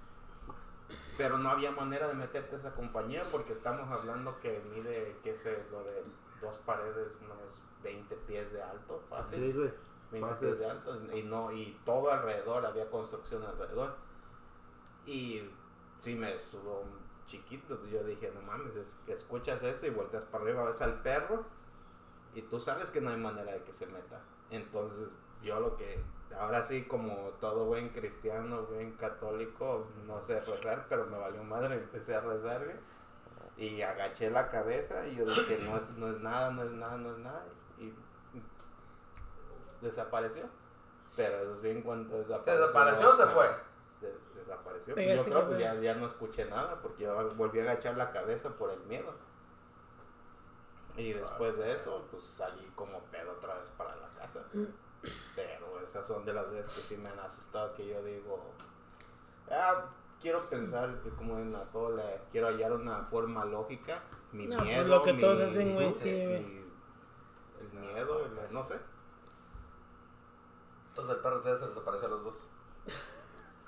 [SPEAKER 4] Pero no había manera de meterte a esa compañía porque estamos hablando que mide, qué sé, lo de dos paredes, unos 20 pies de alto, fácil.
[SPEAKER 2] Sí, güey.
[SPEAKER 4] 20
[SPEAKER 2] Fácil.
[SPEAKER 4] pies de alto. Y, no, y todo alrededor, había construcción alrededor. Y sí me estuvo un chiquito. pues Yo dije, no mames, es que escuchas eso y volteas para arriba, ves al perro. Y tú sabes que no hay manera de que se meta. Entonces, yo lo que. Ahora sí, como todo buen cristiano, buen católico, no sé rezar, pero me valió madre, empecé a rezar, güey. Y agaché la cabeza y yo dije, no es, no es nada, no es nada, no es nada. Y desapareció. Pero eso sí, en cuanto desapareció.
[SPEAKER 1] ¿Desapareció o se fue?
[SPEAKER 4] de- desapareció.
[SPEAKER 3] Pegaste
[SPEAKER 4] yo creo
[SPEAKER 3] con
[SPEAKER 4] que ya,
[SPEAKER 3] el-
[SPEAKER 4] ya no escuché nada porque yo volví a agachar la cabeza por el miedo. Y después de eso, pues salí como pedo otra vez para la casa. Pero esas son de las veces que sí me han asustado, que yo digo, "Ah, quiero pensar de cómo en la tola, quiero hallar una forma lógica. Mi
[SPEAKER 3] No, pues,
[SPEAKER 4] miedo,
[SPEAKER 3] lo que
[SPEAKER 4] mi-
[SPEAKER 3] todos hacen, güey,
[SPEAKER 4] eh,
[SPEAKER 3] sí, güey.
[SPEAKER 4] mi- el miedo, el- no sé.
[SPEAKER 1] Entonces el perro de se desapareció a los dos.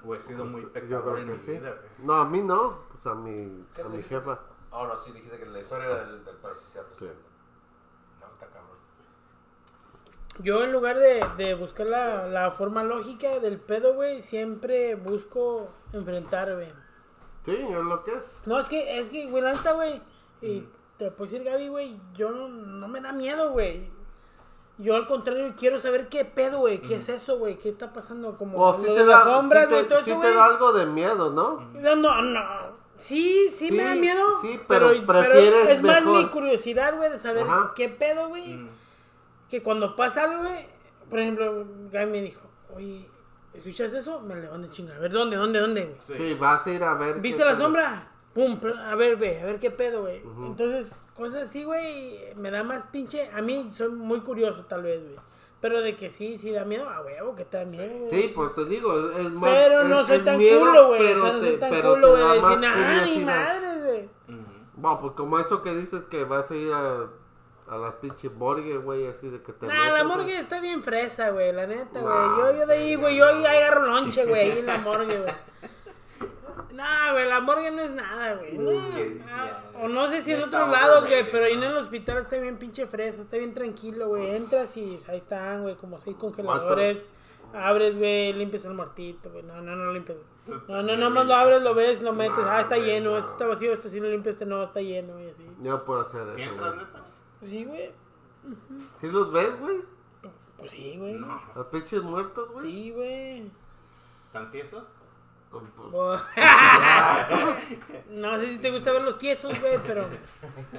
[SPEAKER 4] O he sido muy
[SPEAKER 2] Pues,
[SPEAKER 4] pecador en mi vida, güey.
[SPEAKER 2] No, a mí no, pues a mi,
[SPEAKER 1] ¿Qué
[SPEAKER 2] a mi
[SPEAKER 1] dices?
[SPEAKER 2] jefa.
[SPEAKER 1] Ah, no, sí, dijiste que la historia era del, del perro, sí, cierto,
[SPEAKER 2] Sí.
[SPEAKER 1] cierto. No, está cabrón.
[SPEAKER 3] Yo en lugar de, de buscar la, la forma lógica del pedo, güey, siempre busco enfrentar, güey.
[SPEAKER 2] Sí, es lo que es.
[SPEAKER 3] No, es que, es que, güey, la neta, güey, y
[SPEAKER 4] Mm.
[SPEAKER 3] te puedo decir, Gaby, güey, yo no, no me da miedo, güey. Yo al contrario, quiero saber qué pedo, güey, qué es eso, güey, qué está pasando, como
[SPEAKER 2] O si
[SPEAKER 3] lo
[SPEAKER 2] te
[SPEAKER 3] de las
[SPEAKER 2] da,
[SPEAKER 3] sombras,
[SPEAKER 2] sí
[SPEAKER 3] güey,
[SPEAKER 2] te,
[SPEAKER 3] todo
[SPEAKER 2] sí
[SPEAKER 3] eso,
[SPEAKER 2] te
[SPEAKER 3] güey.
[SPEAKER 2] da algo de miedo,
[SPEAKER 4] Mm,
[SPEAKER 2] ¿no?
[SPEAKER 3] No, no, no. Sí, sí, me da
[SPEAKER 2] Sí,
[SPEAKER 3] miedo.
[SPEAKER 2] sí, pero prefieres
[SPEAKER 3] es más
[SPEAKER 2] mejor.
[SPEAKER 3] mi curiosidad, güey, de saber
[SPEAKER 2] Ajá.
[SPEAKER 3] qué pedo, güey.
[SPEAKER 4] Mm.
[SPEAKER 3] Que cuando pasa algo, güey, por ejemplo, Gaby me dijo, oye, ¿escuchas eso? Me levanto chinga. A ver, ¿dónde, dónde, dónde, güey?
[SPEAKER 2] Sí. vas a ir a ver.
[SPEAKER 3] ¿Viste
[SPEAKER 2] qué
[SPEAKER 3] la
[SPEAKER 2] tal.
[SPEAKER 3] sombra? Pum, pr- a ver, güey, a ver qué pedo, güey. Entonces, cosas así, güey, me da más pinche. A mí soy muy curioso, tal vez, güey. Pero de que sí, sí da miedo, a huevo, que te da miedo, güey.
[SPEAKER 2] Sí, pues te digo, es más.
[SPEAKER 3] Pero no
[SPEAKER 2] es-
[SPEAKER 3] soy
[SPEAKER 2] es
[SPEAKER 3] tan
[SPEAKER 2] miedo,
[SPEAKER 3] culo, güey. O
[SPEAKER 2] pero
[SPEAKER 3] sea, no soy
[SPEAKER 2] te-
[SPEAKER 3] tan
[SPEAKER 2] pero
[SPEAKER 3] culo,
[SPEAKER 2] te
[SPEAKER 3] güey.
[SPEAKER 2] da
[SPEAKER 3] de Decir,
[SPEAKER 2] más
[SPEAKER 3] nada, ni
[SPEAKER 2] curiosidad".
[SPEAKER 3] madres, güey.
[SPEAKER 4] Ujú.
[SPEAKER 2] Bueno, pues como eso que dices que vas a ir a, a las pinches morgues, güey, así de que te.
[SPEAKER 3] Nah, Ah, la
[SPEAKER 2] metes,
[SPEAKER 3] morgue
[SPEAKER 2] güey.
[SPEAKER 3] está bien fresa, güey, la neta, güey.
[SPEAKER 2] Nah,
[SPEAKER 3] yo, yo de ahí, güey, yo ahí agarro lonche, güey, ahí en la morgue, güey. Nah, güey, la morgue no es nada, güey. No,
[SPEAKER 4] que
[SPEAKER 3] ah,
[SPEAKER 4] ya
[SPEAKER 3] o no sé si
[SPEAKER 4] ya
[SPEAKER 3] en
[SPEAKER 4] está
[SPEAKER 3] otros lados, güey,
[SPEAKER 4] overrated,
[SPEAKER 3] pero ahí en
[SPEAKER 4] ¿no?
[SPEAKER 3] el hospital está bien pinche fresa, está bien tranquilo, güey. Entras y ahí están, güey, como seis congeladores. Abres, güey, limpias el muertito, güey. No, no, no limpias. No, no, no más lo abres, lo ves, lo metes.
[SPEAKER 2] Nah,
[SPEAKER 3] Ah, está
[SPEAKER 2] güey,
[SPEAKER 3] lleno,
[SPEAKER 2] no.
[SPEAKER 3] este está vacío, este sí lo limpias, este no, está lleno, y así. Pues
[SPEAKER 2] Yo no puedo hacer
[SPEAKER 4] ¿Sí
[SPEAKER 2] eso.
[SPEAKER 4] entras,
[SPEAKER 2] güey.
[SPEAKER 4] neta?
[SPEAKER 3] Sí, güey.
[SPEAKER 2] ¿Sí los ves, güey?
[SPEAKER 3] Pues sí, güey.
[SPEAKER 4] No.
[SPEAKER 2] Los pinches muertos, güey.
[SPEAKER 3] Sí, güey.
[SPEAKER 4] ¿Tan tiesos?
[SPEAKER 2] Oh, pues,
[SPEAKER 3] Oh. no sé si te gusta ver los tiesos, güey, pero. pues,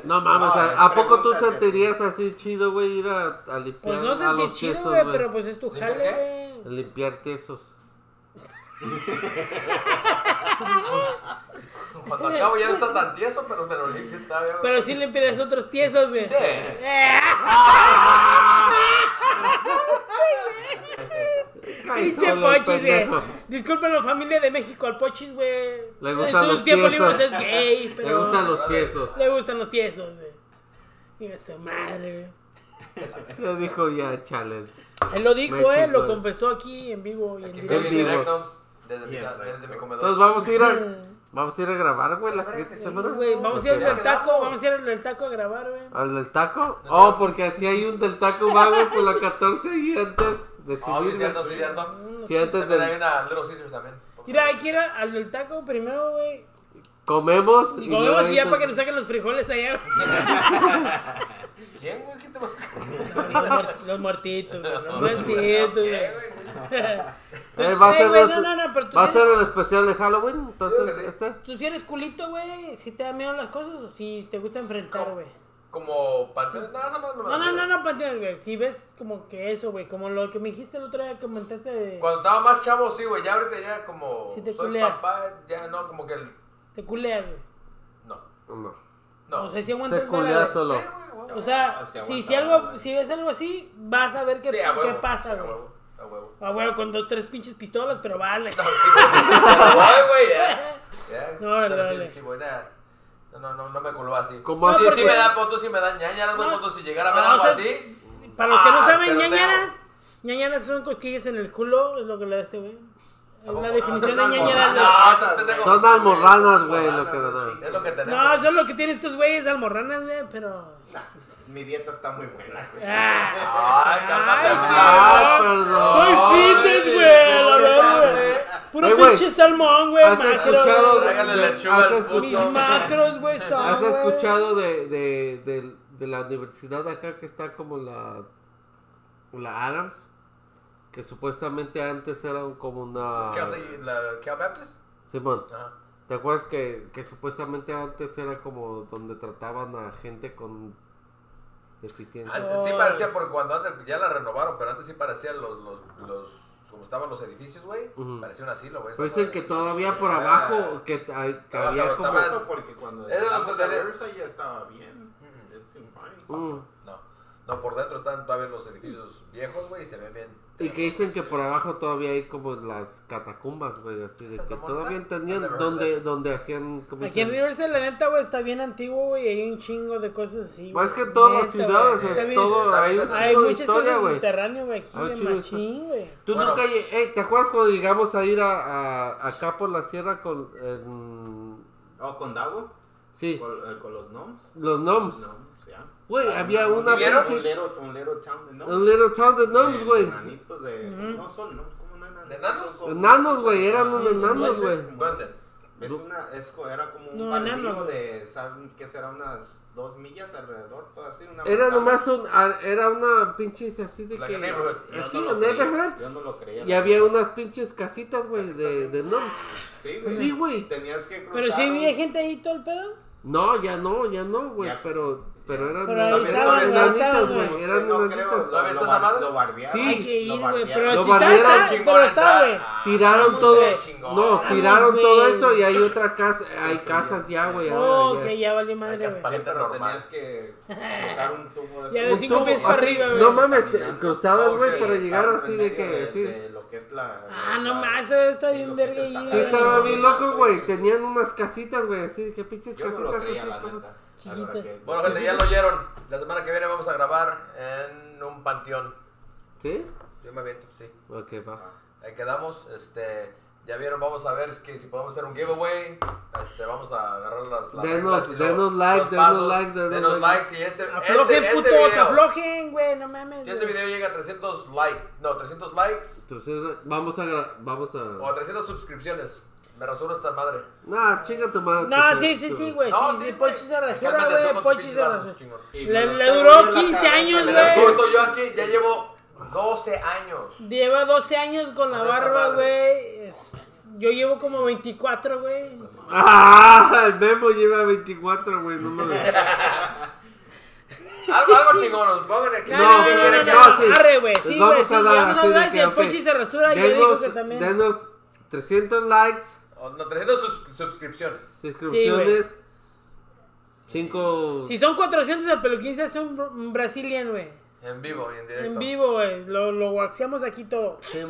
[SPEAKER 2] No mames,
[SPEAKER 4] No,
[SPEAKER 2] ¿a, a
[SPEAKER 4] es
[SPEAKER 2] poco tú
[SPEAKER 4] pregunta,
[SPEAKER 2] sentirías así chido, güey, ir a, a limpiar
[SPEAKER 3] Pues no
[SPEAKER 2] a
[SPEAKER 3] sentí
[SPEAKER 2] los
[SPEAKER 3] chido,
[SPEAKER 2] tiesos,
[SPEAKER 3] güey, pero pues es tu jale,
[SPEAKER 2] A
[SPEAKER 3] güey.
[SPEAKER 2] Limpiar tiesos.
[SPEAKER 1] Cuando acabo ya no está tan tieso, pero me lo limpio todavía. güey.
[SPEAKER 3] Pero sí le pides otros tiesos, güey.
[SPEAKER 1] Sí.
[SPEAKER 3] Eh, Pinche
[SPEAKER 2] solo,
[SPEAKER 3] pochis, eh. güey.
[SPEAKER 2] pendejo.
[SPEAKER 3] Discúlpenlo, familia de México, al pochis, güey.
[SPEAKER 2] Le
[SPEAKER 3] En
[SPEAKER 2] gustan
[SPEAKER 3] sus
[SPEAKER 2] los
[SPEAKER 3] tiempos
[SPEAKER 2] tiesos.
[SPEAKER 3] libres es gay, pero.
[SPEAKER 2] Le gustan los tiesos.
[SPEAKER 3] Le gustan los tiesos, güey. Diga su madre, güey.
[SPEAKER 2] Le dijo ya, chale.
[SPEAKER 3] Él lo
[SPEAKER 2] Me
[SPEAKER 3] dijo, eh,
[SPEAKER 2] chingó,
[SPEAKER 3] lo
[SPEAKER 2] güey.
[SPEAKER 3] confesó aquí en vivo y en
[SPEAKER 1] Aquí
[SPEAKER 3] directo.
[SPEAKER 1] vivo
[SPEAKER 2] En
[SPEAKER 1] en
[SPEAKER 2] vivo.
[SPEAKER 1] directo, desde mi,
[SPEAKER 4] Bien,
[SPEAKER 1] sa- desde
[SPEAKER 4] recto.
[SPEAKER 1] mi
[SPEAKER 2] Entonces
[SPEAKER 1] comedor.
[SPEAKER 2] vamos a ir a, vamos a ir a grabar, güey, la siguiente semana.
[SPEAKER 3] Güey, vamos a ir al del taco, vamos a ir al del taco a grabar, güey.
[SPEAKER 2] ¿Al del taco? Oh, porque así hay un del taco, va, güey, por la 14 y antes de
[SPEAKER 1] Oh, sí,
[SPEAKER 2] subir.
[SPEAKER 1] cierto, sí,
[SPEAKER 2] güey.
[SPEAKER 1] cierto.
[SPEAKER 2] Sí, antes
[SPEAKER 1] También hay
[SPEAKER 2] de
[SPEAKER 1] una Little Caesars también.
[SPEAKER 3] Mira, hay que ir a- al del taco primero, güey.
[SPEAKER 2] comemos
[SPEAKER 3] Y
[SPEAKER 2] luego
[SPEAKER 3] comemos
[SPEAKER 2] ahí
[SPEAKER 3] y ya
[SPEAKER 2] nos-
[SPEAKER 3] para que nos saquen los frijoles allá, güey.
[SPEAKER 1] ¿Quién, güey? ¿Quién te va a
[SPEAKER 3] Los, muer- los muertitos, güey. Los muertitos, güey.
[SPEAKER 2] Eh, va a
[SPEAKER 3] Eh,
[SPEAKER 2] ser,
[SPEAKER 3] güey,
[SPEAKER 2] los-
[SPEAKER 3] no, no, no, pero tú
[SPEAKER 2] va a ser
[SPEAKER 3] tienes-
[SPEAKER 2] el especial de Halloween, entonces
[SPEAKER 1] Sí, sí.
[SPEAKER 2] ese.
[SPEAKER 3] ¿Tú si eres culito, güey? ¿Si te da miedo las cosas o si te gusta enfrentar, güey?
[SPEAKER 1] Como panteón. No, esa madre me
[SPEAKER 3] No,
[SPEAKER 1] la
[SPEAKER 3] no, no,
[SPEAKER 1] creo.
[SPEAKER 3] no, panteones, güey. Si ves como que eso, güey. Como lo que me dijiste el otro día que comentaste de...
[SPEAKER 1] Cuando estaba más chavo, sí, güey. Ya ahorita ya como
[SPEAKER 3] Sí te
[SPEAKER 1] soy
[SPEAKER 3] culeas.
[SPEAKER 1] papá, ya no, como que el...
[SPEAKER 3] Te culeas, güey.
[SPEAKER 1] No,
[SPEAKER 2] No.
[SPEAKER 1] no.
[SPEAKER 3] O sea, si
[SPEAKER 2] Se
[SPEAKER 3] aguantas
[SPEAKER 2] culea
[SPEAKER 3] vara, güey.
[SPEAKER 2] solo.
[SPEAKER 3] O sea,
[SPEAKER 4] O sea,
[SPEAKER 3] si, si,
[SPEAKER 4] aguanta vara,
[SPEAKER 3] algo,
[SPEAKER 4] güey.
[SPEAKER 3] si ves algo así, vas a ver qué,
[SPEAKER 1] Sí, a
[SPEAKER 3] qué
[SPEAKER 1] huevo,
[SPEAKER 3] pasa,
[SPEAKER 1] sí, A
[SPEAKER 3] güey.
[SPEAKER 1] huevo, a huevo.
[SPEAKER 3] Ah, güey, con dos, tres pinches pistolas, pero vale.
[SPEAKER 1] No, sí, güey, güey, ya. Ya,
[SPEAKER 3] No, dale,
[SPEAKER 1] pero sí,
[SPEAKER 3] dale.
[SPEAKER 1] sí, güey, nada. No, no, no, no me culó así.
[SPEAKER 2] Como
[SPEAKER 1] sí,
[SPEAKER 2] así-
[SPEAKER 1] sí me da fotos, sí me dan ñañas, güey,
[SPEAKER 3] No.
[SPEAKER 1] fotos, si llegara a ver
[SPEAKER 3] No,
[SPEAKER 1] algo
[SPEAKER 3] o sea,
[SPEAKER 1] así.
[SPEAKER 3] Para los que no
[SPEAKER 1] Ah,
[SPEAKER 3] saben,
[SPEAKER 1] pero tengo-
[SPEAKER 3] ñañaras, ñañaras son cosquillas en el culo, es lo que le da este güey. Es
[SPEAKER 1] poco?
[SPEAKER 3] la
[SPEAKER 1] Ah,
[SPEAKER 3] definición de
[SPEAKER 4] son
[SPEAKER 3] ñañaras.
[SPEAKER 1] algo.
[SPEAKER 3] güey.
[SPEAKER 1] No, esas pendejo.
[SPEAKER 2] Son almorranas, güey, lo que le dan.
[SPEAKER 1] Es lo que tenemos.
[SPEAKER 3] No, eso es lo que tienen estos güeyes almorranas, güey, pero.
[SPEAKER 4] Mi dieta está muy buena. güey.
[SPEAKER 3] Ah,
[SPEAKER 1] Ay, cálmate,
[SPEAKER 3] Ay,
[SPEAKER 1] Flavio.
[SPEAKER 2] Ah, perdón.
[SPEAKER 3] soy fitness,
[SPEAKER 1] Ay,
[SPEAKER 3] güey, la
[SPEAKER 1] no,
[SPEAKER 3] verdad,
[SPEAKER 1] no,
[SPEAKER 3] güey. Puro
[SPEAKER 2] Oye, güey,
[SPEAKER 3] pinche salmón, güey,
[SPEAKER 2] ¿Has
[SPEAKER 3] macro.
[SPEAKER 2] escuchado,
[SPEAKER 3] güey.
[SPEAKER 1] Tráigale
[SPEAKER 2] de-
[SPEAKER 1] lechuga
[SPEAKER 2] has
[SPEAKER 1] al
[SPEAKER 2] escuchado-
[SPEAKER 1] puto.
[SPEAKER 3] Mis macros, güey, son.
[SPEAKER 2] ¿Has
[SPEAKER 3] güey.
[SPEAKER 2] escuchado de, de, de, de la universidad acá que está como la la Adams, que supuestamente antes era un- como una...
[SPEAKER 1] Kelsey, la Cal Baptist.
[SPEAKER 2] Simón,
[SPEAKER 1] Ajá.
[SPEAKER 2] ¿te acuerdas que, que supuestamente antes era como donde trataban a gente con deficiencia?
[SPEAKER 1] Antes sí parecía, porque cuando antes ya la renovaron, pero antes sí parecían los, los, los como estaban los edificios, güey,
[SPEAKER 2] Ujú.
[SPEAKER 1] parecía un asilo, güey.
[SPEAKER 2] Pues dicen que todavía por
[SPEAKER 1] Ah.
[SPEAKER 2] abajo, que, hay- que
[SPEAKER 1] Estaba-
[SPEAKER 2] había como...
[SPEAKER 1] estaba-
[SPEAKER 4] Pero porque cuando
[SPEAKER 1] pues, Era
[SPEAKER 4] llegamos
[SPEAKER 1] donde
[SPEAKER 4] a
[SPEAKER 1] era-
[SPEAKER 4] Riverside ya estaba bien.
[SPEAKER 1] Mm.
[SPEAKER 4] It's in fine.
[SPEAKER 2] Mm.
[SPEAKER 1] No, no, por dentro están todavía los edificios viejos, güey, y se ven bien.
[SPEAKER 2] Y que dicen que por abajo todavía hay como las catacumbas, güey, así de que
[SPEAKER 1] ¿Cómo
[SPEAKER 2] todavía
[SPEAKER 1] está?
[SPEAKER 2] tenían
[SPEAKER 1] I've never heard
[SPEAKER 2] donde,
[SPEAKER 1] that.
[SPEAKER 2] donde hacían como...
[SPEAKER 3] Aquí en Riverside, la neta, güey, está bien antiguo, güey. y Hay un chingo de cosas así.
[SPEAKER 2] Pues es que
[SPEAKER 3] güey,
[SPEAKER 2] en todas las
[SPEAKER 3] neta,
[SPEAKER 2] ciudades,
[SPEAKER 3] güey,
[SPEAKER 2] es
[SPEAKER 3] está bien.
[SPEAKER 2] todo,
[SPEAKER 1] Está
[SPEAKER 2] hay
[SPEAKER 1] bien.
[SPEAKER 2] un
[SPEAKER 3] Hay
[SPEAKER 2] chingo de
[SPEAKER 3] muchas
[SPEAKER 2] historia,
[SPEAKER 3] cosas
[SPEAKER 2] güey.
[SPEAKER 3] subterráneas, güey, aquí,
[SPEAKER 2] Ah,
[SPEAKER 3] de
[SPEAKER 2] chido está.
[SPEAKER 3] machín, güey.
[SPEAKER 2] Tú
[SPEAKER 1] Bueno.
[SPEAKER 2] nunca, lle- Ey, ¿te acuerdas cuando llegamos a ir a, a- acá por la sierra con, en-
[SPEAKER 4] Oh, con Dago,
[SPEAKER 2] sí,
[SPEAKER 4] con, eh, con los gnomes.
[SPEAKER 2] los gnomes?
[SPEAKER 4] Gnomes, ya.
[SPEAKER 2] Güey,
[SPEAKER 4] Ah,
[SPEAKER 2] había
[SPEAKER 4] gnomes,
[SPEAKER 2] una
[SPEAKER 4] sí, era
[SPEAKER 1] pinche-
[SPEAKER 4] Un little, un little town de gnomes.
[SPEAKER 2] Un little town de gnomes,
[SPEAKER 4] De
[SPEAKER 2] güey.
[SPEAKER 4] enanitos de-
[SPEAKER 3] Ujú.
[SPEAKER 4] No son gnomes, como enanos.
[SPEAKER 1] ¿De enanos?
[SPEAKER 4] Son como-
[SPEAKER 2] Enanos, güey, eran unos
[SPEAKER 4] Sí, son
[SPEAKER 2] enanos,
[SPEAKER 4] duendes,
[SPEAKER 2] güey.
[SPEAKER 4] como-
[SPEAKER 1] Duendes.
[SPEAKER 4] Es una, es, co- era como un
[SPEAKER 3] No,
[SPEAKER 4] baldío
[SPEAKER 3] enanos,
[SPEAKER 4] de, ¿saben qué será? Unas dos millas alrededor, todo así. Una
[SPEAKER 2] Era
[SPEAKER 4] manzana.
[SPEAKER 2] nomás un, a- era una pinche así de
[SPEAKER 1] Like a
[SPEAKER 2] que,
[SPEAKER 1] neighborhood.
[SPEAKER 4] Yo
[SPEAKER 2] así,
[SPEAKER 4] no
[SPEAKER 2] a
[SPEAKER 4] lo creía,
[SPEAKER 2] neighborhood.
[SPEAKER 4] Yo no lo creía.
[SPEAKER 2] Y había unas pinches casitas, güey, de, de gnomes.
[SPEAKER 4] Sí, güey.
[SPEAKER 2] Sí, güey.
[SPEAKER 4] Tenías que cruzar.
[SPEAKER 3] Pero sí
[SPEAKER 4] un-
[SPEAKER 3] había gente ahí todo el pedo.
[SPEAKER 2] No, ya no, ya no, güey,
[SPEAKER 4] Ya.
[SPEAKER 2] pero, pero eran
[SPEAKER 3] Pero ahí
[SPEAKER 2] eran
[SPEAKER 1] estaban, güey, ahí
[SPEAKER 2] enanitos,
[SPEAKER 3] estaban,
[SPEAKER 2] güey,
[SPEAKER 3] güey.
[SPEAKER 2] eran
[SPEAKER 4] no creo,
[SPEAKER 2] enanitos.
[SPEAKER 4] lo-
[SPEAKER 1] ¿Todavía
[SPEAKER 4] lo
[SPEAKER 1] está
[SPEAKER 4] bar-
[SPEAKER 1] llamado?
[SPEAKER 4] Lo bardearon.
[SPEAKER 2] Sí.
[SPEAKER 3] Hay que
[SPEAKER 4] lo
[SPEAKER 3] ir, güey.
[SPEAKER 4] bardearon.
[SPEAKER 3] Pero
[SPEAKER 2] Lo
[SPEAKER 3] sí está,
[SPEAKER 2] bardearon,
[SPEAKER 3] está, pero está, güey.
[SPEAKER 2] Tiraron
[SPEAKER 1] Ah,
[SPEAKER 2] todo,
[SPEAKER 1] usted, chingón.
[SPEAKER 2] no,
[SPEAKER 3] Ah,
[SPEAKER 2] tiraron
[SPEAKER 3] güey.
[SPEAKER 2] todo eso y hay otra casa, hay casas ya, güey,
[SPEAKER 3] Oh,
[SPEAKER 2] ahora, ya.
[SPEAKER 3] que ya valió madre,
[SPEAKER 1] Acá es
[SPEAKER 3] güey.
[SPEAKER 1] para
[SPEAKER 4] Sí,
[SPEAKER 1] gente
[SPEAKER 4] pero tenías
[SPEAKER 1] normal.
[SPEAKER 4] que cruzar un tubo de
[SPEAKER 3] Ya
[SPEAKER 4] esos-
[SPEAKER 3] de
[SPEAKER 2] Un
[SPEAKER 3] cinco
[SPEAKER 2] tubo,
[SPEAKER 3] pies para
[SPEAKER 2] así,
[SPEAKER 3] arriba, güey.
[SPEAKER 2] no mames, te
[SPEAKER 4] Caminando.
[SPEAKER 2] cruzabas, güey,
[SPEAKER 1] Oh, sí,
[SPEAKER 2] para
[SPEAKER 1] está
[SPEAKER 2] llegar
[SPEAKER 4] Estaban
[SPEAKER 2] así
[SPEAKER 4] en
[SPEAKER 2] de
[SPEAKER 4] medio
[SPEAKER 2] que, sí.
[SPEAKER 4] de lo que es la.
[SPEAKER 3] Ah,
[SPEAKER 4] la-
[SPEAKER 3] no más, eh, está
[SPEAKER 4] sí,
[SPEAKER 3] bien
[SPEAKER 4] lo que es
[SPEAKER 3] verga
[SPEAKER 4] el
[SPEAKER 3] ahí,
[SPEAKER 4] Sahara.
[SPEAKER 2] Sí,
[SPEAKER 3] güey. Este
[SPEAKER 2] estaba bien loco, güey. Tenían unas casitas, güey, así de que pinches
[SPEAKER 4] Yo no
[SPEAKER 2] casitas
[SPEAKER 4] lo creía,
[SPEAKER 2] así
[SPEAKER 4] la
[SPEAKER 2] como-
[SPEAKER 4] neta.
[SPEAKER 3] Chiquitas.
[SPEAKER 4] Ahora que-
[SPEAKER 1] Bueno, gente, ya lo oyeron. La semana que viene vamos a grabar en un panteón.
[SPEAKER 2] ¿Sí?
[SPEAKER 1] Yo me aviento, sí.
[SPEAKER 2] Ok, va.
[SPEAKER 1] Ahí quedamos, este, ya vieron, vamos a ver que si podemos hacer un giveaway, este, vamos a agarrar las, las
[SPEAKER 2] Denos-
[SPEAKER 1] reglas y
[SPEAKER 2] denos
[SPEAKER 1] los-
[SPEAKER 2] like,
[SPEAKER 1] los
[SPEAKER 2] denos
[SPEAKER 1] pasos.
[SPEAKER 2] like, denos
[SPEAKER 1] denos
[SPEAKER 2] like.
[SPEAKER 1] likes y este, este,
[SPEAKER 3] Aflojen,
[SPEAKER 1] este
[SPEAKER 3] putos,
[SPEAKER 1] video,
[SPEAKER 3] aflojen, güey, no mames.
[SPEAKER 1] si este
[SPEAKER 3] güey.
[SPEAKER 1] video llega a 300 like, no, 300 likes
[SPEAKER 2] Entonces, vamos a... gra- Vamos
[SPEAKER 1] o a
[SPEAKER 2] a...
[SPEAKER 1] 300 suscripciones, me rasuro esta madre.
[SPEAKER 2] Nah, chinga tu madre.
[SPEAKER 3] No,
[SPEAKER 2] tu-
[SPEAKER 3] sí, sí,
[SPEAKER 2] tu-
[SPEAKER 3] sí, güey.
[SPEAKER 1] No,
[SPEAKER 3] Sí, sí,
[SPEAKER 1] sí,
[SPEAKER 3] Pochi se
[SPEAKER 1] güey.
[SPEAKER 3] rasura,
[SPEAKER 1] Cálmate,
[SPEAKER 3] güey.
[SPEAKER 1] toma tu
[SPEAKER 3] Pochi
[SPEAKER 1] pinche
[SPEAKER 3] se
[SPEAKER 1] vasos,
[SPEAKER 3] rasura.
[SPEAKER 1] chingón.
[SPEAKER 4] Y
[SPEAKER 3] Le-
[SPEAKER 4] me
[SPEAKER 3] le
[SPEAKER 4] lo
[SPEAKER 3] duró
[SPEAKER 4] estaban en la
[SPEAKER 3] 15
[SPEAKER 4] cabeza,
[SPEAKER 3] años,
[SPEAKER 1] Me
[SPEAKER 4] me
[SPEAKER 1] las
[SPEAKER 4] lo-
[SPEAKER 3] güey.
[SPEAKER 1] corto yo aquí, ya llevo 12 años.
[SPEAKER 3] Lleva 12 años con la
[SPEAKER 1] Con esta
[SPEAKER 3] barba,
[SPEAKER 1] madre.
[SPEAKER 3] güey. Es- Yo llevo como 24, güey.
[SPEAKER 2] Ah, el Memo lleva 24, güey, no mames.
[SPEAKER 1] Algo, algo chingón, nos pongan aquí.
[SPEAKER 3] No,
[SPEAKER 2] No,
[SPEAKER 3] no, no,
[SPEAKER 1] ¿qué
[SPEAKER 3] no,
[SPEAKER 1] quieren
[SPEAKER 3] no,
[SPEAKER 1] que
[SPEAKER 3] no,
[SPEAKER 1] haga?
[SPEAKER 2] sí.
[SPEAKER 3] arre, güey.
[SPEAKER 2] Les
[SPEAKER 3] Sí,
[SPEAKER 2] vamos
[SPEAKER 3] güey, sí,
[SPEAKER 2] a dar
[SPEAKER 3] lleva
[SPEAKER 2] así
[SPEAKER 3] unos
[SPEAKER 2] de
[SPEAKER 3] likes,
[SPEAKER 2] que,
[SPEAKER 3] el
[SPEAKER 2] ok.
[SPEAKER 3] Pochi se rasura, yo digo
[SPEAKER 2] Denos,
[SPEAKER 3] que también.
[SPEAKER 2] denos 300 likes,
[SPEAKER 1] O- No, 300 sus- suscripciones.
[SPEAKER 2] suscripciones, 5...
[SPEAKER 3] Si son 400, el peluquín se hace un, br- un brasilian, güey.
[SPEAKER 1] En vivo y en directo.
[SPEAKER 3] En vivo, güey. Lo, lo waxeamos aquí todo.
[SPEAKER 4] Yo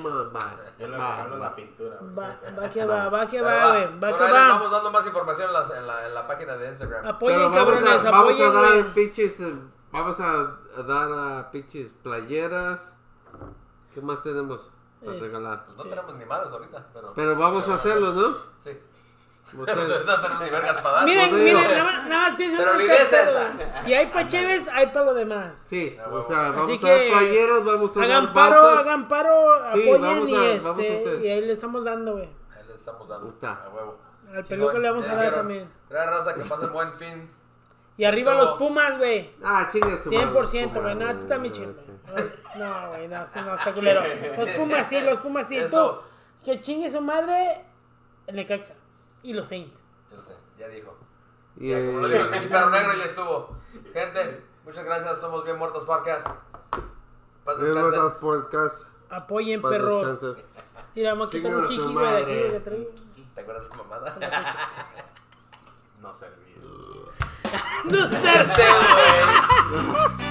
[SPEAKER 4] le regalo la pintura. güey.
[SPEAKER 3] Va, va que va, va que
[SPEAKER 1] Pero
[SPEAKER 3] va, güey. Va Ah,
[SPEAKER 1] Bueno,
[SPEAKER 3] que
[SPEAKER 1] ahí les vamos
[SPEAKER 3] va.
[SPEAKER 1] dando más información en las- en la, en la página de Instagram.
[SPEAKER 2] Pero
[SPEAKER 3] Apoyen,
[SPEAKER 2] vamos
[SPEAKER 3] cabrones,
[SPEAKER 2] a, vamos a
[SPEAKER 3] apoyen,
[SPEAKER 2] dar
[SPEAKER 3] güey.
[SPEAKER 2] pinches, eh, vamos a, a dar a pinches playeras. ¿Qué más tenemos para
[SPEAKER 3] Es-
[SPEAKER 2] regalar?
[SPEAKER 1] Pues no tenemos ni madres ahorita, pero.
[SPEAKER 2] Pero vamos a hacerlo, ¿no?
[SPEAKER 1] Sí.
[SPEAKER 2] O sea,
[SPEAKER 1] Pero ahorita no tenemos ni vergas para dar.
[SPEAKER 3] Miren,
[SPEAKER 2] No te Pues digo.
[SPEAKER 3] miren, nada más, nada más piensen
[SPEAKER 1] Pero
[SPEAKER 3] en
[SPEAKER 1] la
[SPEAKER 3] este
[SPEAKER 1] idea es
[SPEAKER 3] pedo.
[SPEAKER 1] esa.
[SPEAKER 3] Si hay pa' Chévez, hay pa' lo demás.
[SPEAKER 2] sí,
[SPEAKER 1] Ah,
[SPEAKER 2] o
[SPEAKER 1] huevo.
[SPEAKER 2] sea, vamos
[SPEAKER 3] Así
[SPEAKER 2] a dar
[SPEAKER 3] que
[SPEAKER 2] playeras, vamos a dar
[SPEAKER 3] Hagan
[SPEAKER 2] vasos.
[SPEAKER 3] paro, hagan paro,
[SPEAKER 2] Sí,
[SPEAKER 3] apoyen
[SPEAKER 2] vamos
[SPEAKER 3] y
[SPEAKER 2] a- vamos a
[SPEAKER 3] este,
[SPEAKER 2] hacer.
[SPEAKER 3] y ahí le estamos dando, güey.
[SPEAKER 1] Ahí le estamos dando.
[SPEAKER 2] Ahí está.
[SPEAKER 1] A huevo.
[SPEAKER 3] Al
[SPEAKER 1] Chingón,
[SPEAKER 3] peluco le vamos
[SPEAKER 1] ya
[SPEAKER 3] a dar
[SPEAKER 1] vieron.
[SPEAKER 3] también.
[SPEAKER 1] Gran raza, que pasen buen fin.
[SPEAKER 3] Y arriba los
[SPEAKER 1] Estuvo-
[SPEAKER 3] Pumas, güey.
[SPEAKER 2] Ah, chinga su madre,
[SPEAKER 3] 100%,
[SPEAKER 2] pumas,
[SPEAKER 3] güey. No, tú también
[SPEAKER 2] güey,
[SPEAKER 3] chido.
[SPEAKER 2] sí.
[SPEAKER 3] No, güey, no, sí, no, está culero. Los Pumas sí, los Pumas sí. Tú,
[SPEAKER 1] Eso.
[SPEAKER 3] que chingue su madre, el Necaxa. Y los Saints.
[SPEAKER 1] Entonces, ya dijo.
[SPEAKER 2] Y,
[SPEAKER 1] Ya, como lo
[SPEAKER 2] eh,
[SPEAKER 1] dijo el pinche perro negro, ya estuvo. Gente, muchas gracias. Somos Bien Muertos Podcast. Paz,
[SPEAKER 2] Dios
[SPEAKER 1] descansen.
[SPEAKER 2] los podcast,
[SPEAKER 3] Apoyen,
[SPEAKER 2] paz
[SPEAKER 3] perros.
[SPEAKER 2] descanse.
[SPEAKER 3] Mira, vamos a quitar
[SPEAKER 2] Chinguen
[SPEAKER 3] un
[SPEAKER 2] a su
[SPEAKER 3] jiki, güey, de aquí,
[SPEAKER 2] madre.
[SPEAKER 3] de que traigo.
[SPEAKER 1] ¿Te acuerdas de esa mamada?
[SPEAKER 4] No servía.
[SPEAKER 3] No sé.
[SPEAKER 1] Este, güey.